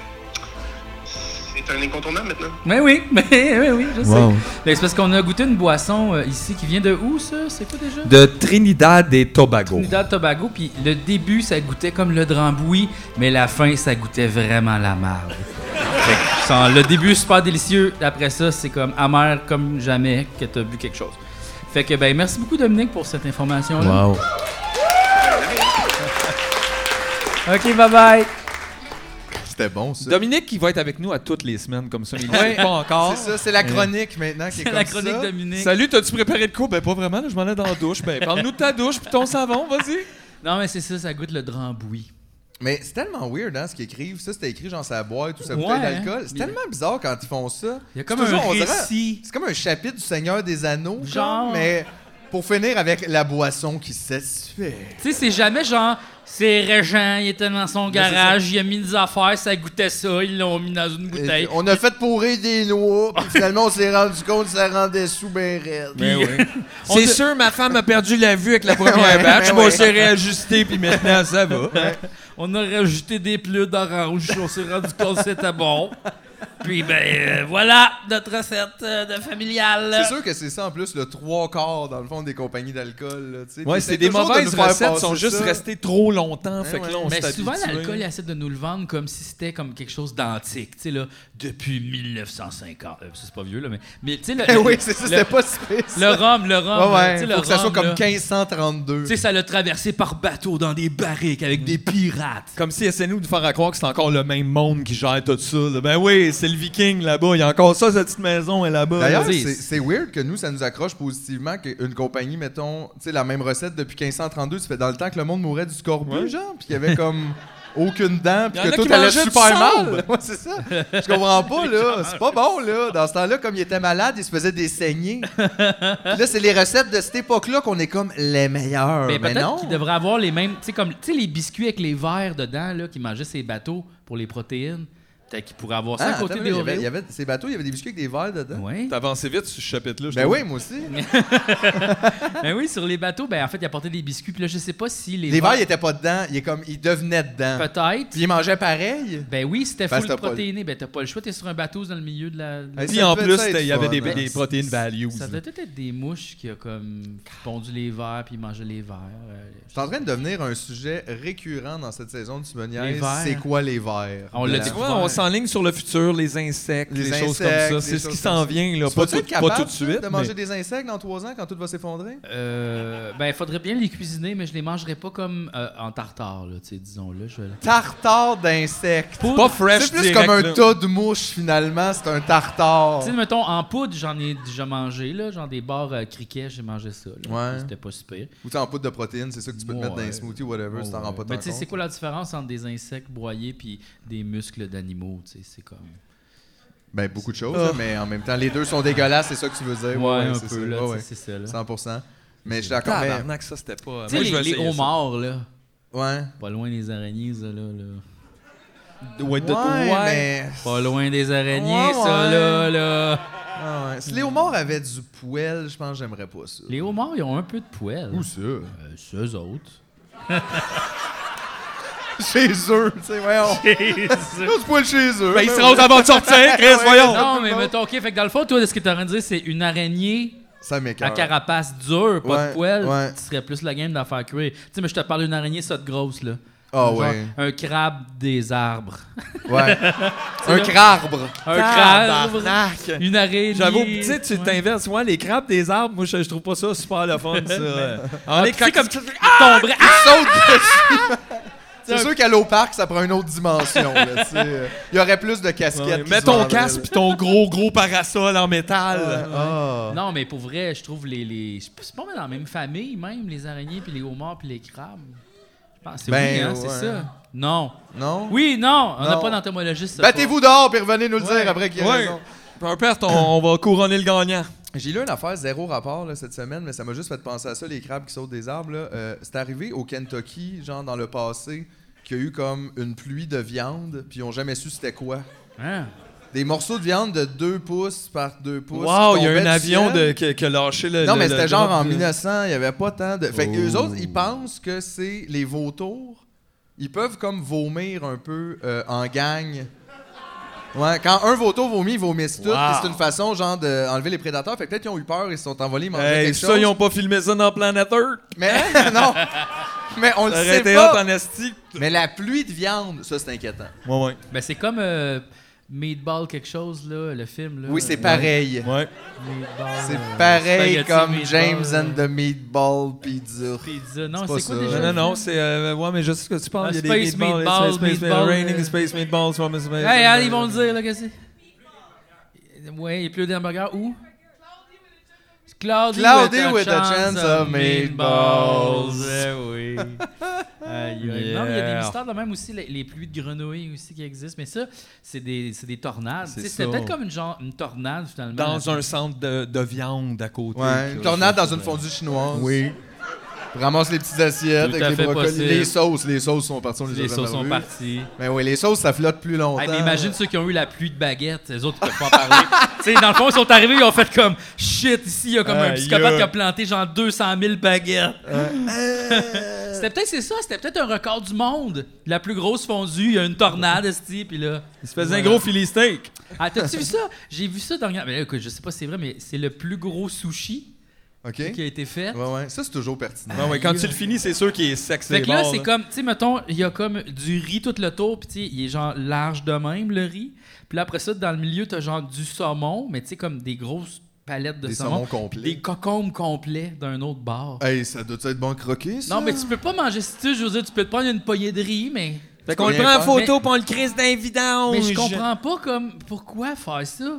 Speaker 13: c'est un incontournable maintenant.
Speaker 1: Mais Ben oui, mais oui, oui, je
Speaker 4: Wow.
Speaker 1: sais. Mais c'est parce qu'on a goûté une boisson euh, ici qui vient de où, ça? C'est quoi déjà?
Speaker 4: De Trinidad et Tobago.
Speaker 1: Trinidad Tobago, puis le début, ça goûtait comme le drambouis, mais la fin, ça goûtait vraiment la marde. Fait que sans- le début, super délicieux. Après ça, c'est comme amer comme jamais que t'as bu quelque chose. Fait que, ben, merci beaucoup, Dominique, pour cette information-là.
Speaker 4: Wow.
Speaker 1: OK, bye-bye.
Speaker 3: C'était bon, ça.
Speaker 4: Dominique, qui va être avec nous à toutes les semaines comme ça. mais Il
Speaker 3: Ouais.
Speaker 4: est pas encore.
Speaker 3: C'est ça, c'est la chronique maintenant qui est comme ça.
Speaker 4: Salut, t'as-tu préparé de quoi? Ben, pas vraiment, là, je m'en ai dans la douche. Ben, parle-nous de ta douche puis ton savon, vas-y.
Speaker 1: Non, mais c'est ça, ça goûte le drambouis.
Speaker 3: Mais c'est tellement weird hein, ce qu'ils écrivent. Ça, c'était écrit genre sa boîte ou sa
Speaker 1: Ouais,
Speaker 3: bouteille
Speaker 1: hein.
Speaker 3: d'alcool. C'est
Speaker 1: Il-
Speaker 3: tellement bizarre quand ils font ça.
Speaker 1: Il y a
Speaker 3: C'est
Speaker 1: comme un
Speaker 3: on dirait-
Speaker 1: récit.
Speaker 3: C'est comme un chapitre du Seigneur des Anneaux, genre,
Speaker 1: Genre.
Speaker 3: mais pour finir avec la boisson qui satisfait.
Speaker 1: Tu sais, c'est jamais genre, c'est Régent, il était dans son
Speaker 3: c'est
Speaker 1: garage, il a mis des affaires, ça goûtait ça, ils l'ont mis dans une
Speaker 3: Et
Speaker 1: bouteille.
Speaker 3: on a fait pourrir des noix, puis finalement, on s'est rendu compte que ça rendait sous ben raide.
Speaker 1: On te-
Speaker 4: C'est sûr, ma femme a perdu la vue avec la première batch.
Speaker 3: ben
Speaker 4: Moi,
Speaker 3: ouais.
Speaker 4: c'est réajusté, puis maintenant, ça va.
Speaker 1: On a rajouté des pleux d'orange, on s'est rendu compte que c'était bon. Puis ben euh, voilà notre recette euh, de familiale.
Speaker 3: C'est sûr que c'est ça en plus le trois quarts dans le fond des compagnies d'alcool. là, tu sais.
Speaker 4: Ouais,
Speaker 3: T'essaies
Speaker 4: c'est des
Speaker 3: toujours de
Speaker 4: mauvaises
Speaker 3: nous faire
Speaker 4: recettes,
Speaker 3: passer
Speaker 4: sont juste
Speaker 3: ça. Ben
Speaker 4: restées trop longtemps. fait que
Speaker 3: ouais.
Speaker 4: là, on
Speaker 1: Mais
Speaker 4: s'est
Speaker 1: souvent,
Speaker 4: habitué.
Speaker 1: l'alcool, il essaie de nous le vendre comme si c'était comme quelque chose d'antique, tu sais, là, depuis 1950. Euh, ça, c'est pas vieux, là, mais... mais tu sais, le-
Speaker 3: Eh
Speaker 1: le-
Speaker 3: oui, c'est ça,
Speaker 1: le-
Speaker 3: c'était pas si pire, ça.
Speaker 1: Le rhum, le rhum,
Speaker 3: Ouais,
Speaker 1: euh, tu
Speaker 3: ouais,
Speaker 1: sais, le
Speaker 3: faut que ça soit
Speaker 1: rhum,
Speaker 3: comme
Speaker 1: là.
Speaker 3: 1532.
Speaker 1: Tu sais, ça l'a traversé par bateau dans des barriques avec des pirates.
Speaker 4: Comme si essaie nous de faire à croire que c'est encore le même monde qui gère tout ça. là. Ben oui, c'est le viking là-bas. Il y a encore ça, cette petite maison est là-bas.
Speaker 3: D'ailleurs,
Speaker 4: Vas-y.
Speaker 3: c'est c'est weird que nous, ça nous accroche positivement qu'une compagnie, mettons, tu sais, la même recette depuis 1532, tu fais dans le temps que le monde mourait du scorbut,
Speaker 4: Ouais.
Speaker 3: genre, puis qu'il y avait comme aucune dent, puis
Speaker 4: Y en a
Speaker 3: que tout
Speaker 4: qui
Speaker 3: allait
Speaker 4: mangeaient du
Speaker 3: super
Speaker 4: sable.
Speaker 3: mal. Ouais, c'est ça. Je comprends pas, là. C'est pas bon, là. Dans ce temps-là, comme il était malade, il se faisait des saignées. Puis là, c'est les recettes de cette époque-là qu'on est comme les meilleurs.
Speaker 1: Mais Ben,
Speaker 3: Mais, non.
Speaker 1: peut-être qu'il devrait avoir les mêmes. Tu sais, comme tu sais, les biscuits avec les verres dedans, là, qui mangeaient ces bateaux pour les protéines. Peut-être qu'il pourrait avoir ça
Speaker 3: Ah,
Speaker 1: à
Speaker 3: attends,
Speaker 1: côté des
Speaker 3: mais il y avait- il y
Speaker 1: Oreos.
Speaker 3: avait ces bateaux, il y avait des biscuits avec des verres dedans.
Speaker 1: Ouais.
Speaker 4: T'as avancé vite sur ce chapitre-là. je
Speaker 3: Ben
Speaker 4: trouve.
Speaker 3: oui, moi aussi.
Speaker 1: Ben oui, sur les bateaux, ben en fait, ils apportaient des biscuits. Puis là, je sais pas si les,
Speaker 3: Les verres, ils étaient pas dedans. Ils, est comme, ils devenaient dedans.
Speaker 1: Peut-être.
Speaker 3: Puis ils mangeaient pareil.
Speaker 1: Ben oui, c'était
Speaker 3: Ben,
Speaker 1: full
Speaker 3: c'était pas-
Speaker 1: protéiné. Ben t'as pas le choix, t'es sur un bateau dans le milieu de la. de la-
Speaker 3: Hey,
Speaker 4: Puis
Speaker 3: ça
Speaker 4: en
Speaker 3: peut
Speaker 4: plus,
Speaker 3: être
Speaker 4: c'était- il y avait
Speaker 3: fun,
Speaker 4: des,
Speaker 3: hein.
Speaker 4: des protéines values.
Speaker 1: Ça devait peut-être être des mouches qui a comme pondu les verres puis mangé les verres. euh,
Speaker 3: C'est en train de devenir un sujet récurrent dans cette saison du
Speaker 1: Les
Speaker 3: Simoniaise.
Speaker 1: vers.
Speaker 3: C'est quoi les verres?
Speaker 1: On l'a
Speaker 3: Voilà.
Speaker 1: dit.
Speaker 4: Tu vois, on s'enligne sur le futur, les insectes, les,
Speaker 3: Les
Speaker 4: choses comme
Speaker 3: insectes,
Speaker 4: ça.
Speaker 3: les
Speaker 4: C'est ce qui
Speaker 3: choses
Speaker 4: s'en
Speaker 3: comme ça.
Speaker 4: vient, là.
Speaker 3: Tu
Speaker 4: Pas
Speaker 3: vas-tu
Speaker 4: tout,
Speaker 3: être capable,
Speaker 4: pas tout de
Speaker 3: ça,
Speaker 4: suite.
Speaker 3: De
Speaker 4: mais-
Speaker 3: manger des insectes dans trois ans quand tout va s'effondrer?
Speaker 1: Euh, ben, faudrait bien les cuisiner, mais je les mangerais pas comme euh, en tartare, là, tu sais, disons-le. Je...
Speaker 3: Tartare d'insectes.
Speaker 4: Pas
Speaker 1: Poudre,
Speaker 4: fresh,
Speaker 3: C'est plus
Speaker 4: direct,
Speaker 3: comme un
Speaker 4: là.
Speaker 3: tas de mouches finalement, c'est un tartare.
Speaker 1: tu sais, mettons, en poudre, j'en ai déjà mangé, là, genre des bars euh, criquets, j'ai mangé ça, là.
Speaker 3: Ouais.
Speaker 1: C'était pas super.
Speaker 3: Ou tu en poudre de protéines, c'est ça que tu peux te mettre dans
Speaker 1: Ouais.
Speaker 3: un smoothie ou whatever,
Speaker 4: Oh,
Speaker 3: si t'en rends pas
Speaker 1: Mais
Speaker 3: tant
Speaker 1: tu sais, c'est
Speaker 3: compte.
Speaker 1: quoi la différence entre des insectes broyés puis des muscles d'animaux, tu sais, c'est comme...
Speaker 3: Ben, beaucoup de choses,
Speaker 4: Ah.
Speaker 3: hein, mais en même temps, les deux sont dégueulasses, c'est ça que tu veux dire.
Speaker 1: Ouais, un
Speaker 3: c'est
Speaker 1: peu,
Speaker 3: ça.
Speaker 1: là,
Speaker 3: Ouais,
Speaker 1: tu sais,
Speaker 3: ouais.
Speaker 1: c'est ça, là.
Speaker 3: 100%. Mais je suis d'accord, mais-
Speaker 4: Tabarnak, ça, c'était pas...
Speaker 1: Tu sais,
Speaker 4: Moi, je vais
Speaker 1: les, les
Speaker 4: essayer ça.
Speaker 1: homards, là,
Speaker 3: Ouais.
Speaker 1: pas loin des araignées, ça, là, là.
Speaker 4: Ouais,
Speaker 3: Ouais,
Speaker 4: de- ouais.
Speaker 3: mais...
Speaker 1: Pas loin des araignées,
Speaker 3: Ouais,
Speaker 1: ça,
Speaker 3: ouais.
Speaker 1: là, là.
Speaker 3: Ah ouais. Si Léomore avait du poêle, je pense que j'aimerais pas ça.
Speaker 1: Les homards, ils ont un peu de poêle.
Speaker 3: Où ça?
Speaker 1: Euh, ceux autres.
Speaker 3: Chez eux, tu sais, voyons. Ils ont du poêle chez eux.
Speaker 4: Ben, ils
Speaker 3: ben
Speaker 4: se
Speaker 3: oui.
Speaker 4: rasent avant de sortir, Chris,
Speaker 3: Oh,
Speaker 4: voyons!
Speaker 1: Non, mais mettons, OK, fait que dans le fond, toi, ce que t'es en train de dire, c'est une araignée
Speaker 3: Ça
Speaker 1: à
Speaker 3: m'écoeure.
Speaker 1: carapace dure, pas de
Speaker 3: Ouais,
Speaker 1: poêle,
Speaker 3: ouais.
Speaker 1: tu serais plus la game d'en faire cuire. Tu sais, mais je te parle d'une araignée, ça de grosse, là.
Speaker 3: Ah
Speaker 1: Genre,
Speaker 3: ouais.
Speaker 1: Un crabe des arbres.
Speaker 3: Ouais. un crabre.
Speaker 1: Un crabe.
Speaker 4: Tabarnak.
Speaker 1: Une araignée.
Speaker 4: J'avoue, tu sais, tu
Speaker 1: Ouais.
Speaker 4: t'inverses. Ouais, les crabes des arbres, moi, je, je trouve pas ça super le fun, ça. Ouais.
Speaker 1: Ah,
Speaker 4: Ah, les
Speaker 1: puis tu sais,
Speaker 4: crabes,
Speaker 1: comme tu tomberais. Ah!
Speaker 3: Saute dessus. C'est sûr qu'à l'eau parc, ça prend une autre dimension. là, tu sais. Il y aurait plus de casquettes. qui
Speaker 4: mets
Speaker 3: se
Speaker 4: ton
Speaker 3: vendraient,
Speaker 4: casque
Speaker 3: là.
Speaker 4: puis ton gros, gros parasol en métal.
Speaker 3: Ah.
Speaker 1: Non, mais pour vrai, je trouve les. les... C'est pas- c'est pas mal dans la même famille, même, les araignées, puis les homards, puis les crabes. Je pense c'est
Speaker 3: Ben,
Speaker 1: oui, hein, c'est
Speaker 3: ouais.
Speaker 1: ça. Non.
Speaker 3: Non?
Speaker 1: Oui, non, on n'a
Speaker 3: Non. Ben,
Speaker 1: pas d'entomologiste. ce soir.
Speaker 3: Battez-vous dehors puis revenez nous le
Speaker 1: Ouais.
Speaker 3: dire après qu'il y a
Speaker 4: Ouais.
Speaker 3: raison.
Speaker 4: Purpest, on, on va couronner le gagnant.
Speaker 3: J'ai lu une affaire zéro rapport là, cette semaine, mais ça m'a juste fait penser à ça, les crabes qui sautent des arbres. là. Euh, c'est arrivé au Kentucky, genre dans le passé, qu'il y a eu comme une pluie de viande, puis ils n'ont jamais su c'était quoi.
Speaker 1: Hein?
Speaker 3: Des morceaux de viande de 2 pouces par 2 pouces.
Speaker 4: Wow,
Speaker 3: qui
Speaker 4: il y a
Speaker 3: tombaient
Speaker 4: un
Speaker 3: du
Speaker 4: avion
Speaker 3: ciel.
Speaker 4: de, qui, qui a lâché le.
Speaker 3: Non,
Speaker 4: le-
Speaker 3: mais
Speaker 4: le
Speaker 3: c'était genre
Speaker 4: drop,
Speaker 3: en
Speaker 4: là.
Speaker 3: 1900, il n'y avait pas tant de. Fait que eux
Speaker 4: Oh.
Speaker 3: autres, ils pensent que c'est les vautours. Ils peuvent comme vomir un peu euh, en gang. Ouais, quand un vautour vomit, ils vomissent tout.
Speaker 4: Wow.
Speaker 3: puis C'est une façon, genre, d'enlever les prédateurs. Fait que peut-être qu'ils ont eu peur, ils se sont envolés, ils mangeaient
Speaker 4: Hey,
Speaker 3: quelque
Speaker 4: ça,
Speaker 3: chose.
Speaker 4: ils ont pas filmé ça dans Planet Earth.
Speaker 3: Mais non! Mais on le
Speaker 4: Ça aurait
Speaker 3: sait
Speaker 4: été
Speaker 3: pas.
Speaker 4: hot en esti.
Speaker 3: Mais la pluie de viande, ça, c'est inquiétant.
Speaker 4: Ouais, ouais.
Speaker 1: Ben, c'est comme euh, Meatball quelque chose, là, le film. Là. Euh,
Speaker 3: Oui, c'est pareil.
Speaker 4: Ouais.
Speaker 1: Meatball,
Speaker 3: C'est
Speaker 1: euh,
Speaker 3: pareil
Speaker 1: spaghetti
Speaker 3: comme
Speaker 1: meatball,
Speaker 3: James
Speaker 1: euh,
Speaker 3: and the Meatball Pizza.
Speaker 1: Pizza. Non,
Speaker 3: pas
Speaker 1: c'est quoi
Speaker 3: ça.
Speaker 1: déjà?
Speaker 4: Non, non, non, c'est. euh, ouais, mais je sais ce que tu parles.
Speaker 1: Ah,
Speaker 4: Il y a
Speaker 1: Space
Speaker 4: des meatballs,
Speaker 1: Meatball,
Speaker 4: Space, Space-
Speaker 1: Meatball,
Speaker 4: Raining
Speaker 1: euh,
Speaker 4: Space Meatballs from Space.
Speaker 1: Hey, hein, ils vont le dire, là, qu'est-ce que c'est? Ouais, il pleut des hamburgers. Où? Cloudy,
Speaker 3: Cloudy
Speaker 1: with,
Speaker 3: with
Speaker 1: a chance of meatballs.
Speaker 3: meatballs.
Speaker 1: Eh oui. Aïe, aïe. Non, mais il y a des
Speaker 4: Yeah.
Speaker 1: mystères de même aussi, les, les pluies de grenouilles aussi qui existent. Mais ça, c'est des, c'est des tornades.
Speaker 4: C'est
Speaker 1: Tu sais, C'était
Speaker 4: ça.
Speaker 1: peut-être comme une, genre, une tornade finalement.
Speaker 4: Dans un centre de, de viande à côté.
Speaker 3: Ouais, une tornade dans une fondue chinoise. Oui. Ramasse les petites assiettes
Speaker 1: Tout à
Speaker 3: avec
Speaker 1: fait
Speaker 3: les brocolis.
Speaker 1: possible.
Speaker 3: Les sauces, les sauces sont parties, on les,
Speaker 1: Les
Speaker 3: a jamais
Speaker 1: sauces sont
Speaker 3: revues.
Speaker 1: parties.
Speaker 3: Mais Ben oui, les sauces, ça flotte plus longtemps.
Speaker 1: Hey, mais
Speaker 4: euh,
Speaker 1: imagine ceux qui ont eu la pluie de baguettes, les autres ils peuvent pas en parler. Tu sais, dans le fond, ils sont arrivés, ils ont fait comme shit, ici il y a comme un
Speaker 4: Aïe,
Speaker 1: psychopathe
Speaker 4: aïe.
Speaker 1: qui a planté genre 200 000 baguettes. Euh, c'était peut-être c'est ça, c'était peut-être un record du monde. La plus grosse fondue, il y a une tornade esti, puis là.
Speaker 4: Il se faisait un gros Philly steak.
Speaker 1: Ah, t'as-tu vu ça J'ai vu ça dernièrement. Mais là, écoute, je sais pas si c'est vrai, mais c'est le plus gros sushi
Speaker 3: OK?
Speaker 1: qui a été fait.
Speaker 3: Ouais, ouais. Ça, c'est toujours pertinent.
Speaker 4: Ouais, ouais, quand tu le finis, c'est sûr qu'il est sexe.
Speaker 1: Fait
Speaker 4: et
Speaker 1: que là,
Speaker 4: mort,
Speaker 1: c'est comme, tu sais, mettons, il y a comme du riz tout le tour, puis tu sais, il est genre large de même, le riz. Puis là, après ça, dans le milieu, t'as genre du saumon, mais tu sais, comme des grosses palettes de
Speaker 3: Des
Speaker 1: saumon.
Speaker 3: saumons complets.
Speaker 1: Des cocombes complets d'un autre bar.
Speaker 3: Hey, ça doit être bon croqué, ça?
Speaker 1: non, mais tu peux pas manger si tu je veux dire, tu peux te prendre une poignée de riz, mais.
Speaker 4: Fait qu'on le
Speaker 3: Rien
Speaker 4: prend en
Speaker 3: faire.
Speaker 4: photo, puis on le crisse d'un
Speaker 3: Oh,
Speaker 4: vidange.
Speaker 1: Mais je comprends pas, comme, pourquoi faire ça?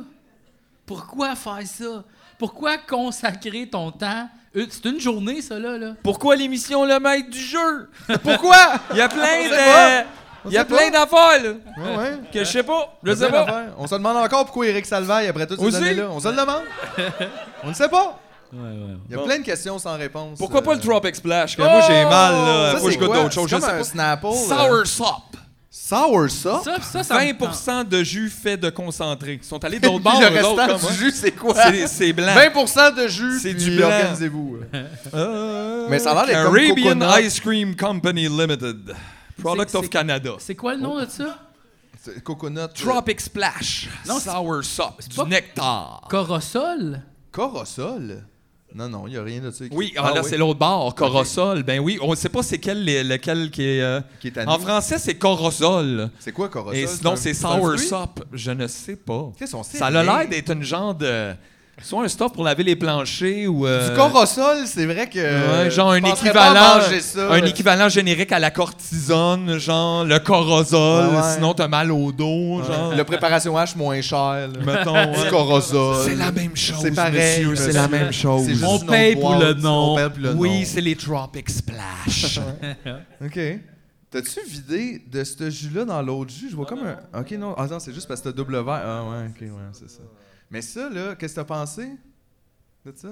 Speaker 1: Pourquoi faire ça? Pourquoi consacrer ton temps? Euh, C'est une journée, ça, là, là.
Speaker 4: Pourquoi l'émission Le Maître du Jeu? Pourquoi? Il y a plein
Speaker 3: pas.
Speaker 4: de... Il y a
Speaker 3: sait pas.
Speaker 4: plein d'affaires, là,
Speaker 3: Ouais, ouais.
Speaker 4: que je sais pas. Je
Speaker 3: C'est
Speaker 4: sais
Speaker 3: plein
Speaker 4: pas.
Speaker 3: d'affaires. On se demande encore pourquoi Eric Salvaille, après toutes ces
Speaker 4: Aussi.
Speaker 3: années-là. On se le demande. on ne sait pas. Il y a
Speaker 4: Bon.
Speaker 3: plein de questions sans réponse.
Speaker 4: Pourquoi pas le
Speaker 3: drop?
Speaker 4: Tropic Splash? Oh! Que Moi, j'ai mal, là.
Speaker 3: Ça,
Speaker 4: Faut que
Speaker 3: c'est
Speaker 4: je goûte
Speaker 3: quoi?
Speaker 4: d'autres choses.
Speaker 3: C'est
Speaker 4: Je
Speaker 3: comme
Speaker 4: sais
Speaker 3: un
Speaker 4: pas.
Speaker 3: Snapple. euh,
Speaker 4: Sour Sop.
Speaker 3: Sour ça?
Speaker 1: Ça, ça, ça. me tente.
Speaker 4: 20 de jus fait de concentré. Ils sont allés
Speaker 3: Puis
Speaker 4: d'autres bords,
Speaker 3: le
Speaker 4: eux autres,
Speaker 3: restant
Speaker 4: comme
Speaker 3: du
Speaker 4: moi.
Speaker 3: jus, c'est quoi?
Speaker 4: C'est- C'est blanc.
Speaker 3: 20% de jus,
Speaker 4: C'est
Speaker 3: puis
Speaker 4: du blanc.
Speaker 3: organisez-vous.
Speaker 4: Euh,
Speaker 3: Mais ça a l'air d'être comme
Speaker 4: Caribbean
Speaker 3: coconut.
Speaker 4: Ice Cream Company Limited. Product
Speaker 1: C'est-
Speaker 4: of
Speaker 1: c'est-
Speaker 4: Canada.
Speaker 1: C'est quoi le nom de ça?
Speaker 3: C'est Coconut. euh,
Speaker 4: Tropic Splash.
Speaker 1: Non, c'est-
Speaker 4: Sour Sop. Du
Speaker 1: pas-
Speaker 4: nectar.
Speaker 1: Corosol?
Speaker 3: Corosol? Non, non, il n'y a rien de ça. qui-
Speaker 4: Oui, ah, là,
Speaker 3: oui.
Speaker 4: c'est l'autre bord, Corosol. Ben oui, on ne sait pas c'est quel, les- lequel qui est. euh,
Speaker 3: Qui est à
Speaker 4: en
Speaker 3: nous.
Speaker 4: français, c'est Corosol.
Speaker 3: C'est quoi Corosol?
Speaker 4: Et sinon,
Speaker 3: un-
Speaker 4: c'est
Speaker 3: un
Speaker 4: Sour
Speaker 3: fruit?
Speaker 4: Sop. Je ne sais pas.
Speaker 3: Qu'est-ce qu'on sait?
Speaker 4: Ça a l'air
Speaker 3: Rien.
Speaker 4: d'être une genre de. Soit un stuff pour laver les planchers ou. euh,
Speaker 3: Du Corosol, c'est vrai que.
Speaker 4: ouais, genre
Speaker 3: Euh, je
Speaker 4: un
Speaker 3: penserais pas à
Speaker 4: équivalent,
Speaker 3: manger ça.
Speaker 4: un équivalent générique à la cortisone, genre le corosol,
Speaker 3: Ouais, ouais.
Speaker 4: sinon t'as mal au dos, genre.
Speaker 3: La préparation H moins chère. là.
Speaker 4: Mettons,
Speaker 3: Du
Speaker 4: ouais.
Speaker 3: Corosol.
Speaker 4: C'est la même chose,
Speaker 3: C'est pareil,
Speaker 4: monsieur, c'est
Speaker 3: monsieur.
Speaker 4: la même chose.
Speaker 3: C'est juste une
Speaker 4: On
Speaker 3: autre
Speaker 4: paye pour le
Speaker 3: boîte,
Speaker 4: nom.
Speaker 3: on paye pour le
Speaker 4: oui,
Speaker 3: nom.
Speaker 4: c'est les Tropic Splash.
Speaker 3: OK. T'as-tu vidé de ce jus-là dans l'autre jus? Je vois comme un. OK, non. Ah non, c'est juste parce que t'as double verre. Ah ouais, OK, ouais, c'est ça. Mais ça, là, qu'est-ce que t'as pensé de ça?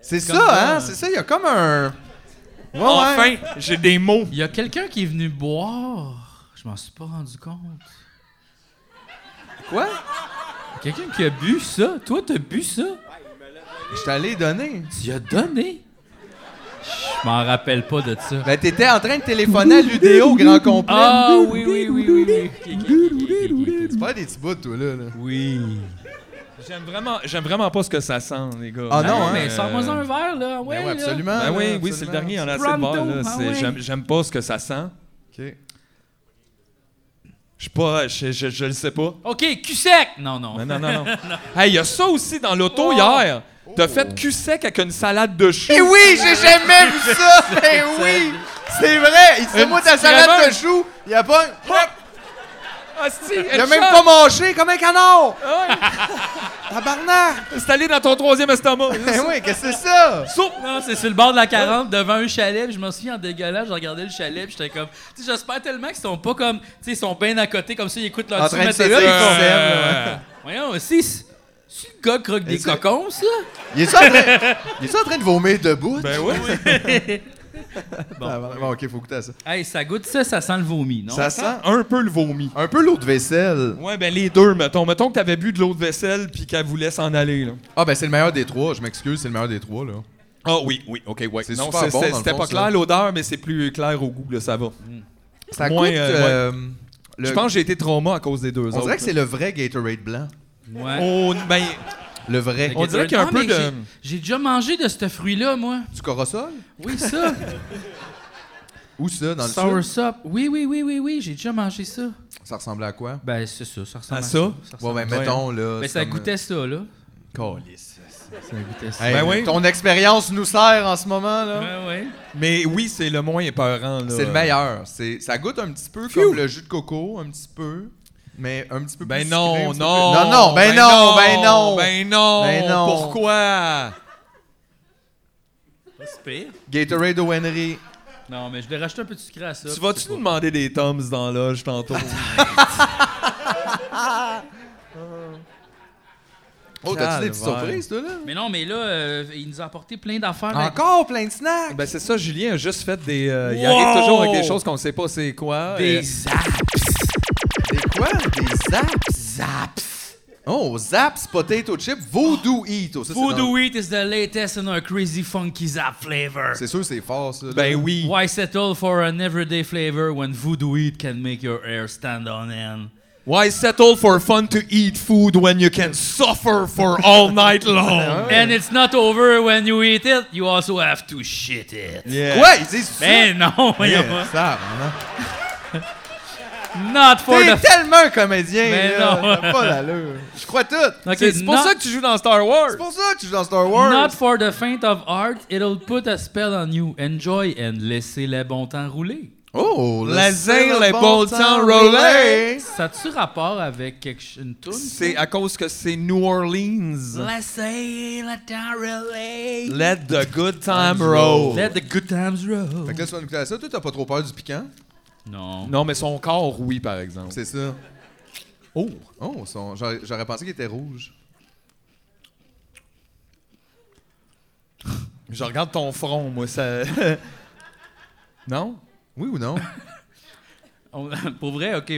Speaker 3: C'est ça, hein? C'est ça, il y a comme un. Ouais, ouais.
Speaker 4: enfin, j'ai des mots.
Speaker 1: Il y a quelqu'un qui est venu boire. Je m'en suis pas rendu compte.
Speaker 3: Quoi?
Speaker 1: Quelqu'un qui a bu ça. Toi, t'as bu ça.
Speaker 3: Je t'allais donner.
Speaker 1: Tu y as donné. Je m'en rappelle pas de ça.
Speaker 3: Ben, t'étais en train de téléphoner à l'UDO, grand complet.
Speaker 1: Ah oui, oui, oui, oui, oui. Ok, ok, ok, ok, ok, ok.
Speaker 3: Tu perds des petits bouts, toi, là. là.
Speaker 4: Oui. J'aime vraiment, j'aime vraiment pas ce que ça sent, les gars.
Speaker 3: Ah non,
Speaker 1: Ah,
Speaker 3: hein,
Speaker 1: mais
Speaker 4: euh,
Speaker 1: sors-moi un verre, là. Ouais,
Speaker 3: Ben
Speaker 1: là.
Speaker 3: ouais, absolument.
Speaker 4: Ben
Speaker 3: là,
Speaker 4: oui, oui,
Speaker 3: absolument.
Speaker 4: c'est le dernier, il y en a assez de
Speaker 1: Pronto,
Speaker 4: bord, là.
Speaker 1: ah
Speaker 4: C'est-
Speaker 1: ouais.
Speaker 4: j'aime- J'aime pas ce que ça sent.
Speaker 3: OK.
Speaker 4: Je sais pas, je, je, je le sais pas.
Speaker 1: OK, cul sec. Non, non.
Speaker 4: Non, non, non, non. hey, il y a ça aussi dans
Speaker 1: Oh.
Speaker 4: l'auto hier. T'as fait cul sec avec une salade de choux.
Speaker 3: Eh oui, j'ai jamais vu ça! Eh oui! C'est vrai! Il dit,
Speaker 4: Une
Speaker 3: moi, ta
Speaker 4: petite
Speaker 3: salade
Speaker 4: graveur.
Speaker 3: de choux, il y a pas un. Hop! Il a même pas mangé comme un canard!
Speaker 4: Ah
Speaker 3: Tabarnak!
Speaker 4: C'est allé dans ton troisième estomac.
Speaker 3: Ben oui, qu'est-ce que c'est ça?
Speaker 1: Non, c'est sur le bord de la 40, devant un chalet. puis Je m'en souviens en dégueulant, je regardais le chalet, puis j'étais comme. Tu sais, j'espère tellement qu'ils sont pas comme. Tu sais, ils sont bien à côté, comme ça, ils écoutent leur
Speaker 3: En
Speaker 1: truc
Speaker 3: train de se
Speaker 1: matériel,
Speaker 3: dire
Speaker 1: ils font,
Speaker 3: qu'ils s'aiment,
Speaker 1: euh, Voyons, si. Si le gars croque des
Speaker 3: Est-ce que-
Speaker 1: cocons, ça.
Speaker 3: Il est-tu en, train- il est-tu en train de vomir debout?
Speaker 4: Ben oui.
Speaker 3: Ah, bon, bon, ok, faut goûter à ça.
Speaker 1: Hey, ça goûte ça, ça sent le vomi, non?
Speaker 3: Ça sent
Speaker 4: Un peu le vomi.
Speaker 3: un peu l'eau de vaisselle.
Speaker 4: Ouais, ben les deux, mettons. Mettons que t'avais bu de l'eau de vaisselle puis qu'elle voulait s'en aller, là.
Speaker 3: Ah, ben c'est le meilleur des trois, je m'excuse, c'est le meilleur des trois, là.
Speaker 4: Ah oui, oui, ok, ouais.
Speaker 3: C'est
Speaker 4: Non,
Speaker 3: super
Speaker 4: c'est-
Speaker 3: bon,
Speaker 4: c'est-
Speaker 3: dans le
Speaker 4: C'était
Speaker 3: fond,
Speaker 4: pas
Speaker 3: ça.
Speaker 4: clair l'odeur, mais c'est plus clair au goût, là, ça va.
Speaker 3: Ça
Speaker 4: Moins,
Speaker 3: coûte.
Speaker 4: euh,
Speaker 3: euh, le-
Speaker 4: Je pense que j'ai été trauma à cause des deux
Speaker 3: on
Speaker 4: autres.
Speaker 3: dirait que c'est le vrai Gatorade blanc.
Speaker 1: Ouais.
Speaker 4: Oh, ben,
Speaker 3: Le vrai.
Speaker 4: on dirait qu'il y a un
Speaker 1: Ah,
Speaker 4: peu
Speaker 1: mais
Speaker 4: de-
Speaker 1: j'ai- J'ai déjà mangé de ce fruit-là, moi.
Speaker 3: Du corosol?
Speaker 1: Oui, ça.
Speaker 3: Ou ça, dans le
Speaker 1: Sour
Speaker 3: sud?
Speaker 1: sop. Oui, oui, oui, oui, oui, j'ai déjà mangé ça.
Speaker 3: Ça ressemblait à quoi?
Speaker 1: Ben, c'est ça, ça ressemble
Speaker 4: À
Speaker 1: à
Speaker 4: ça?
Speaker 1: ça.
Speaker 3: Bon,
Speaker 1: ressemble-
Speaker 3: ben mettons, là.
Speaker 1: Ben,
Speaker 3: c'est
Speaker 1: ça
Speaker 3: comme-
Speaker 1: goûtait ça, là.
Speaker 3: Calisse.
Speaker 1: Goûtait ça.
Speaker 3: Hey,
Speaker 4: Ben oui.
Speaker 3: Ton expérience nous sert en ce moment, là.
Speaker 1: Ouais, Ah ouais.
Speaker 4: Mais oui, c'est le moins épeurant, là.
Speaker 3: C'est le meilleur. C'est, ça goûte un petit peu comme le jus de coco, un petit peu. Mais un petit peu
Speaker 4: Ben
Speaker 3: plus sucré, un
Speaker 4: non,
Speaker 3: petit peu
Speaker 4: non.
Speaker 3: plus- Non, non, ben, non, ben non.
Speaker 4: Ben non.
Speaker 3: Ben non.
Speaker 4: Pourquoi?
Speaker 1: C'est pire.
Speaker 3: Gatorade au Henry.
Speaker 1: Non, mais je vais racheter un peu de sucre à ça.
Speaker 4: Tu vas-tu nous demander des toms dans l'âge tantôt?
Speaker 3: Oh, t'as-tu des petites
Speaker 4: Calvaire.
Speaker 3: surprises, toi, là?
Speaker 1: Mais non, mais là, euh, il nous a apporté plein d'affaires. là.
Speaker 3: Encore plein de snacks!
Speaker 4: ben c'est ça, Julien a juste fait des... euh, Il
Speaker 1: Wow!
Speaker 4: arrive toujours avec des choses qu'on sait pas c'est quoi.
Speaker 1: Des
Speaker 4: Euh,
Speaker 3: Des quoi? Des zaps? Zaps! Oh, zaps, potato chip, voodoo eat. Oh, ça, c'est dans-
Speaker 1: Voodoo Wheat is the latest in our crazy funky zap flavor.
Speaker 3: C'est sûr, c'est fort, ça. là.
Speaker 4: Ben oui.
Speaker 1: Why settle for an everyday flavor when voodoo wheat can make your hair stand on end?
Speaker 4: Why settle for fun to eat food when you can suffer for all night long?
Speaker 1: And it's not over when you eat it, you also have to shit it.
Speaker 4: Yeah.
Speaker 3: Quoi? Ils disent ça?
Speaker 1: Ben non, voyons
Speaker 3: Yeah, ça, hein?
Speaker 1: Not for
Speaker 3: T'es
Speaker 1: the...
Speaker 3: tellement un comédien,
Speaker 1: Mais
Speaker 3: là.
Speaker 1: non.
Speaker 3: T'as pas l'allure. Je crois tout.
Speaker 1: Ok,
Speaker 4: C'est c'est pour
Speaker 1: not-
Speaker 4: ça que tu joues dans Star Wars.
Speaker 3: C'est pour ça que tu joues dans Star Wars.
Speaker 1: Not for the faint of heart, it'll put a spell on you. Enjoy and laissez le bon temps rouler.
Speaker 3: Oh,
Speaker 4: Laissez le bon temps rouler.
Speaker 1: Ça a-tu rapport avec quelque... ch- une toune?
Speaker 4: C'est à cause que c'est New Orleans.
Speaker 1: Laissez le temps rouler.
Speaker 4: Let the good time roll.
Speaker 1: Let the good times roll.
Speaker 3: Fait que là, tu vas nous goûter à ça. Toi, t'as pas trop peur du piquant.
Speaker 1: Non.
Speaker 4: Non, mais son corps, oui, par exemple.
Speaker 3: C'est ça.
Speaker 4: Oh!
Speaker 3: Oh, son- j'aurais j'aurais pensé qu'il était rouge.
Speaker 4: Je regarde ton front, moi, ça... non?
Speaker 3: Oui ou non?
Speaker 1: On- pour vrai, OK.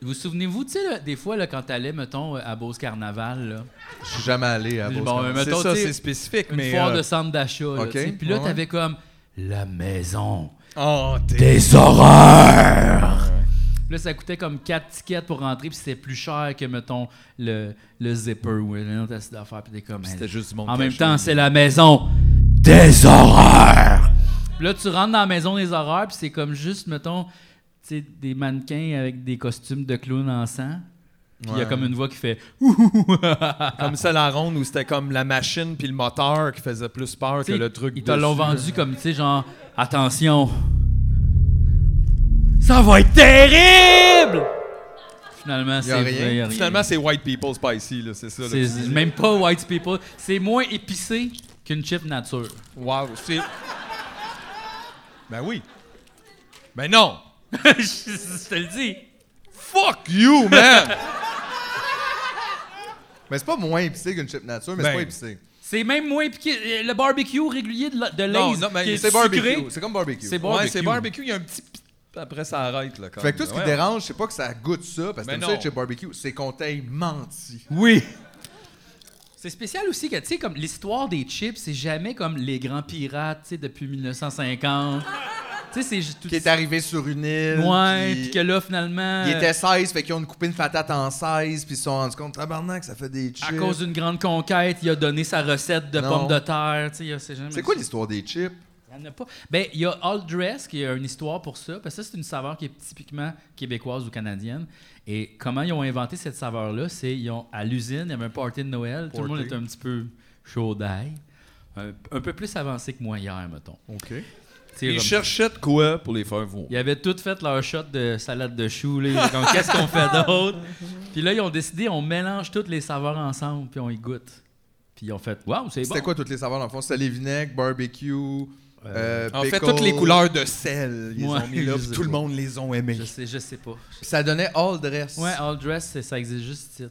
Speaker 1: Vous vous souvenez-vous, tu sais, là, des fois, là, quand t'allais, mettons, euh, à Beauce Carnaval, là,
Speaker 3: Je suis jamais allé à
Speaker 1: Bon,
Speaker 3: Beauce-Carnaval.
Speaker 1: mais-
Speaker 4: C'est
Speaker 1: Mettons,
Speaker 4: ça,
Speaker 1: tu sais,
Speaker 4: c'est spécifique,
Speaker 1: une
Speaker 4: mais...
Speaker 1: foire
Speaker 4: euh,
Speaker 1: de centre d'achat, là,
Speaker 3: OK,
Speaker 1: tu sais. puis là,
Speaker 3: ouais,
Speaker 1: t'avais comme la maison
Speaker 4: Oh, t'es...
Speaker 1: des horreurs. Là, ça coûtait comme 4 tickets pour rentrer, puis c'était plus cher que, mettons, le, le zipper ou une autre assiette d'affaires, puis des comme.
Speaker 4: C'était juste du monde
Speaker 1: En même
Speaker 4: caché.
Speaker 1: temps, c'est la maison des horreurs. Puis là, tu rentres dans la maison des horreurs, puis c'est comme juste, mettons, tu sais, des mannequins avec des costumes de clowns en sang. Puis il y a
Speaker 3: Ouais.
Speaker 1: comme une voix qui fait Ouh! ah,
Speaker 4: Comme ça, la ronde où c'était comme la machine puis le moteur qui faisait plus peur que
Speaker 1: T'sais,
Speaker 4: le truc
Speaker 1: Ils te l'ont
Speaker 4: dessus.
Speaker 1: vendu comme, tu sais, genre, attention. Ça va être terrible! Finalement, c'est
Speaker 3: a
Speaker 1: vrai,
Speaker 3: rien.
Speaker 1: y a rien.
Speaker 4: Finalement, c'est White People Spicy, là, c'est ça. là.
Speaker 1: c'est même pas white people. C'est moins épicé qu'une chip nature.
Speaker 4: Wow, c'est... ben oui. Ben non!
Speaker 1: Je te le dis.
Speaker 4: Fuck you, man!
Speaker 3: Mais c'est pas moins épicé qu'une chip nature, mais
Speaker 4: Ben.
Speaker 3: c'est pas épicé.
Speaker 1: C'est même moins piqué. Le barbecue régulier de, la- de
Speaker 4: Non,
Speaker 1: Lay's
Speaker 4: non, mais
Speaker 1: qui est
Speaker 3: C'est
Speaker 1: sucré,
Speaker 3: barbecue. C'est comme barbecue.
Speaker 1: C'est
Speaker 4: Ouais,
Speaker 1: barbecue.
Speaker 4: c'est barbecue, il y a un petit... pit, Après, ça arrête, là, quand
Speaker 3: Fait que tout ce qui
Speaker 4: Ouais.
Speaker 3: dérange, c'est pas que ça goûte ça, parce que
Speaker 4: Mais
Speaker 3: comme ça,
Speaker 4: non.
Speaker 3: chez barbecue, c'est qu'on t'aille menti.
Speaker 1: Oui. C'est spécial aussi que, tu sais, comme l'histoire des chips, c'est jamais comme les grands pirates, tu sais, depuis 1950. tu sais, c'est juste tout.
Speaker 3: Qui est arrivé sur une île.
Speaker 1: Ouais,
Speaker 3: puis
Speaker 1: puis que là, finalement.
Speaker 3: Il était 16, fait qu'ils ont coupé une patate en 16, puis ils se sont rendus compte, tabarnak, ça fait des chips.
Speaker 1: À cause d'une grande conquête, il a donné sa recette de
Speaker 3: Non.
Speaker 1: pommes de terre. tu sais, il a- C'est jamais
Speaker 3: C'est quoi l'histoire des chips?
Speaker 1: Il y en a pas. Ben, il y a All Dress qui a une histoire pour ça. Parce que ça, c'est une saveur qui est typiquement québécoise ou canadienne. Et comment ils ont inventé cette saveur-là, c'est ils ont à l'usine, il y avait un party de Noël, tout le monde était un petit peu chaud d'ail. Un, un peu plus avancé que moi hier, mettons.
Speaker 3: OK.
Speaker 1: T'sais,
Speaker 4: Ils
Speaker 1: comme-
Speaker 4: cherchaient de quoi pour les faire vomir.
Speaker 1: Ils avaient toutes fait leur shot de salade de choux. Là. Ils étaient comme, qu'est-ce qu'on fait d'autre? Puis là, ils ont décidé, on mélange toutes les saveurs ensemble, puis on y goûte. Puis ils ont fait, waouh, c'est bon.
Speaker 3: C'était quoi toutes les saveurs dans le fond? C'était les vinaigres, barbecue, euh,
Speaker 4: en fait,
Speaker 3: pickle.
Speaker 4: toutes les couleurs de sel, ils
Speaker 1: Ouais,
Speaker 4: ont mis là,
Speaker 1: je
Speaker 4: puis
Speaker 1: sais
Speaker 4: tout le
Speaker 1: pas.
Speaker 4: monde les ont aimés.
Speaker 1: Je sais, je sais pas.
Speaker 3: Puis ça donnait all dress.
Speaker 1: Ouais, All Dress, c'est- ça existe juste titre.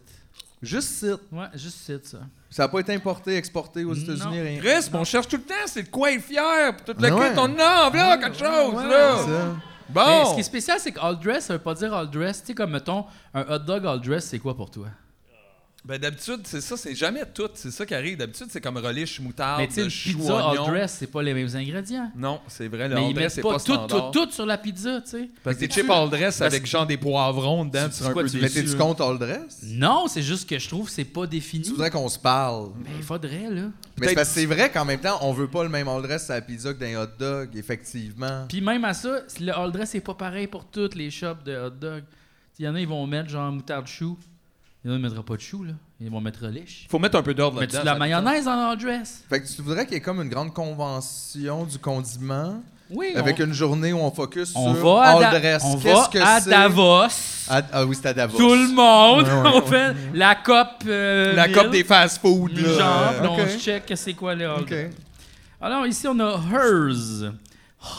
Speaker 3: Juste site.
Speaker 1: Ouais, juste titre, ça.
Speaker 3: Ça n'a pas été importé, exporté aux États-Unis, rien.
Speaker 4: Chris, on cherche tout le temps, c'est de quoi être fier. Puis toute
Speaker 3: Ah
Speaker 4: la
Speaker 3: ouais.
Speaker 4: quête, on a, là, quelque chose, là.
Speaker 3: Ça.
Speaker 1: Mais ce
Speaker 4: Bon.
Speaker 1: qui est spécial, c'est que All Dress, ça veut pas dire All Dress. Tu sais, comme mettons, un hot dog All Dress, c'est quoi pour toi?
Speaker 4: Ben, d'habitude, c'est ça, c'est jamais tout. C'est ça qui arrive. D'habitude, c'est comme relish, moutarde,
Speaker 1: Mais tu sais, une
Speaker 4: chou,
Speaker 1: pizza All
Speaker 4: oignon.
Speaker 1: Dress, c'est pas les mêmes ingrédients.
Speaker 4: Non, c'est vrai, le
Speaker 1: Mais
Speaker 4: all
Speaker 1: ils
Speaker 4: dress, c'est
Speaker 1: mettent
Speaker 4: pas,
Speaker 1: pas, tout, tout,
Speaker 4: standard.
Speaker 1: tout sur la pizza, tu sais.
Speaker 4: Parce que des
Speaker 1: Sais-tu-
Speaker 4: chips all dress
Speaker 1: Parce-
Speaker 4: avec genre des poivrons dedans, tu
Speaker 1: C'est
Speaker 4: seras un
Speaker 1: quoi,
Speaker 4: peu
Speaker 1: tu-
Speaker 4: déçu.
Speaker 3: Mais t'es-tu contre all dress?
Speaker 1: Non, c'est juste que je trouve que c'est pas défini.
Speaker 3: Tu voudrais qu'on se parle.
Speaker 1: Mais il faudrait, là.
Speaker 3: Mais c'est parce que c'est vrai qu'en même temps, on veut pas le même all dress à la pizza que dans hot dog, effectivement.
Speaker 1: Puis même à ça, si le all dress, c'est pas pareil pour toutes les shops de hot dog. Il y en a, ils vont mettre genre moutarde chou. Il y en a, ils mettront pas de chou, là. Ils vont mettre relish.
Speaker 4: Faut mettre un peu d'ordre
Speaker 1: Mais tu
Speaker 4: là-dedans.
Speaker 1: de la
Speaker 4: ça.
Speaker 1: mayonnaise en all dress.
Speaker 3: Fait que tu voudrais qu'il y ait comme une grande convention du condiment
Speaker 1: Oui,
Speaker 3: avec
Speaker 1: on,
Speaker 3: une journée où on focus
Speaker 1: on
Speaker 3: sur
Speaker 1: va à,
Speaker 3: all
Speaker 1: Da-
Speaker 3: dress.
Speaker 1: on
Speaker 3: Qu'est-ce
Speaker 1: va
Speaker 3: que
Speaker 1: à
Speaker 3: c'est?
Speaker 1: Davos.
Speaker 3: À- ah oui, c'est à Davos.
Speaker 1: Tout le monde,
Speaker 3: Ouais, ouais,
Speaker 1: on fait la COP. euh,
Speaker 4: La coupe
Speaker 1: mille,
Speaker 4: des fast-food, là.
Speaker 1: Genre, puis
Speaker 3: ok.
Speaker 1: on se check c'est quoi le all
Speaker 3: OK.
Speaker 1: dress. Alors ici, on a Hers.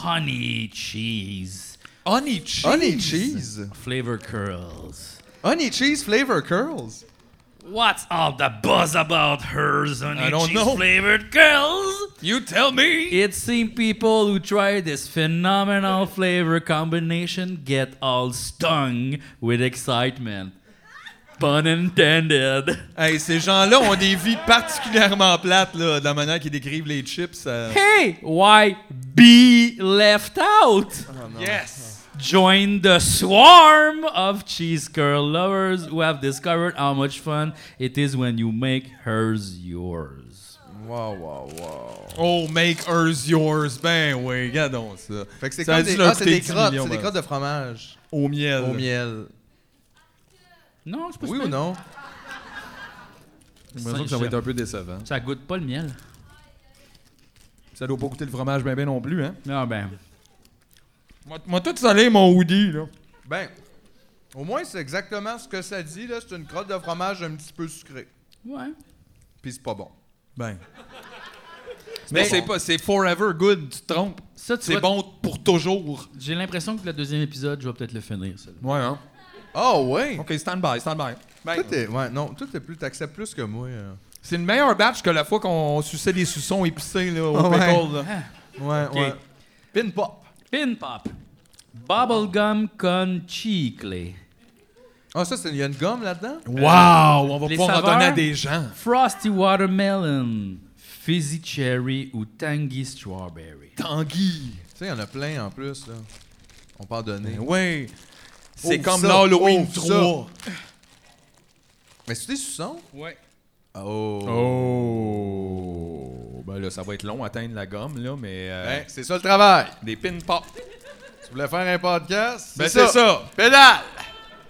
Speaker 1: Honey cheese.
Speaker 4: Honey cheese.
Speaker 3: Honey cheese.
Speaker 1: Flavor curls.
Speaker 3: Honey cheese flavor curls.
Speaker 1: What's all the buzz about hers on
Speaker 4: I don't
Speaker 1: cheese
Speaker 4: know.
Speaker 1: flavored girls?
Speaker 4: You tell me.
Speaker 1: It seems people who try this phenomenal flavor combination get all stung with excitement. Pun intended.
Speaker 4: Hey, ces gens-là ont des vies particulièrement plates, là, de la manière qu'ils décrivent les chips. euh. ça-
Speaker 1: Hey, why be left out?
Speaker 4: Yes.
Speaker 1: Join the swarm of cheese curl lovers who have discovered how much fun it is when you make hers yours.
Speaker 3: Wow, wow, wow.
Speaker 4: Oh, make hers yours. Ben oui, regardons ça.
Speaker 3: Fait que c'est
Speaker 4: Ça a
Speaker 3: comme
Speaker 4: dû
Speaker 3: des,
Speaker 4: leur
Speaker 3: ah, c'est
Speaker 4: coûter
Speaker 3: des
Speaker 4: 10
Speaker 3: crottes,
Speaker 4: millions, Euh,
Speaker 3: c'est des
Speaker 4: ben.
Speaker 3: crottes de fromage
Speaker 4: Au miel.
Speaker 3: au miel.
Speaker 1: Non, je peux
Speaker 3: Oui ou non?
Speaker 4: J'ai l'impression que ça va être un peu décevant.
Speaker 1: Ça goûte pas le miel.
Speaker 4: Ça doit pas goûter le fromage ben ben non plus, hein.
Speaker 1: Non, Ah ben.
Speaker 4: Moi, moi, tout salé, mon hoodie, là.
Speaker 3: Ben, au moins, c'est exactement ce que ça dit. là. C'est une crotte de fromage un petit peu sucrée.
Speaker 1: Ouais.
Speaker 3: Puis c'est pas bon.
Speaker 4: Ben. Mais c'est
Speaker 3: bon.
Speaker 4: pas, c'est forever good, tu te trompes.
Speaker 1: Ça, tu
Speaker 4: C'est
Speaker 1: vois,
Speaker 4: bon pour toujours.
Speaker 1: J'ai l'impression que le deuxième épisode, je vais peut-être le finir. ça.
Speaker 4: Ouais, hein.
Speaker 3: Oh, ouais!
Speaker 4: Ok, stand by, stand by. Ben,
Speaker 3: Toi, t'es- ouais, non, toi, t'es plus, t'acceptes plus que moi. euh.
Speaker 4: c'est le meilleur batch que la fois qu'on suçait des suçons épicés, là, au
Speaker 3: Ouais.
Speaker 4: pickle, là.
Speaker 3: Ouais, ouais. Pin pop.
Speaker 1: Pin pop. Bubblegum con chicle.
Speaker 3: Ah, ça, c'est- il y a une gomme là-dedans?
Speaker 4: Wow! On va
Speaker 1: les
Speaker 4: pouvoir en
Speaker 1: saveurs?
Speaker 4: donner à des gens.
Speaker 1: Frosty watermelon. Fizzy cherry ou tangy strawberry.
Speaker 4: Tanguy.
Speaker 3: Tu sais, il y en a plein en plus, là. On peut en
Speaker 4: Ben
Speaker 3: donner.
Speaker 4: Ouais. C'est
Speaker 3: Ouvre
Speaker 4: comme
Speaker 3: Ben Oh, ça,
Speaker 4: l'Halloween
Speaker 3: ouvre
Speaker 4: 3.
Speaker 3: Mais c'est des suçons?
Speaker 1: Ouais.
Speaker 3: Oh.
Speaker 4: Oh. Ben là, ça va être long à atteindre la gomme, là, mais. euh,
Speaker 3: Ben, c'est ça le travail.
Speaker 4: Des pin-pop.
Speaker 3: Tu voulais faire un podcast?
Speaker 4: Ben c'est ça. Pédale!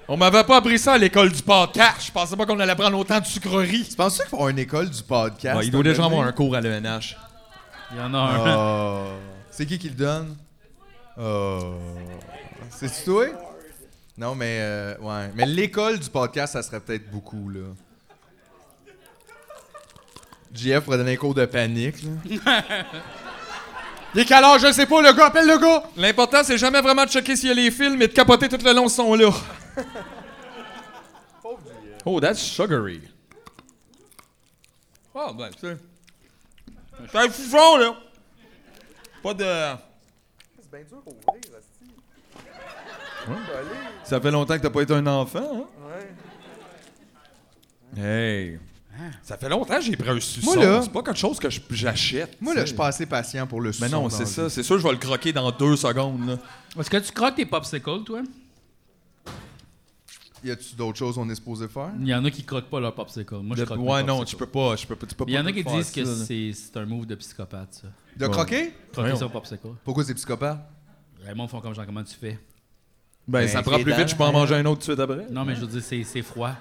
Speaker 4: On m'avait pas appris ça à l'école du podcast. Je pensais pas qu'on allait prendre autant de sucreries.
Speaker 3: Tu penses qu'il faut avoir une école du podcast?
Speaker 4: Ben, il doit déjà avoir un cours à l'ENH.
Speaker 1: Il y en a un.
Speaker 3: Oh. C'est qui qui le donne? Oh. C'est toi? Non, mais euh, ouais. Mais l'école du podcast, ça serait peut-être beaucoup, là. JF pourrait donner un cours de panique, là. Il est quelle heure? Je sais pas, le gars, appelle le gars!
Speaker 4: L'important, c'est jamais vraiment de checker s'il y a les fils, mais de capoter tout le long ils sont là. oh, that's sugary. Oh, ben, c'est. C'est un fond, là. Pas de. C'est bien dur pour ouvrir, Ça fait longtemps que t'as pas été un enfant, hein? Hey. Ça fait longtemps que j'ai pris un suçon.
Speaker 3: Hein? Moi, là-
Speaker 4: C'est pas quelque chose que je- j'achète.
Speaker 3: Moi, là,
Speaker 4: tu
Speaker 3: je
Speaker 4: sais.
Speaker 3: suis pas assez patient pour le
Speaker 4: Mais
Speaker 3: son
Speaker 4: Ben non,
Speaker 3: dans
Speaker 4: c'est
Speaker 3: la
Speaker 4: ça.
Speaker 3: vie.
Speaker 4: C'est sûr, je vais le croquer dans deux secondes, là.
Speaker 1: Est-ce que tu croques tes popsicles, toi?
Speaker 3: Y a-tu d'autres choses qu'on est supposé faire?
Speaker 1: Il y en a qui croquent pas leurs popsicles. Moi, je
Speaker 4: De-
Speaker 1: croque mes
Speaker 4: ouais, non, tu
Speaker 1: popsicles.
Speaker 4: peux pas. Je peux, pas- tu peux
Speaker 1: Il y
Speaker 4: pas
Speaker 1: en a
Speaker 4: tout
Speaker 1: qui
Speaker 4: faire
Speaker 1: disent que
Speaker 4: ça, là.
Speaker 1: c'est c'est un move de psychopathe, ça.
Speaker 3: De croquer?
Speaker 1: Croquer
Speaker 4: Voyons.
Speaker 1: son popsicle.
Speaker 3: Pourquoi c'est psychopathe?
Speaker 1: Raymond font comme genre, comment tu fais?
Speaker 4: Ben, ça
Speaker 3: Ben,
Speaker 4: prend
Speaker 3: c'est
Speaker 4: plus
Speaker 3: dans
Speaker 4: vite, je peux en manger un autre tout de suite après.
Speaker 1: Non, mais je veux dire, c'est- c'est froid.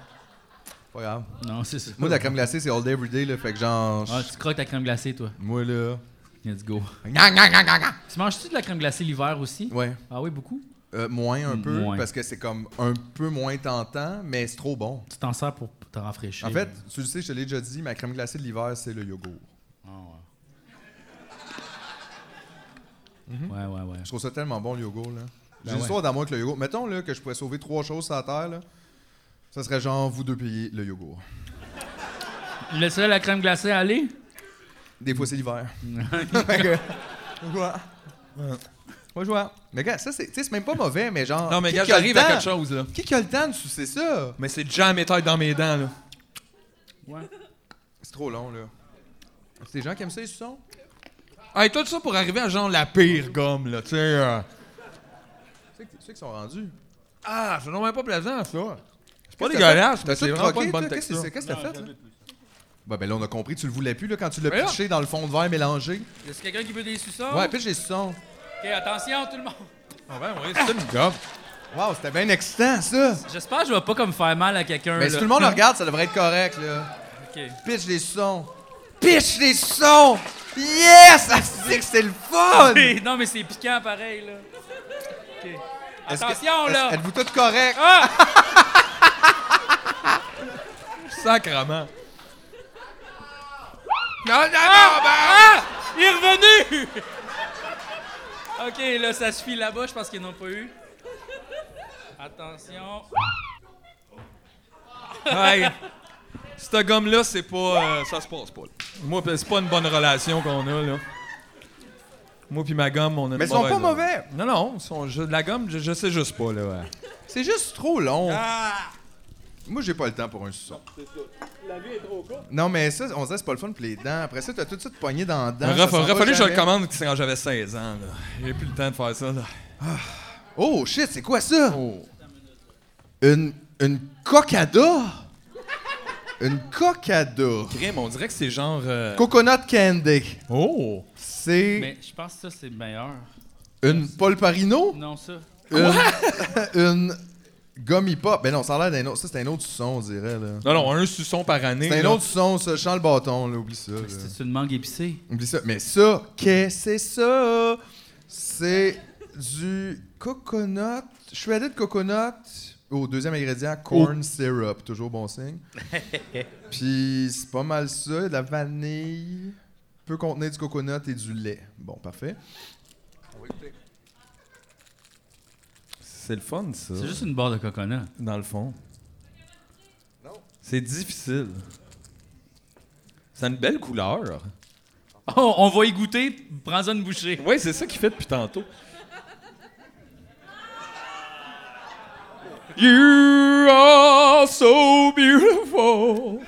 Speaker 3: Pas grave.
Speaker 1: Non, c'est ça.
Speaker 3: Moi, la crème glacée, c'est all day, every day, là. Fait que genre.
Speaker 1: Ah,
Speaker 3: je-
Speaker 1: tu croques ta crème glacée, toi.
Speaker 3: Moi, là.
Speaker 1: Let's go.
Speaker 3: Gna, gna, gna, gna, gna.
Speaker 1: Tu manges-tu de la crème glacée l'hiver aussi?
Speaker 3: Ouais.
Speaker 1: Ah oui, beaucoup?
Speaker 3: Euh, moins un peu,
Speaker 1: Moins.
Speaker 3: parce que c'est comme un peu moins tentant, mais c'est trop bon.
Speaker 1: Tu t'en sers pour te rafraîchir.
Speaker 3: En fait, tu le sais, je te l'ai déjà dit, ma crème glacée de l'hiver, c'est le yogourt.
Speaker 1: Mhm. Ouais, ouais, ouais.
Speaker 3: Je trouve ça tellement bon, le yogourt, là. J'ai
Speaker 1: Ben
Speaker 3: une histoire d'amour avec le yogourt. Mettons là, que je pourrais sauver trois choses sur la Terre, là. Ça serait genre, vous deux payez le yogourt.
Speaker 1: Laisse-la la crème glacée aller?
Speaker 3: Des fois, c'est l'hiver. Fait que- Ouais. Ouais. Ouais, je vois. Mais gars, ça, c'est tu sais, c'est même pas mauvais, mais genre.
Speaker 4: Non, mais
Speaker 3: Ah, qui
Speaker 4: gars,
Speaker 3: qui a le
Speaker 4: j'arrive à
Speaker 3: temps?
Speaker 4: quelque chose, là.
Speaker 3: Qui qui a le temps de sucer ça?
Speaker 4: Mais c'est jam et taille dans mes dents, là.
Speaker 3: C'est trop long, là. C'est des gens qui aiment ça, ils sont?
Speaker 4: Hey, tout ça pour arriver à genre la pire gomme, là, tu sais. euh.
Speaker 3: C'est ceux qui sont rendus.
Speaker 4: Ah, c'est non même pas plaisant, ça. C'est pas
Speaker 3: Qu'est-ce que
Speaker 4: dégueulasse,
Speaker 3: t'as fait? T'as
Speaker 4: mais c'est
Speaker 3: tout
Speaker 4: vraiment pas
Speaker 3: croqué,
Speaker 4: une bonne
Speaker 3: toi? Qu'est-ce que
Speaker 4: texture.
Speaker 3: c'est- Qu'est-ce que t'as fait, là? Bah, ben là, on a compris, tu le voulais plus, là, quand tu l'as
Speaker 4: Mais là-
Speaker 3: pitché dans le fond de verre mélangé.
Speaker 1: Est-ce que quelqu'un qui veut des suçons?
Speaker 3: Ouais, pitch les suçons.
Speaker 1: Ok, attention tout le monde.
Speaker 4: Ah ben oui, c'est une gomme.
Speaker 3: Wow, c'était bien excitant, ça!
Speaker 1: J'espère que je vais pas comme faire mal à quelqu'un.
Speaker 3: Mais
Speaker 1: là.
Speaker 3: Ben, si tout le monde le regarde, ça devrait être correct, là.
Speaker 1: Ok.
Speaker 3: Pitch les sons. Pitch les sons! Yes! Ah, c'est que c'est le fun!
Speaker 1: Hey, non, mais c'est piquant pareil, là. Ok.
Speaker 3: Est-ce que-
Speaker 1: Attention,
Speaker 3: est-ce-
Speaker 1: là!
Speaker 3: Êtes-vous tous corrects?
Speaker 4: Sacrement.
Speaker 1: Ah! Il est revenu! ok, là, ça suffit là-bas, je pense qu'ils n'ont pas eu. Attention.
Speaker 3: ben-
Speaker 4: Hey, cette gomme-là, c'est pas. euh, ça se passe pas. là. Moi, pis c'est pas une bonne relation qu'on a, là. Moi puis ma gomme, on a une
Speaker 3: Mais ils sont pas
Speaker 4: mauvaise, là.
Speaker 3: mauvais!
Speaker 4: Non, non, ils sont- je- la gomme, je, je sais juste pas, là. ouais.
Speaker 3: C'est juste trop long. Moi, j'ai pas le temps pour un suçon. Non, mais ça, on disait, c'est pas le fun pour les dents. Après ça, t'as tout de suite poigné dans la dent.
Speaker 4: Il
Speaker 3: ça
Speaker 4: aurait
Speaker 3: s'en va
Speaker 4: fallu que je le
Speaker 3: jamais.
Speaker 4: commande c'est quand j'avais 16 ans, là. J'ai plus le temps de faire ça, là.
Speaker 3: Oh shit, c'est quoi ça?
Speaker 4: Oh.
Speaker 3: Une, une cocada? une cocada.
Speaker 4: Crime, on dirait que c'est genre. euh,
Speaker 3: Coconut candy.
Speaker 4: Oh!
Speaker 3: C'est
Speaker 1: Mais je pense que ça, c'est meilleur.
Speaker 3: une polparino?
Speaker 1: Non, ça.
Speaker 3: Une, une gummy pop. Ben non, ça a l'air d'un autre. Ça, c'est un autre son, on dirait. là.
Speaker 4: Non, non, un suçon par année.
Speaker 3: C'est un
Speaker 4: là.
Speaker 3: autre son, ça. Chant le bâton, là. Oublie ça. là.
Speaker 1: C'est une mangue épicée.
Speaker 3: Oublie ça. Mais ça, qu'est-ce que c'est ça? C'est du coconut. Shredded coconut. Au deuxième ingrédient, corn syrup. Toujours bon signe. Puis c'est pas mal ça. De la vanille. Peut contenir du coconut et du lait. Bon, parfait.
Speaker 4: C'est le fun, ça.
Speaker 1: C'est juste une barre de coconut.
Speaker 4: Dans le fond. C'est difficile. Ça a une belle couleur.
Speaker 1: Oh, on va y goûter. Prends-en une bouchée.
Speaker 4: Oui, c'est ça qu'il fait depuis tantôt. You are so beautiful.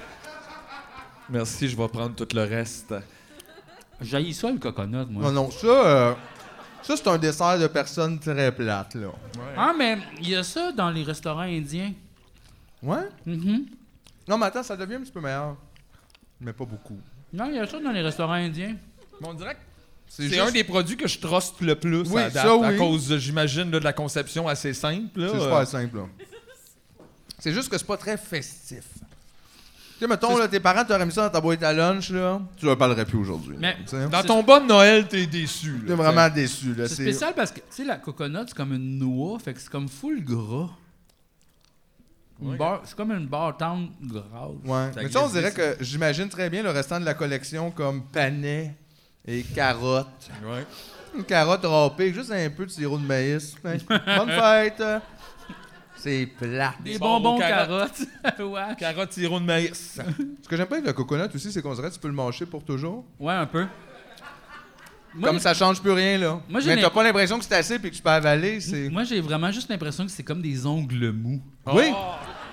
Speaker 4: Merci, je vais prendre tout le reste.
Speaker 1: J'haïs ça, le coconut, moi.
Speaker 3: Non, non, ça, euh, ça c'est un dessert de personnes très plates, là.
Speaker 1: Ah, mais il y a ça dans les restaurants indiens.
Speaker 3: Ouais?
Speaker 1: Mhm.
Speaker 3: Non, mais attends, ça devient un petit peu meilleur. Mais pas beaucoup.
Speaker 1: Non, il y a ça dans les restaurants indiens.
Speaker 4: On dirait que
Speaker 3: C'est
Speaker 4: c'est
Speaker 3: juste-
Speaker 4: un des produits que je truste le plus
Speaker 3: Oui,
Speaker 4: à date,
Speaker 3: ça, oui.
Speaker 4: à cause, j'imagine, là, de la conception assez simple. là.
Speaker 3: C'est super simple, là. C'est juste que c'est pas très festif. Tu sais, mettons, là, tes parents t'auraient mis ça dans ta boîte à lunch, là. Tu leur parlerais plus aujourd'hui.
Speaker 1: Mais-
Speaker 3: tu sais.
Speaker 4: Dans ton bon Noël, t'es déçu. là,
Speaker 3: T'es vraiment déçu, là.
Speaker 1: C'est spécial parce que, tu sais, la coconut, c'est comme une noix, fait que c'est comme full gras. Une barre- c'est comme une barre tendre grasse.
Speaker 3: Ouais.
Speaker 4: Ça
Speaker 3: Mais tu sais, on
Speaker 4: glisse,
Speaker 3: dirait que j'imagine très bien le restant de la collection comme panais et carottes.
Speaker 4: t'sais. Ouais.
Speaker 3: Une carotte râpée, juste un peu de sirop de maïs. Hein. Bonne fête! C'est plat.
Speaker 1: Des,
Speaker 4: Des bonbons
Speaker 1: bonbons
Speaker 4: aux
Speaker 1: carottes. ouais.
Speaker 4: Carotte sirop de maïs.
Speaker 3: Ce que j'aime pas avec le coconut aussi, c'est qu'on dirait que tu peux le mâcher pour toujours.
Speaker 1: ouais, un peu. Moi,
Speaker 3: comme ça change plus rien, là.
Speaker 1: Moi, j'ai
Speaker 3: Mais t'as
Speaker 1: l'im-
Speaker 3: pas l'impression que c'est assez puis que tu peux avaler, c'est...
Speaker 1: Moi, j'ai vraiment juste l'impression que c'est comme des ongles mous.
Speaker 4: Oh,
Speaker 3: Oui!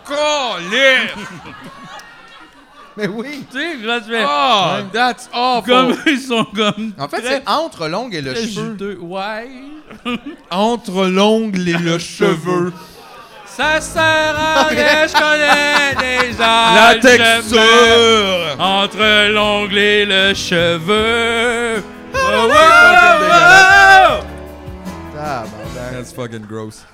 Speaker 4: Colère!
Speaker 3: Mais oui!
Speaker 1: Tu sais, là, tu fais
Speaker 4: Oh, that's awful!
Speaker 1: comme ils sont comme.
Speaker 3: Ah!
Speaker 4: Ah,
Speaker 3: En fait,
Speaker 1: très-
Speaker 3: c'est entre l'ongle et le
Speaker 1: très
Speaker 3: cheveu.
Speaker 1: juteux. Ouais.
Speaker 4: Entre l'ongle et le cheveu.
Speaker 1: Ça sert à rien, je connais déjà.
Speaker 3: Ah,
Speaker 4: La
Speaker 1: je me-
Speaker 4: texture!
Speaker 1: Entre l'ongle et le cheveu.
Speaker 3: Tabarnak.
Speaker 4: That's fucking gross.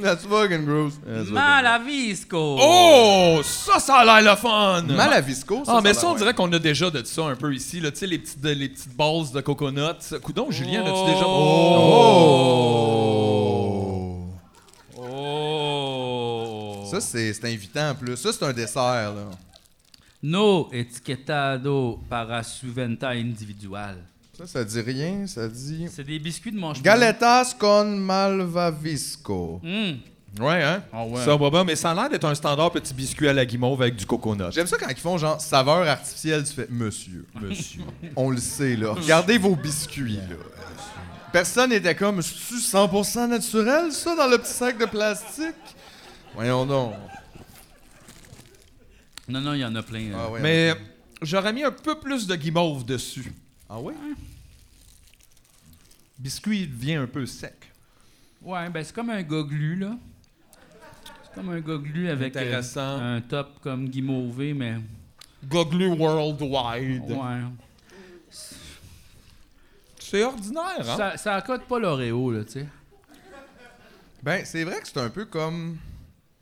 Speaker 3: That's fucking gross. Ah,
Speaker 1: Ah, Malavisco!
Speaker 4: Oh, ça, ça a l'air le fun!
Speaker 3: Malavisco, ça,
Speaker 4: Ah, mais
Speaker 3: ça a
Speaker 4: ça, on
Speaker 3: l'air-
Speaker 4: dirait qu'on a déjà de ça un peu ici, là. Tu sais, les petites, les petites balles de coconut. Coudon, Julien, as-tu déjà.
Speaker 3: Oh!
Speaker 1: Oh!
Speaker 3: Ça, c'est c'est invitant en plus. Ça, c'est un dessert, là.
Speaker 1: No etiquetado para su venta individual.
Speaker 3: Ça, ça dit rien, ça dit.
Speaker 1: C'est des biscuits de manche
Speaker 3: Galetas con malvavisco.
Speaker 1: Hum.
Speaker 3: Ouais, hein?
Speaker 1: Ah ouais.
Speaker 4: Ça va bien, mais ça a l'air d'être un standard petit biscuit à la guimauve avec du coconut.
Speaker 3: J'aime ça quand ils font genre saveur artificielle, tu fais monsieur, monsieur. On le sait, là. Regardez vos biscuits, là. Personne n'était comme, c'est-tu 100% naturel, ça, dans le petit sac de plastique? Voyons donc.
Speaker 1: Non, non, il y en a plein. euh.
Speaker 3: Ah, ouais,
Speaker 4: Mais j'aurais mis un peu plus de guimauve dessus.
Speaker 3: Ah ouais?
Speaker 4: Biscuit devient un peu sec.
Speaker 1: Ouais, ben c'est comme un goglu, là. C'est comme un goglu avec euh,
Speaker 4: Intéressant.
Speaker 1: un top comme guimauvé, mais.
Speaker 4: Goglu Worldwide.
Speaker 1: Ouais.
Speaker 4: C'est ordinaire, hein?
Speaker 1: Ça, ça accote pas l'Oreo, là, tu sais.
Speaker 3: Ben, c'est vrai que c'est un peu comme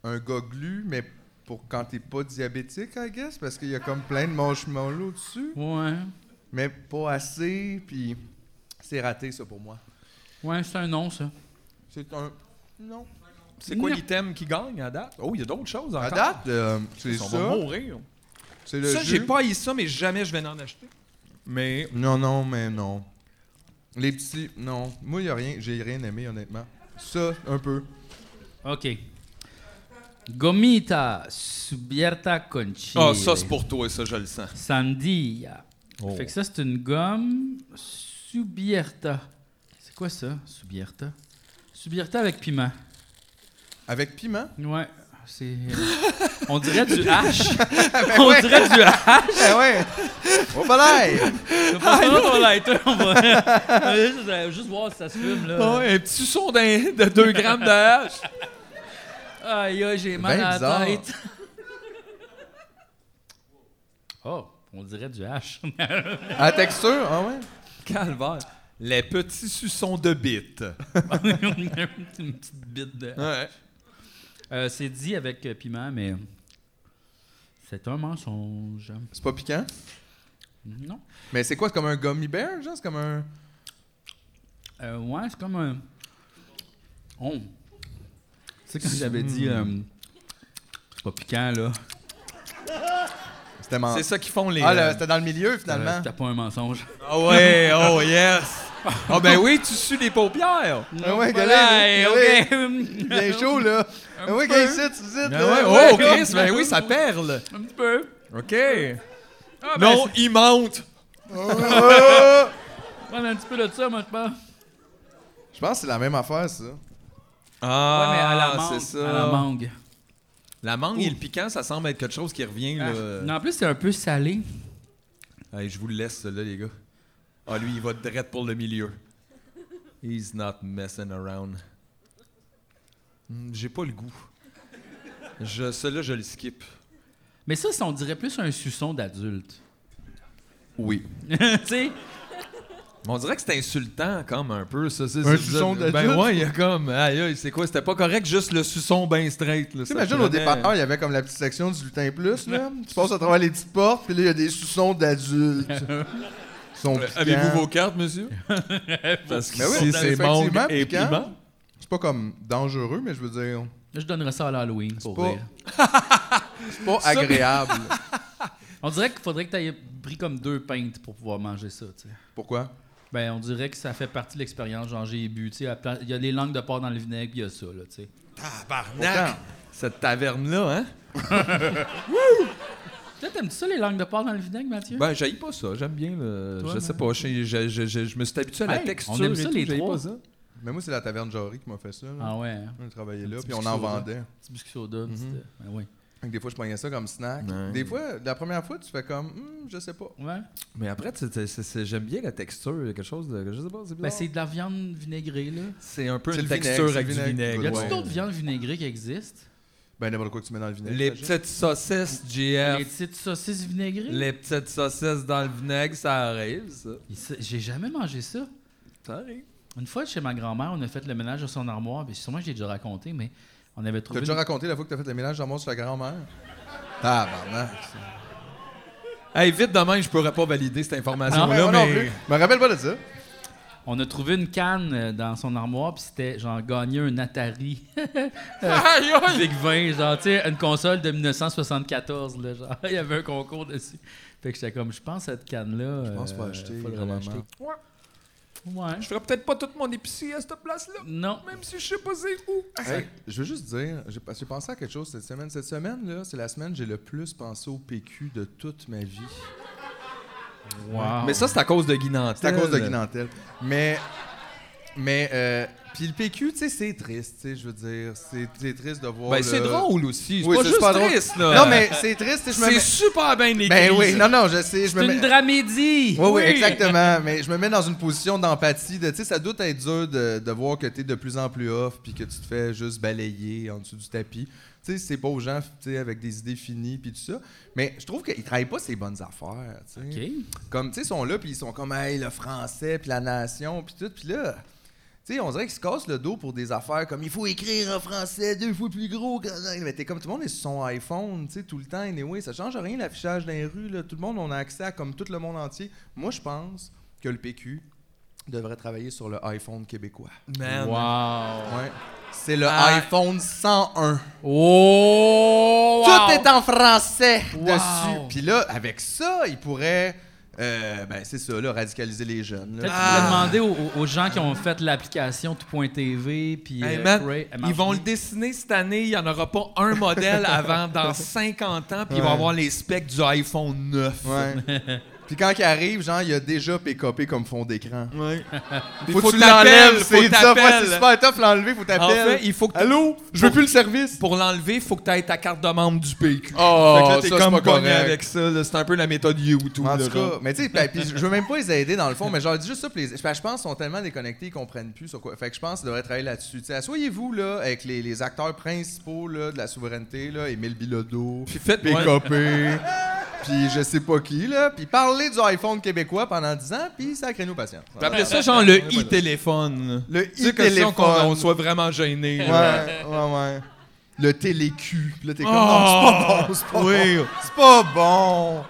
Speaker 3: un goglu, mais pour quand t'es pas diabétique, I guess, parce qu'il y a comme plein de marshmallows dessus,
Speaker 1: Ouais.
Speaker 3: mais pas assez, puis c'est raté, ça, pour moi.
Speaker 1: Ouais, c'est un nom, ça.
Speaker 3: C'est un... Non.
Speaker 4: C'est quoi
Speaker 1: Non.
Speaker 4: l'item qui gagne à date? Oh, il y a d'autres choses encore.
Speaker 3: À date, euh, c'est
Speaker 4: On
Speaker 3: ça.
Speaker 4: va mourir.
Speaker 3: C'est le
Speaker 4: Ça,
Speaker 3: jeu.
Speaker 4: j'ai pas haï ça, mais jamais je vais en acheter. Mais
Speaker 3: Non, non, mais non. Les petits, non. Moi, y a rien, j'ai rien aimé, honnêtement. Ça, un peu.
Speaker 1: OK. Gomita subierta con chile.
Speaker 4: Ah, ça, c'est pour toi, ça, je le sens.
Speaker 1: Sandilla. Fait que ça, c'est une gomme subierta. C'est quoi ça, subierta? Subierta avec piment.
Speaker 3: Avec piment.
Speaker 1: Ouais, c'est... euh, On dirait du hache. On dirait du hache.
Speaker 3: Eh ouais! Au palais!
Speaker 1: Je vais passer là ton lighter, on va- on va juste, euh, juste voir si ça se fume, là.
Speaker 4: Ah un petit son d'un- de 2 grammes de hache.
Speaker 1: Aïe, aïe, j'ai mal
Speaker 3: Ben
Speaker 1: à
Speaker 3: bizarre.
Speaker 1: la tête. Oh, on dirait du hache.
Speaker 3: À texture, ah ouais?
Speaker 4: Calvaire. Les petits suçons de bite.
Speaker 1: une petite bite de...
Speaker 4: Ouais.
Speaker 1: Euh, c'est dit avec euh, piment, mais c'est un mensonge.
Speaker 3: C'est pas piquant?
Speaker 1: Non.
Speaker 3: Mais c'est quoi? C'est comme un gummy bear, genre? C'est comme un.
Speaker 1: Euh, ouais, c'est comme un. Oh. Tu sais, quand j'avais dit. euh,
Speaker 4: Hmm.
Speaker 1: c'est pas piquant, là.
Speaker 3: C'était man-
Speaker 4: C'est ça qu'ils font les.
Speaker 3: Ah, là,
Speaker 4: euh,
Speaker 3: c'était dans le milieu,
Speaker 1: Euh,
Speaker 3: finalement.
Speaker 1: C'était pas un mensonge.
Speaker 4: Ah ouais, oh yes. Ah ben oui, tu sues les paupières.
Speaker 3: Ah
Speaker 1: Voilà,
Speaker 3: ouais, galère!
Speaker 1: ok.
Speaker 3: Il est chaud, là! Ah ouais, gars, ici, tu visites,
Speaker 4: Ah
Speaker 3: là!
Speaker 4: ouais, oh Chris, ben oui, ça perle.
Speaker 1: Un petit peu. Ah, ben,
Speaker 4: OK.
Speaker 3: Ah, ben
Speaker 4: non, il monte.
Speaker 1: Prendre un petit peu de ça, moi, je pense.
Speaker 3: Je pense que c'est la même affaire, ça.
Speaker 4: Ah,
Speaker 1: ouais, mais à la mangue.
Speaker 4: c'est ça.
Speaker 1: À la mangue.
Speaker 4: La mangue et le piquant, ça semble être quelque chose qui revient. là.
Speaker 1: Ah. Non, en plus, c'est un peu salé.
Speaker 4: Allez, je vous le laisse, là, les gars. Ah, lui, il va direct pour le milieu. He's not messing around. Hmm, J'ai pas le goût. Je, celui-là, je le skip.
Speaker 1: Mais ça, ça, on dirait plus un suçon d'adulte.
Speaker 4: Oui.
Speaker 1: tu sais?
Speaker 4: On dirait que c'est insultant, comme un peu, ça. c'est-
Speaker 3: Un
Speaker 4: c'est-
Speaker 3: suçon
Speaker 4: Ben
Speaker 3: d'adulte?
Speaker 4: ouais, il y a comme. Aïe, aïe, c'est quoi? C'était pas correct, juste le suçon ben straight. là, ça
Speaker 3: T'imagines au
Speaker 4: prenait-
Speaker 3: dépanneur, il y avait comme la petite section du lutin plus, là. tu passes à travers les petites portes, puis là, il y a des sous-sons d'adultes. Ils sont
Speaker 4: Euh,
Speaker 3: piquants.
Speaker 4: Avez-vous vos cartes, monsieur? Parce que
Speaker 3: Ben oui,
Speaker 4: si
Speaker 3: c'est
Speaker 4: c'est
Speaker 3: effectivement
Speaker 4: mangue et
Speaker 3: piquant.
Speaker 4: piment.
Speaker 3: C'est pas comme dangereux, mais je veux dire,
Speaker 1: Je donnerais ça à l'Halloween pour
Speaker 3: pas-
Speaker 1: rire.
Speaker 3: c'est pas agréable.
Speaker 1: On dirait qu'il faudrait que tu aies pris comme deux pintes pour pouvoir manger ça, tu sais.
Speaker 3: Pourquoi?
Speaker 1: Ben, on dirait que ça fait partie de l'expérience. Genre, j'ai bu, tu sais, à pla- il y a les langues de porc dans le vinaigre, puis il y a ça, là, tu sais.
Speaker 4: Tabarnak! Cette taverne-là, hein?
Speaker 1: Peut-être t'aimes-tu ça, les langues de porc dans le vinaigre, Mathieu?
Speaker 4: Ben, j'aille pas ça. J'aime bien le.
Speaker 1: Toi,
Speaker 4: je sais pas. Je, je- je- je- je me suis habitué à la
Speaker 1: Hey,
Speaker 4: texture.
Speaker 1: on aime ça,
Speaker 4: et tout,
Speaker 1: les
Speaker 4: j'haïs
Speaker 1: trois.
Speaker 4: Pas ça.
Speaker 3: Mais moi, c'est la taverne Jory qui m'a fait ça. là.
Speaker 1: ah ouais, hein?
Speaker 3: On travaillait là,
Speaker 1: petit
Speaker 3: puis on
Speaker 1: biscuit
Speaker 3: en
Speaker 1: soda.
Speaker 3: vendait.
Speaker 1: petit biscuit soda,
Speaker 3: Mhm.
Speaker 1: petit, euh, ben oui.
Speaker 3: Fait que des fois, je prenais ça comme snack.
Speaker 4: Ouais.
Speaker 3: Des fois, la première fois, tu fais comme, Hmm, je sais pas.
Speaker 1: Ouais.
Speaker 4: Mais après, tu- tu- c'est- c'est- j'aime bien la texture. Il y a quelque chose de. Je sais pas, c'est
Speaker 1: Ben,
Speaker 4: bizarre.
Speaker 1: c'est de la viande vinaigrée, là.
Speaker 4: c'est un peu
Speaker 3: C'est
Speaker 4: une
Speaker 3: le vinaigre,
Speaker 4: texture
Speaker 3: c'est
Speaker 4: avec
Speaker 3: le
Speaker 4: du
Speaker 3: vinaigre.
Speaker 1: Y a-tu
Speaker 4: vinaigre.
Speaker 3: Ouais.
Speaker 1: d'autres viandes vinaigrées qui existent?
Speaker 3: Ben, n'importe quoi que tu mets dans le vinaigre.
Speaker 4: Les
Speaker 3: t'imagines?
Speaker 4: petites saucisses,
Speaker 1: Les
Speaker 3: Euh,
Speaker 4: JF.
Speaker 1: petites saucisses vinaigrées?
Speaker 4: Les petites saucisses dans le vinaigre, ça arrive, ça.
Speaker 1: Il- ça- J'ai jamais mangé ça.
Speaker 4: Ça arrive.
Speaker 1: Une fois, chez ma grand-mère, on a fait le ménage de son armoire. Puis sûrement que j'ai déjà raconté, mais on avait
Speaker 3: T'as
Speaker 1: trouvé.
Speaker 3: déjà
Speaker 1: une-
Speaker 3: raconté la fois que t'as fait le ménage dans sur la grand-mère? Ah, ben, Tabarnak.
Speaker 4: Hey, vite demain, je pourrais pas valider cette
Speaker 3: Ouais,
Speaker 4: information-là,
Speaker 3: moi non
Speaker 4: mais.
Speaker 3: plus. Je me rappelle pas de ça.
Speaker 1: On a trouvé une canne euh, dans son armoire, puis c'était genre gagner un Atari.
Speaker 4: Aïe, aïe!
Speaker 1: Big 20, genre, tu sais, une console de 1974, là, genre, il y avait un concours dessus. Fait que j'étais comme, je pense cette canne-là. euh, Je
Speaker 3: pense pas
Speaker 4: Euh,
Speaker 3: acheter,
Speaker 1: vraiment.
Speaker 3: vraiment.
Speaker 4: Ouais.
Speaker 1: Ouais.
Speaker 4: Je ferais peut-être pas toute mon épicerie à cette place-là.
Speaker 1: Non.
Speaker 4: Même si je sais pas c'est où.
Speaker 3: Hey, je veux juste dire, j'ai pas- j'ai pensé à quelque chose cette semaine. Cette semaine, là, c'est la semaine que j'ai le plus pensé au PQ de toute ma vie.
Speaker 1: Wow.
Speaker 4: Mais ça, c'est à cause de Guy
Speaker 3: C'est à cause de Guinantel. Mais. Mais. euh, Puis le PQ, tu sais, c'est triste, tu sais, je veux dire. C'est c'est triste de voir.
Speaker 4: Ben,
Speaker 3: le-
Speaker 4: c'est drôle aussi. C'est
Speaker 3: Euh, Oui,
Speaker 4: pas
Speaker 3: c'est
Speaker 4: juste
Speaker 3: super drôle.
Speaker 4: triste, là.
Speaker 3: Non, mais c'est triste, je me
Speaker 4: C'est
Speaker 3: mets-
Speaker 4: super bien écrit.
Speaker 3: Ben oui, non, non, je sais. je me
Speaker 1: C'est
Speaker 3: mets-
Speaker 1: une dramédie!
Speaker 3: Oui, oui, exactement. Mais je me mets dans une position d'empathie. De, tu sais, ça doit être dur de, de voir que tu es de plus en plus off puis que tu te fais juste balayer en dessous du tapis. Tu sais, c'est pas aux gens tu sais, avec des idées finies puis tout ça. Mais je trouve qu'ils travaillent pas ces bonnes affaires. tu sais.
Speaker 1: OK.
Speaker 3: Comme, tu sais, ils sont là puis ils sont comme, hey, le français puis la nation puis tout. Puis là. Tu sais, on dirait qu'ils se cassent le dos pour des affaires comme il faut écrire en français deux fois plus gros. que- Mais t'es comme tout le monde est sur son iPhone, tu sais, tout le temps. Anyway, ça change rien l'affichage dans les rues. Là. Tout le monde, on a accès à comme tout le monde entier. Moi, je pense que le PQ devrait travailler sur le iPhone québécois.
Speaker 4: Man.
Speaker 1: Wow.
Speaker 3: Ouais. C'est le
Speaker 4: Ah.
Speaker 3: iPhone 101.
Speaker 1: Oh! wow.
Speaker 3: Tout est en français
Speaker 1: Wow.
Speaker 3: dessus. Puis là, avec ça, il pourrait, euh, ben c'est ça, là, radicaliser les jeunes. là. Ah.
Speaker 1: Peut-être qu'on
Speaker 4: Ah. euh,
Speaker 1: pourrait demander aux- aux, aux gens qui ont fait l'application tout.tv, puis.
Speaker 4: Hey,
Speaker 1: euh,
Speaker 4: man,
Speaker 1: Cray- elle marche
Speaker 4: ils vont le
Speaker 1: bien.
Speaker 4: dessiner cette année. Il n'y en aura pas un modèle avant dans 50 ans. Puis il va avoir les specs du iPhone 9.
Speaker 3: Ouais. Puis quand il arrive, genre, il a déjà pécopé comme fond d'écran.
Speaker 4: Ouais.
Speaker 3: Faut, que tu l'enlèves, c'est tough, ouais, c'est
Speaker 4: t'appelles.
Speaker 3: super tough l'enlever, faut
Speaker 4: En
Speaker 3: t'appeler.
Speaker 4: fait, il faut que t'a-
Speaker 3: Allô, je veux plus le service.
Speaker 4: pour l'enlever, il faut que tu aies ta carte de membre du PQ.
Speaker 3: Oh,
Speaker 4: fait que là, t'es
Speaker 3: ça, c'est
Speaker 4: comme
Speaker 3: pas
Speaker 4: pogné
Speaker 3: correct.
Speaker 4: avec ça. là. C'est un peu la méthode YouTube.
Speaker 3: En
Speaker 4: là,
Speaker 3: tout
Speaker 4: genre.
Speaker 3: cas, mais tu sais, puis- puis je veux même pas les aider dans le fond, mais genre, dis juste ça, puis les- parce que je pense qu'ils sont tellement déconnectés, ils comprennent plus sur quoi. Fait que je pense qu'ils devraient travailler là-dessus. Tu sais, Asseyez-vous là avec les, les acteurs principaux là, de la souveraineté, là, Émile Bilodeau,
Speaker 4: Puis faites-
Speaker 3: Pécopé, puis je sais pas qui, là, puis parlez du iPhone québécois pendant 10 ans, puis ça crée nos patients.
Speaker 4: Puis après ça, genre le i-téléphone.
Speaker 3: Le
Speaker 4: Tu sais, question
Speaker 3: e-téléphone.
Speaker 4: qu'on on soit vraiment gêné.
Speaker 3: Ouais,
Speaker 4: là.
Speaker 3: ouais, ouais. Le télécu. Puis là, t'es comme,
Speaker 4: Oh!
Speaker 3: non, c'est pas bon, c'est pas bon. C'est pas bon.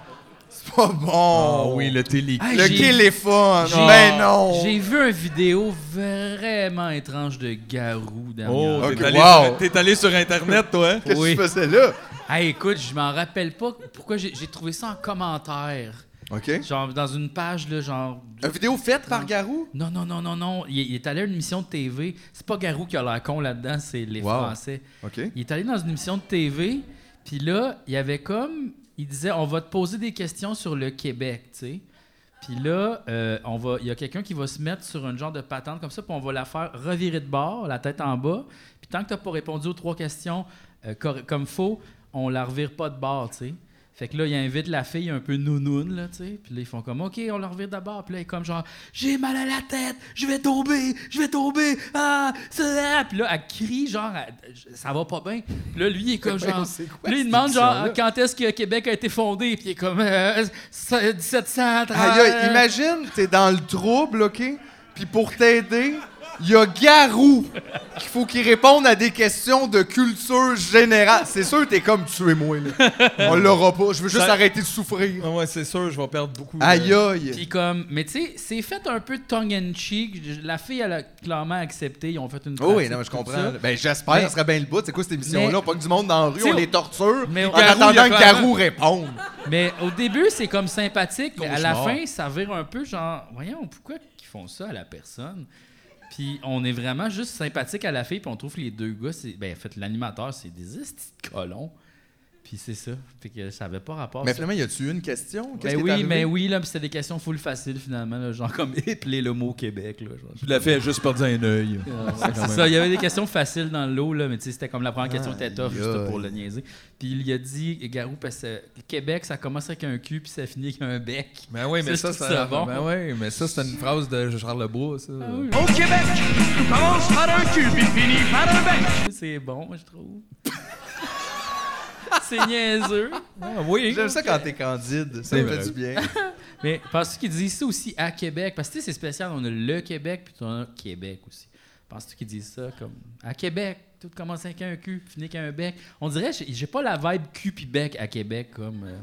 Speaker 3: C'est pas
Speaker 4: Ah
Speaker 3: bon.
Speaker 4: oui, le télécu.
Speaker 1: Hey,
Speaker 3: Le
Speaker 1: j'ai-
Speaker 3: téléphone.
Speaker 1: j'ai-
Speaker 3: Ben non.
Speaker 1: J'ai vu une vidéo vraiment étrange de Garou
Speaker 4: Oh,
Speaker 1: dernièrement.
Speaker 3: Ok,
Speaker 4: t'es allé,
Speaker 3: wow.
Speaker 4: sur- t'es allé sur Internet, toi. hein?
Speaker 3: Qu'est-ce
Speaker 1: oui.
Speaker 3: que tu faisais là?
Speaker 1: Hey, écoute, je m'en rappelle pas pourquoi j'ai j'ai trouvé ça en commentaire.
Speaker 3: OK.
Speaker 1: Genre, dans une page, là, genre.
Speaker 3: Une vidéo faite par Garou?
Speaker 1: Non, non, non, non, non. Il, il est allé à une émission de TV. C'est pas Garou qui a l'air con là-dedans, c'est les
Speaker 3: Wow.
Speaker 1: Français.
Speaker 3: OK.
Speaker 1: Il est allé dans une émission de TV, puis là, il y avait comme. Il disait on va te poser des questions sur le Québec, tu sais. Puis là, euh, on va, il y a quelqu'un qui va se mettre sur un genre de patente comme ça, puis on va la faire revirer de bord, la tête en bas. Puis tant que tu pas répondu aux trois questions euh, cor- comme faux, on la revire pas de bord, tu sais. Fait que là, il invite la fille un peu nounoune, là, tu sais. Puis là, ils font comme, OK, on la revire d'abord. Puis là, il est comme genre, j'ai mal à la tête, je vais tomber, je vais tomber, ah, ça. Puis là, elle crie, genre, elle- ça va pas bien. Puis là, lui, il est comme genre,
Speaker 3: Ben, c'est quoi
Speaker 1: puis là, il
Speaker 3: cette
Speaker 1: demande, genre,
Speaker 3: émission-là?
Speaker 1: quand est-ce que Québec a été fondé? Puis il est comme, euh, c'est- 1730.
Speaker 3: Aïe, aïe, imagine, t'es dans le trouble, OK? Puis pour t'aider, il y a Garou qu'il faut qu'il réponde à des questions de culture générale. C'est sûr, t'es comme tuez-moi, là. On l'aura pas. Je veux juste
Speaker 4: Ça-
Speaker 3: arrêter de souffrir.
Speaker 4: Ah ouais, c'est sûr, je vais perdre beaucoup. de-
Speaker 3: Aïe, aïe.
Speaker 1: Puis comme, mais tu sais, c'est fait un peu tongue in cheek. Je- La fille, elle a clairement accepté. Ils ont fait une.
Speaker 3: Oh oui,
Speaker 1: pratique,
Speaker 3: non, mais je
Speaker 1: tout
Speaker 3: comprends.
Speaker 1: ça.
Speaker 3: là. Ben, j'espère
Speaker 1: Mais-
Speaker 3: que ça serait bien le bout. C'est quoi cette émission-là?
Speaker 1: Mais-
Speaker 3: On pogne du monde dans la rue,
Speaker 1: T'sais,
Speaker 3: on les torture.
Speaker 1: mais-
Speaker 3: Mais en
Speaker 1: Garou,
Speaker 4: il a
Speaker 3: attendant que
Speaker 4: clairement-
Speaker 3: Garou réponde.
Speaker 1: Mais au début, c'est comme sympathique. Mais à la
Speaker 3: Cauchemar.
Speaker 1: fin, ça vire un peu genre, voyons, pourquoi ils font ça à la personne? Puis on est vraiment juste sympathique à la fille, puis on trouve que les deux gars, c'est. Ben, en fait, l'animateur, c'est des estis de colons. Puis c'est ça. Fait que ça avait pas rapport.
Speaker 3: Mais
Speaker 1: ça.
Speaker 3: finalement, y a-tu une question?
Speaker 1: Ben
Speaker 3: Qu'est-ce qui est
Speaker 1: oui,
Speaker 3: arrivé?
Speaker 1: mais oui, là, puis c'était des questions full faciles finalement, là, genre comme épeler le mot Québec. Là, genre.
Speaker 4: Je l'ai fait juste perdre un œil.
Speaker 3: Euh,
Speaker 1: C'est ça, il y avait des questions faciles dans le lot, là, mais tu sais, c'était comme la première question était tough,
Speaker 3: Aïe,
Speaker 1: juste pour
Speaker 3: aïe.
Speaker 1: le niaiser. Puis il a dit, Garou, parce que Québec, ça commence avec un cul, puis ça finit avec un bec.
Speaker 4: Ben oui, mais ça,
Speaker 1: je trouve
Speaker 4: ça,
Speaker 1: ça bon. Ah
Speaker 4: ben oui, mais ça, c'est une phrase de Charles Lebois, ça.
Speaker 12: Au Québec, tout commence par un cul, puis finit par un bec.
Speaker 1: C'est bon, je trouve. C'est niaiseux.
Speaker 3: Ah oui. J'aime ça quand t'es candide. Ça
Speaker 1: C'est
Speaker 3: me fait
Speaker 1: vrai.
Speaker 3: du bien.
Speaker 1: Mais penses-tu qu'ils disent ça aussi à Québec? Parce que tu sais, c'est spécial, on a le Québec, puis on a Québec aussi. Penses-tu qu'ils disent ça comme à Québec? Tout commence avec un cul, finit avec un bec. On dirait, j'ai j'ai pas la vibe cul puis bec à Québec comme. euh,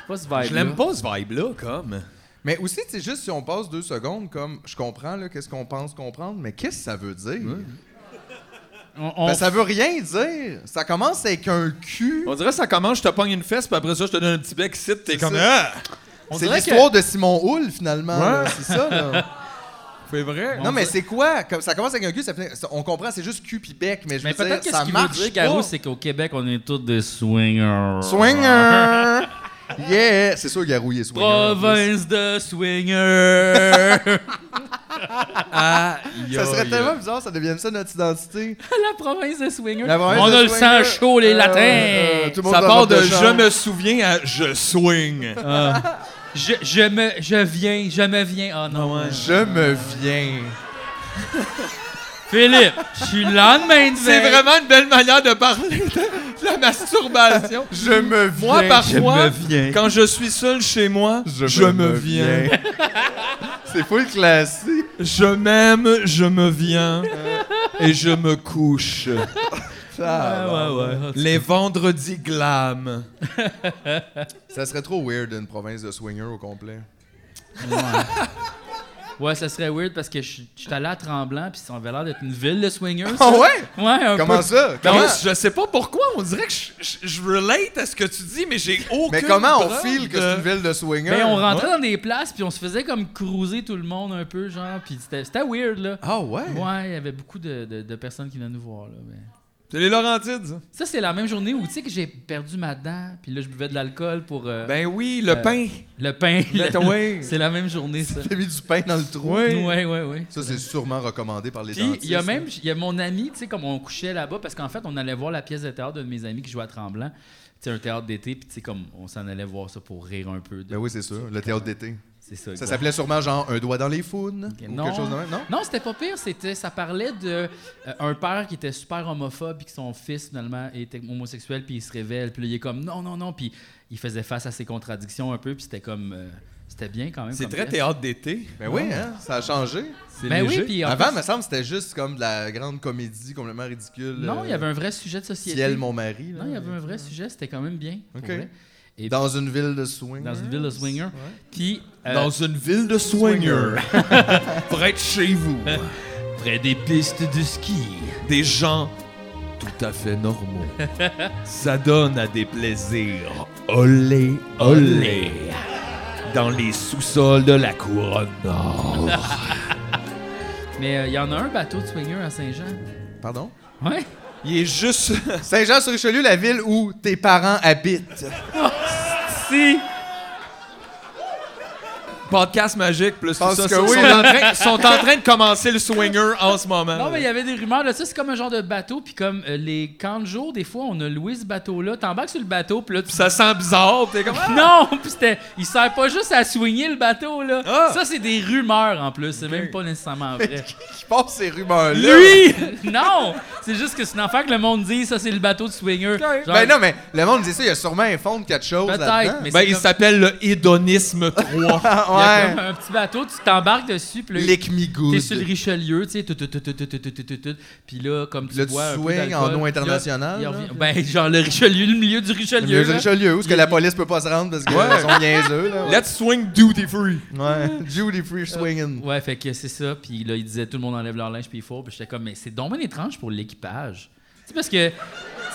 Speaker 1: c'est pas ce vibe.
Speaker 4: Je l'aime pas, ce vibe-là, comme.
Speaker 3: Mais aussi, tu sais, juste si on passe deux secondes, comme je comprends, là, qu'est-ce qu'on pense comprendre, mais qu'est-ce que ça veut dire?
Speaker 1: on-
Speaker 3: Ben, ça veut rien dire. Ça commence avec un cul.
Speaker 4: On dirait que ça commence, je te pogne une fesse, puis après ça, je te donne un petit bec ici, t'es comme.
Speaker 3: ça.
Speaker 4: Ah!
Speaker 3: C'est l'histoire de Simon Houle, finalement. là.
Speaker 4: Ouais.
Speaker 3: C'est ça, là.
Speaker 4: C'est vrai.
Speaker 3: Non, mais c'est quoi? Comme, ça commence avec un cul, ça fait- ça- on comprend, c'est juste cul pis bec, mais je
Speaker 1: Mais
Speaker 3: veux dire,
Speaker 1: peut-être que
Speaker 3: ça
Speaker 1: ce qu'il veut
Speaker 3: marche
Speaker 1: dire,
Speaker 3: pas.
Speaker 1: Garou, c'est qu'au Québec, on est tous des swingers.
Speaker 3: Swinger! yeah! C'est sûr, Garou, il est swinger. en plus.
Speaker 1: Province de swingers!
Speaker 3: ça
Speaker 1: Oh,
Speaker 3: serait tellement bizarre, ça devienne ça notre identité.
Speaker 1: La province de swingers.
Speaker 3: La province
Speaker 1: on
Speaker 3: de
Speaker 1: a le sang
Speaker 3: swingers.
Speaker 1: chaud, les
Speaker 3: Euh,
Speaker 1: latins!
Speaker 3: euh, tout le monde
Speaker 4: Ça
Speaker 3: dans
Speaker 4: part
Speaker 3: votre
Speaker 4: de
Speaker 3: chambre.
Speaker 4: je me souviens à je swing.
Speaker 1: Ah. Je, je me je viens, je me viens. Oh non.
Speaker 3: Je me viens.
Speaker 1: Philippe, je suis le lendemain de
Speaker 4: C'est
Speaker 1: veille.
Speaker 4: vraiment une belle manière de parler de la masturbation.
Speaker 3: Je me viens.
Speaker 4: Moi, parfois,
Speaker 1: je me viens.
Speaker 4: quand je suis seul chez moi, je, me, viens.
Speaker 3: c'est full classique.
Speaker 4: Je m'aime, je me viens. et je me couche.
Speaker 3: Ah,
Speaker 1: Ouais, ouais, ouais.
Speaker 4: Les vendredis glam.
Speaker 3: Ça serait trop weird une province de swingers au complet.
Speaker 1: Ouais, ça serait weird parce que je suis je suis allé à Tremblant puis ça avait l'air d'être une ville de swingers. ça.
Speaker 3: Ah ouais?
Speaker 1: Ouais, un
Speaker 3: Comment
Speaker 1: peu.
Speaker 3: ça?
Speaker 4: Mais
Speaker 3: Comment,
Speaker 4: je sais pas pourquoi, on dirait que je, je- je relate à ce que tu dis, mais j'ai aucune
Speaker 3: mais comment on
Speaker 4: preuve
Speaker 3: file que
Speaker 4: de-
Speaker 3: c'est une ville de swingers?
Speaker 1: Ben, on rentrait dans des places puis on se faisait comme cruiser tout le monde un peu genre puis c'était c'était weird là.
Speaker 3: Ah ouais?
Speaker 1: Ouais, il y avait beaucoup de, de- de personnes qui venaient nous voir là. mais-
Speaker 4: C'est les Laurentides. ça.
Speaker 1: Ça c'est la même journée où tu sais que j'ai perdu ma dent puis là je buvais de l'alcool pour euh,
Speaker 4: Ben oui, le pain.
Speaker 1: le pain.
Speaker 3: ben,
Speaker 4: Let away.
Speaker 1: c'est la même journée ça.
Speaker 3: T'as mis du pain dans le trou.
Speaker 1: Ouais, ouais, ouais.
Speaker 3: Ça, c'est sûrement recommandé par les
Speaker 1: Puis
Speaker 3: dentistes.
Speaker 1: il y a même il y a mon ami, tu sais, comme on couchait là-bas, parce qu'en fait, on allait voir la pièce de théâtre d'un de mes amis qui joue à Tremblant. C'est un théâtre d'été, puis tu sais, comme on s'en allait voir ça pour rire un peu. de-
Speaker 3: Ben oui, c'est sûr. Le théâtre d'été.
Speaker 1: C'est ça.
Speaker 3: Ça
Speaker 1: gros.
Speaker 3: s'appelait sûrement genre Un doigt dans les founes
Speaker 1: Ok,
Speaker 3: ou quelque chose de même, non?
Speaker 1: Non, c'était pas pire. C'était, ça parlait de euh, un père qui était super homophobe puis que son fils finalement était homosexuel puis il se révèle puis là, il est comme non non non puis il faisait face à ses contradictions un peu puis c'était comme euh, c'était bien quand même.
Speaker 4: C'est
Speaker 1: comme
Speaker 4: très
Speaker 1: pièce.
Speaker 4: théâtre d'été.
Speaker 3: Ben oui, hein? Ça a changé.
Speaker 1: Ben oui
Speaker 4: léger.
Speaker 1: puis en
Speaker 3: Avant,
Speaker 1: plus-
Speaker 3: me semble, c'était juste comme de la grande comédie complètement ridicule.
Speaker 1: non, il y
Speaker 3: euh,
Speaker 1: avait un vrai sujet de société.
Speaker 3: Ciel, mon mari.
Speaker 1: Non,
Speaker 3: là.
Speaker 1: il y avait un vrai sujet. C'était quand même bien. pour
Speaker 3: Ok.
Speaker 1: vrai. Et
Speaker 3: Dans une ville de swingers.
Speaker 1: dans une ville de swingers. Puis euh,
Speaker 4: Dans une ville de swingers. Pour être chez vous.
Speaker 1: près des pistes de ski.
Speaker 4: Des gens tout à fait normaux. Ça donne à des plaisirs. Olé, olé. Dans les sous-sols de la couronne nord.
Speaker 1: Mais euh, il y en a un bateau de swingers à Saint-Jean.
Speaker 3: Pardon?
Speaker 1: Ouais.
Speaker 4: Il est juste.
Speaker 3: Saint-Jean-sur-Richelieu, la ville où tes parents habitent.
Speaker 1: Si.
Speaker 4: Podcast magique plus tout
Speaker 3: Pense
Speaker 4: ça.
Speaker 3: que
Speaker 4: Ils
Speaker 3: oui.
Speaker 4: sont, en train, sont en train de commencer le swinger en ce moment.
Speaker 1: Non, mais il y avait des rumeurs là. Ça, c'est comme un genre de bateau. Puis comme euh, les camps de jour, des fois, on a loué ce bateau-là. T'embarques sur le bateau, puis là, tu...
Speaker 4: Ça sent bizarre. T'es comme. Ah!
Speaker 1: Non, puis c'était... Il sert pas juste à soigner le bateau, là.
Speaker 4: Ah!
Speaker 1: Ça, c'est des rumeurs, en plus. C'est même pas nécessairement vrai.
Speaker 3: Qui passe ces rumeurs-là?
Speaker 1: Lui! non! C'est juste que c'est une affaire que le monde dit, ça, c'est le bateau de swinger. Genre,
Speaker 3: Ben non, mais le monde dit ça, il y a sûrement un fond de quelque chose.
Speaker 1: Peut-être,
Speaker 3: là-dedans.
Speaker 1: mais
Speaker 4: Ben,
Speaker 1: c'est
Speaker 4: il
Speaker 1: comme-
Speaker 4: s'appelle le hédonisme 3.
Speaker 1: il y a
Speaker 3: Ah,
Speaker 1: comme
Speaker 3: ouais.
Speaker 1: un petit bateau, tu t'embarques dessus, puis là,
Speaker 3: Lick me good.
Speaker 1: T'es sur le Richelieu, tu sais, tout, tout, tout, tout, tout, tout, tout, tout, tout. Puis là, comme tu
Speaker 3: Là, tu
Speaker 1: bois un peu
Speaker 3: swings
Speaker 1: d'alcool,
Speaker 3: en nom
Speaker 1: il y a-
Speaker 3: international,
Speaker 1: il y a-
Speaker 3: là.
Speaker 1: ben, genre le Richelieu, le milieu du Richelieu.
Speaker 3: Le milieu de
Speaker 1: là.
Speaker 3: Richelieu, où est-ce que
Speaker 1: hein? Il-
Speaker 3: la police peut pas se rendre parce qu'ils sont niaiseux, là.
Speaker 4: Let's swing duty free.
Speaker 3: Ouais. Judy Free swinging.
Speaker 1: Ouais, fait que c'est ça. Puis là, il disait tout le monde enlève leur linge, puis il faut. Puis j'étais comme, mais c'est donc bien étrange pour l'équipage. Tu sais, parce que. Tu sais,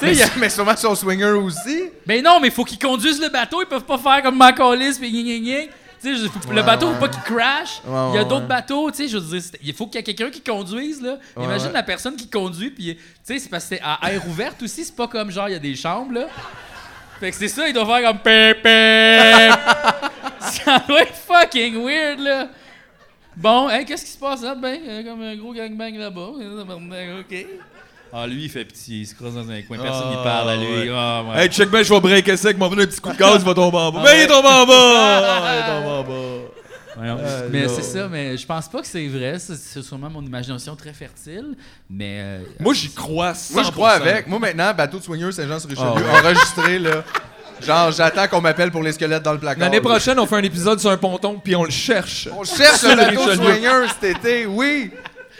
Speaker 3: Mais,
Speaker 1: il y a-
Speaker 3: mais sûrement son swinger aussi.
Speaker 1: Ben non, mais faut qu'ils conduisent le bateau, ils peuvent pas faire comme Macaulay, puis gna gna gna. Tu sais, faut que le
Speaker 3: Ouais,
Speaker 1: bateau,
Speaker 3: ouais.
Speaker 1: faut pas qu'il crash.
Speaker 3: Ouais, ouais,
Speaker 1: il y a
Speaker 3: ouais.
Speaker 1: d'autres bateaux, tu sais, je veux dire, c'est- il faut qu'il y ait quelqu'un qui conduise, là.
Speaker 3: Ouais,
Speaker 1: Imagine
Speaker 3: ouais.
Speaker 1: la personne qui conduit, puis, tu sais, c'est parce que c'est à air ouverte aussi, c'est pas comme genre, il y a des chambres, là. Fait que c'est ça, il doit faire comme pip, pip. Ça doit être fucking weird, là. Bon, hein, qu'est-ce qui se passe là? Ben, euh, comme un gros gangbang là-bas. OK. Ah, lui, il fait petit, il se croise dans un coin, personne n'y
Speaker 4: Ah,
Speaker 1: parle à lui.
Speaker 4: ouais.
Speaker 1: Ah, ouais.
Speaker 4: Hey, check ben, Ah, je vais breaker ça avec mon petit coup de gaz, il va tomber en bas. Mais il tombe en bas! Il tombe en bas. Euh,
Speaker 1: mais
Speaker 4: là.
Speaker 1: c'est ça, mais je pense pas que c'est vrai. C'est- C'est sûrement mon imagination très fertile. Mais. euh,
Speaker 4: Moi, j'y crois 100%.
Speaker 3: Moi, je crois avec. Moi, maintenant, bateau de soigneux Saint-Jean-sur-Richelieu,
Speaker 4: Ah ouais.
Speaker 3: enregistré, là. Genre, j'attends qu'on m'appelle pour les squelettes dans le placard.
Speaker 4: L'année
Speaker 3: là.
Speaker 4: prochaine, on fait un épisode sur un ponton, puis on le cherche.
Speaker 3: On cherche le bateau de
Speaker 4: Richelieu.
Speaker 3: soigneux cet été, oui!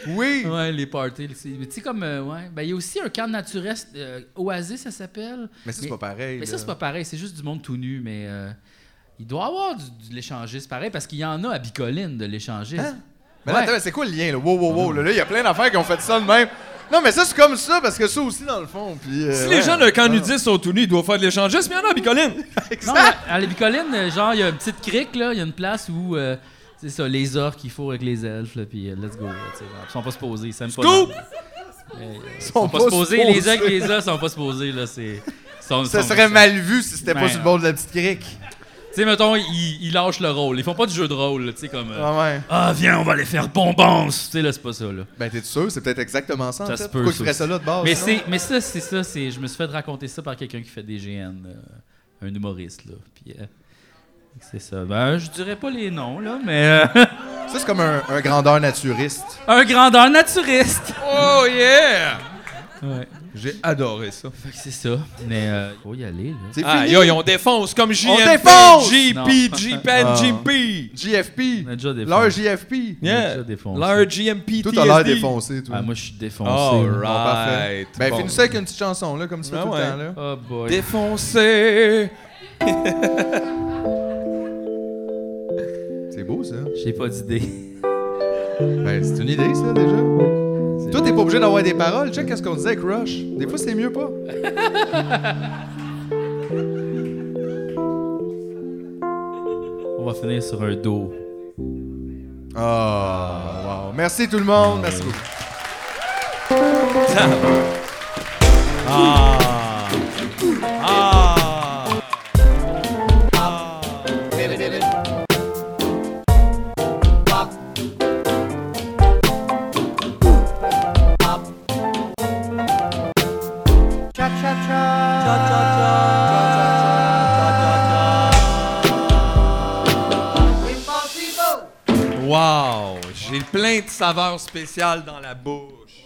Speaker 3: Oui!
Speaker 1: Ouais, les parties. c'est- mais Tu sais, comme. euh, ouais. Ben, il y a aussi un camp naturiste, euh, Oasis, ça s'appelle.
Speaker 3: Mais ça, c'est pas pareil,
Speaker 1: Mais
Speaker 3: là.
Speaker 1: ça, c'est pas pareil. C'est juste du monde tout nu, mais. euh, il doit y avoir du, de l'échangiste pareil, parce qu'il y en a à Bicoline de l'échangiste.
Speaker 3: Hein? Mais là,
Speaker 1: Ouais. Mm.
Speaker 3: attends, mais c'est quoi le lien, là? Wow, wow, wow, là, là, il y a plein d'affaires qui ont fait ça de même. Non, mais ça, c'est comme ça, parce que ça aussi, dans le fond, puis... euh,
Speaker 4: Si
Speaker 3: ouais.
Speaker 4: les gens d'un camp nudiste sont tout nus, ils doivent faire de l'échangiste, mais il y en a à Bicoline.
Speaker 1: Non, mais à la Bicoline, euh, genre, il y a une petite crique, là. Il y a une place où. euh, c'est ça, les orques, il faut avec les elfes, là, puis euh, let's go. là, tu sais, genre. ils sont pas supposés, ça me pas.
Speaker 4: Scoop!
Speaker 1: Mais, euh, Ils
Speaker 3: sont
Speaker 1: pas
Speaker 3: pas
Speaker 1: supposés. Les orques et
Speaker 3: supposés.
Speaker 1: les elfes sont pas supposés, là. C'est. sont-
Speaker 3: Ça
Speaker 1: sont-
Speaker 3: serait mal vu si c'était pas
Speaker 1: Ben,
Speaker 3: sur le bord de la petite crique.
Speaker 1: Tu sais, mettons, ils, ils lâchent le rôle. Ils font pas du jeu de rôle, là, tu sais, comme. euh,
Speaker 3: Ah ouais.
Speaker 1: Ah, viens, on va aller faire bombance! Tu sais, là, c'est pas ça, là.
Speaker 3: Ben, t'es sûr? C'est peut-être exactement ça, en
Speaker 1: Ça
Speaker 3: fait.
Speaker 1: se peut.
Speaker 3: Pourquoi tu
Speaker 1: ça
Speaker 3: ferais ça
Speaker 1: aussi.
Speaker 3: là, de base?
Speaker 1: Mais,
Speaker 3: non?
Speaker 1: c'est, mais ça, c'est ça. C'est, je me suis fait raconter ça par quelqu'un qui fait des GN, euh, un humoriste, là. Puis, euh, c'est ça. Ben, je dirais pas les noms, là, mais. euh,
Speaker 3: Ça, c'est comme un, un grandeur naturiste.
Speaker 1: un grandeur naturiste!
Speaker 4: Oh yeah!
Speaker 1: Ouais.
Speaker 4: J'ai adoré ça.
Speaker 1: Fait que c'est ça. Mais, euh, faut y aller, là.
Speaker 3: C'est
Speaker 4: Ah,
Speaker 3: fini!
Speaker 4: yo, on défonce comme JMP,
Speaker 3: défonce!
Speaker 4: JP, JPEN,
Speaker 3: Ah.
Speaker 4: JP.
Speaker 3: JFP!
Speaker 1: On a déjà défoncé.
Speaker 3: L'heure JFP!
Speaker 1: On a
Speaker 4: Yeah.
Speaker 1: déjà défoncé.
Speaker 4: Leur JMP,
Speaker 3: Tout à l'air défoncé, toi.
Speaker 1: Ah, moi, je suis défoncé.
Speaker 4: All
Speaker 3: Bon, parfait.
Speaker 4: right.
Speaker 3: Ben,
Speaker 4: Bon.
Speaker 3: finissez avec une petite chanson, là, comme tu fais
Speaker 4: Ah
Speaker 3: tout
Speaker 4: ouais.
Speaker 3: le temps, là.
Speaker 1: Oh boy.
Speaker 4: Défoncé.
Speaker 3: C'est beau, ça.
Speaker 1: J'ai pas d'idée.
Speaker 3: Ben, c'est une idée, ça, déjà. Toi, t'es pas obligé d'avoir des paroles. Check ce qu'on disait avec Rush. Des fois, c'est mieux pas.
Speaker 1: On va finir sur un dos.
Speaker 3: Ah, wow. Merci, tout le monde. Merci beaucoup.
Speaker 4: Ah. Ah. Oh, Wow. J'ai plein de saveurs spéciales dans la bouche.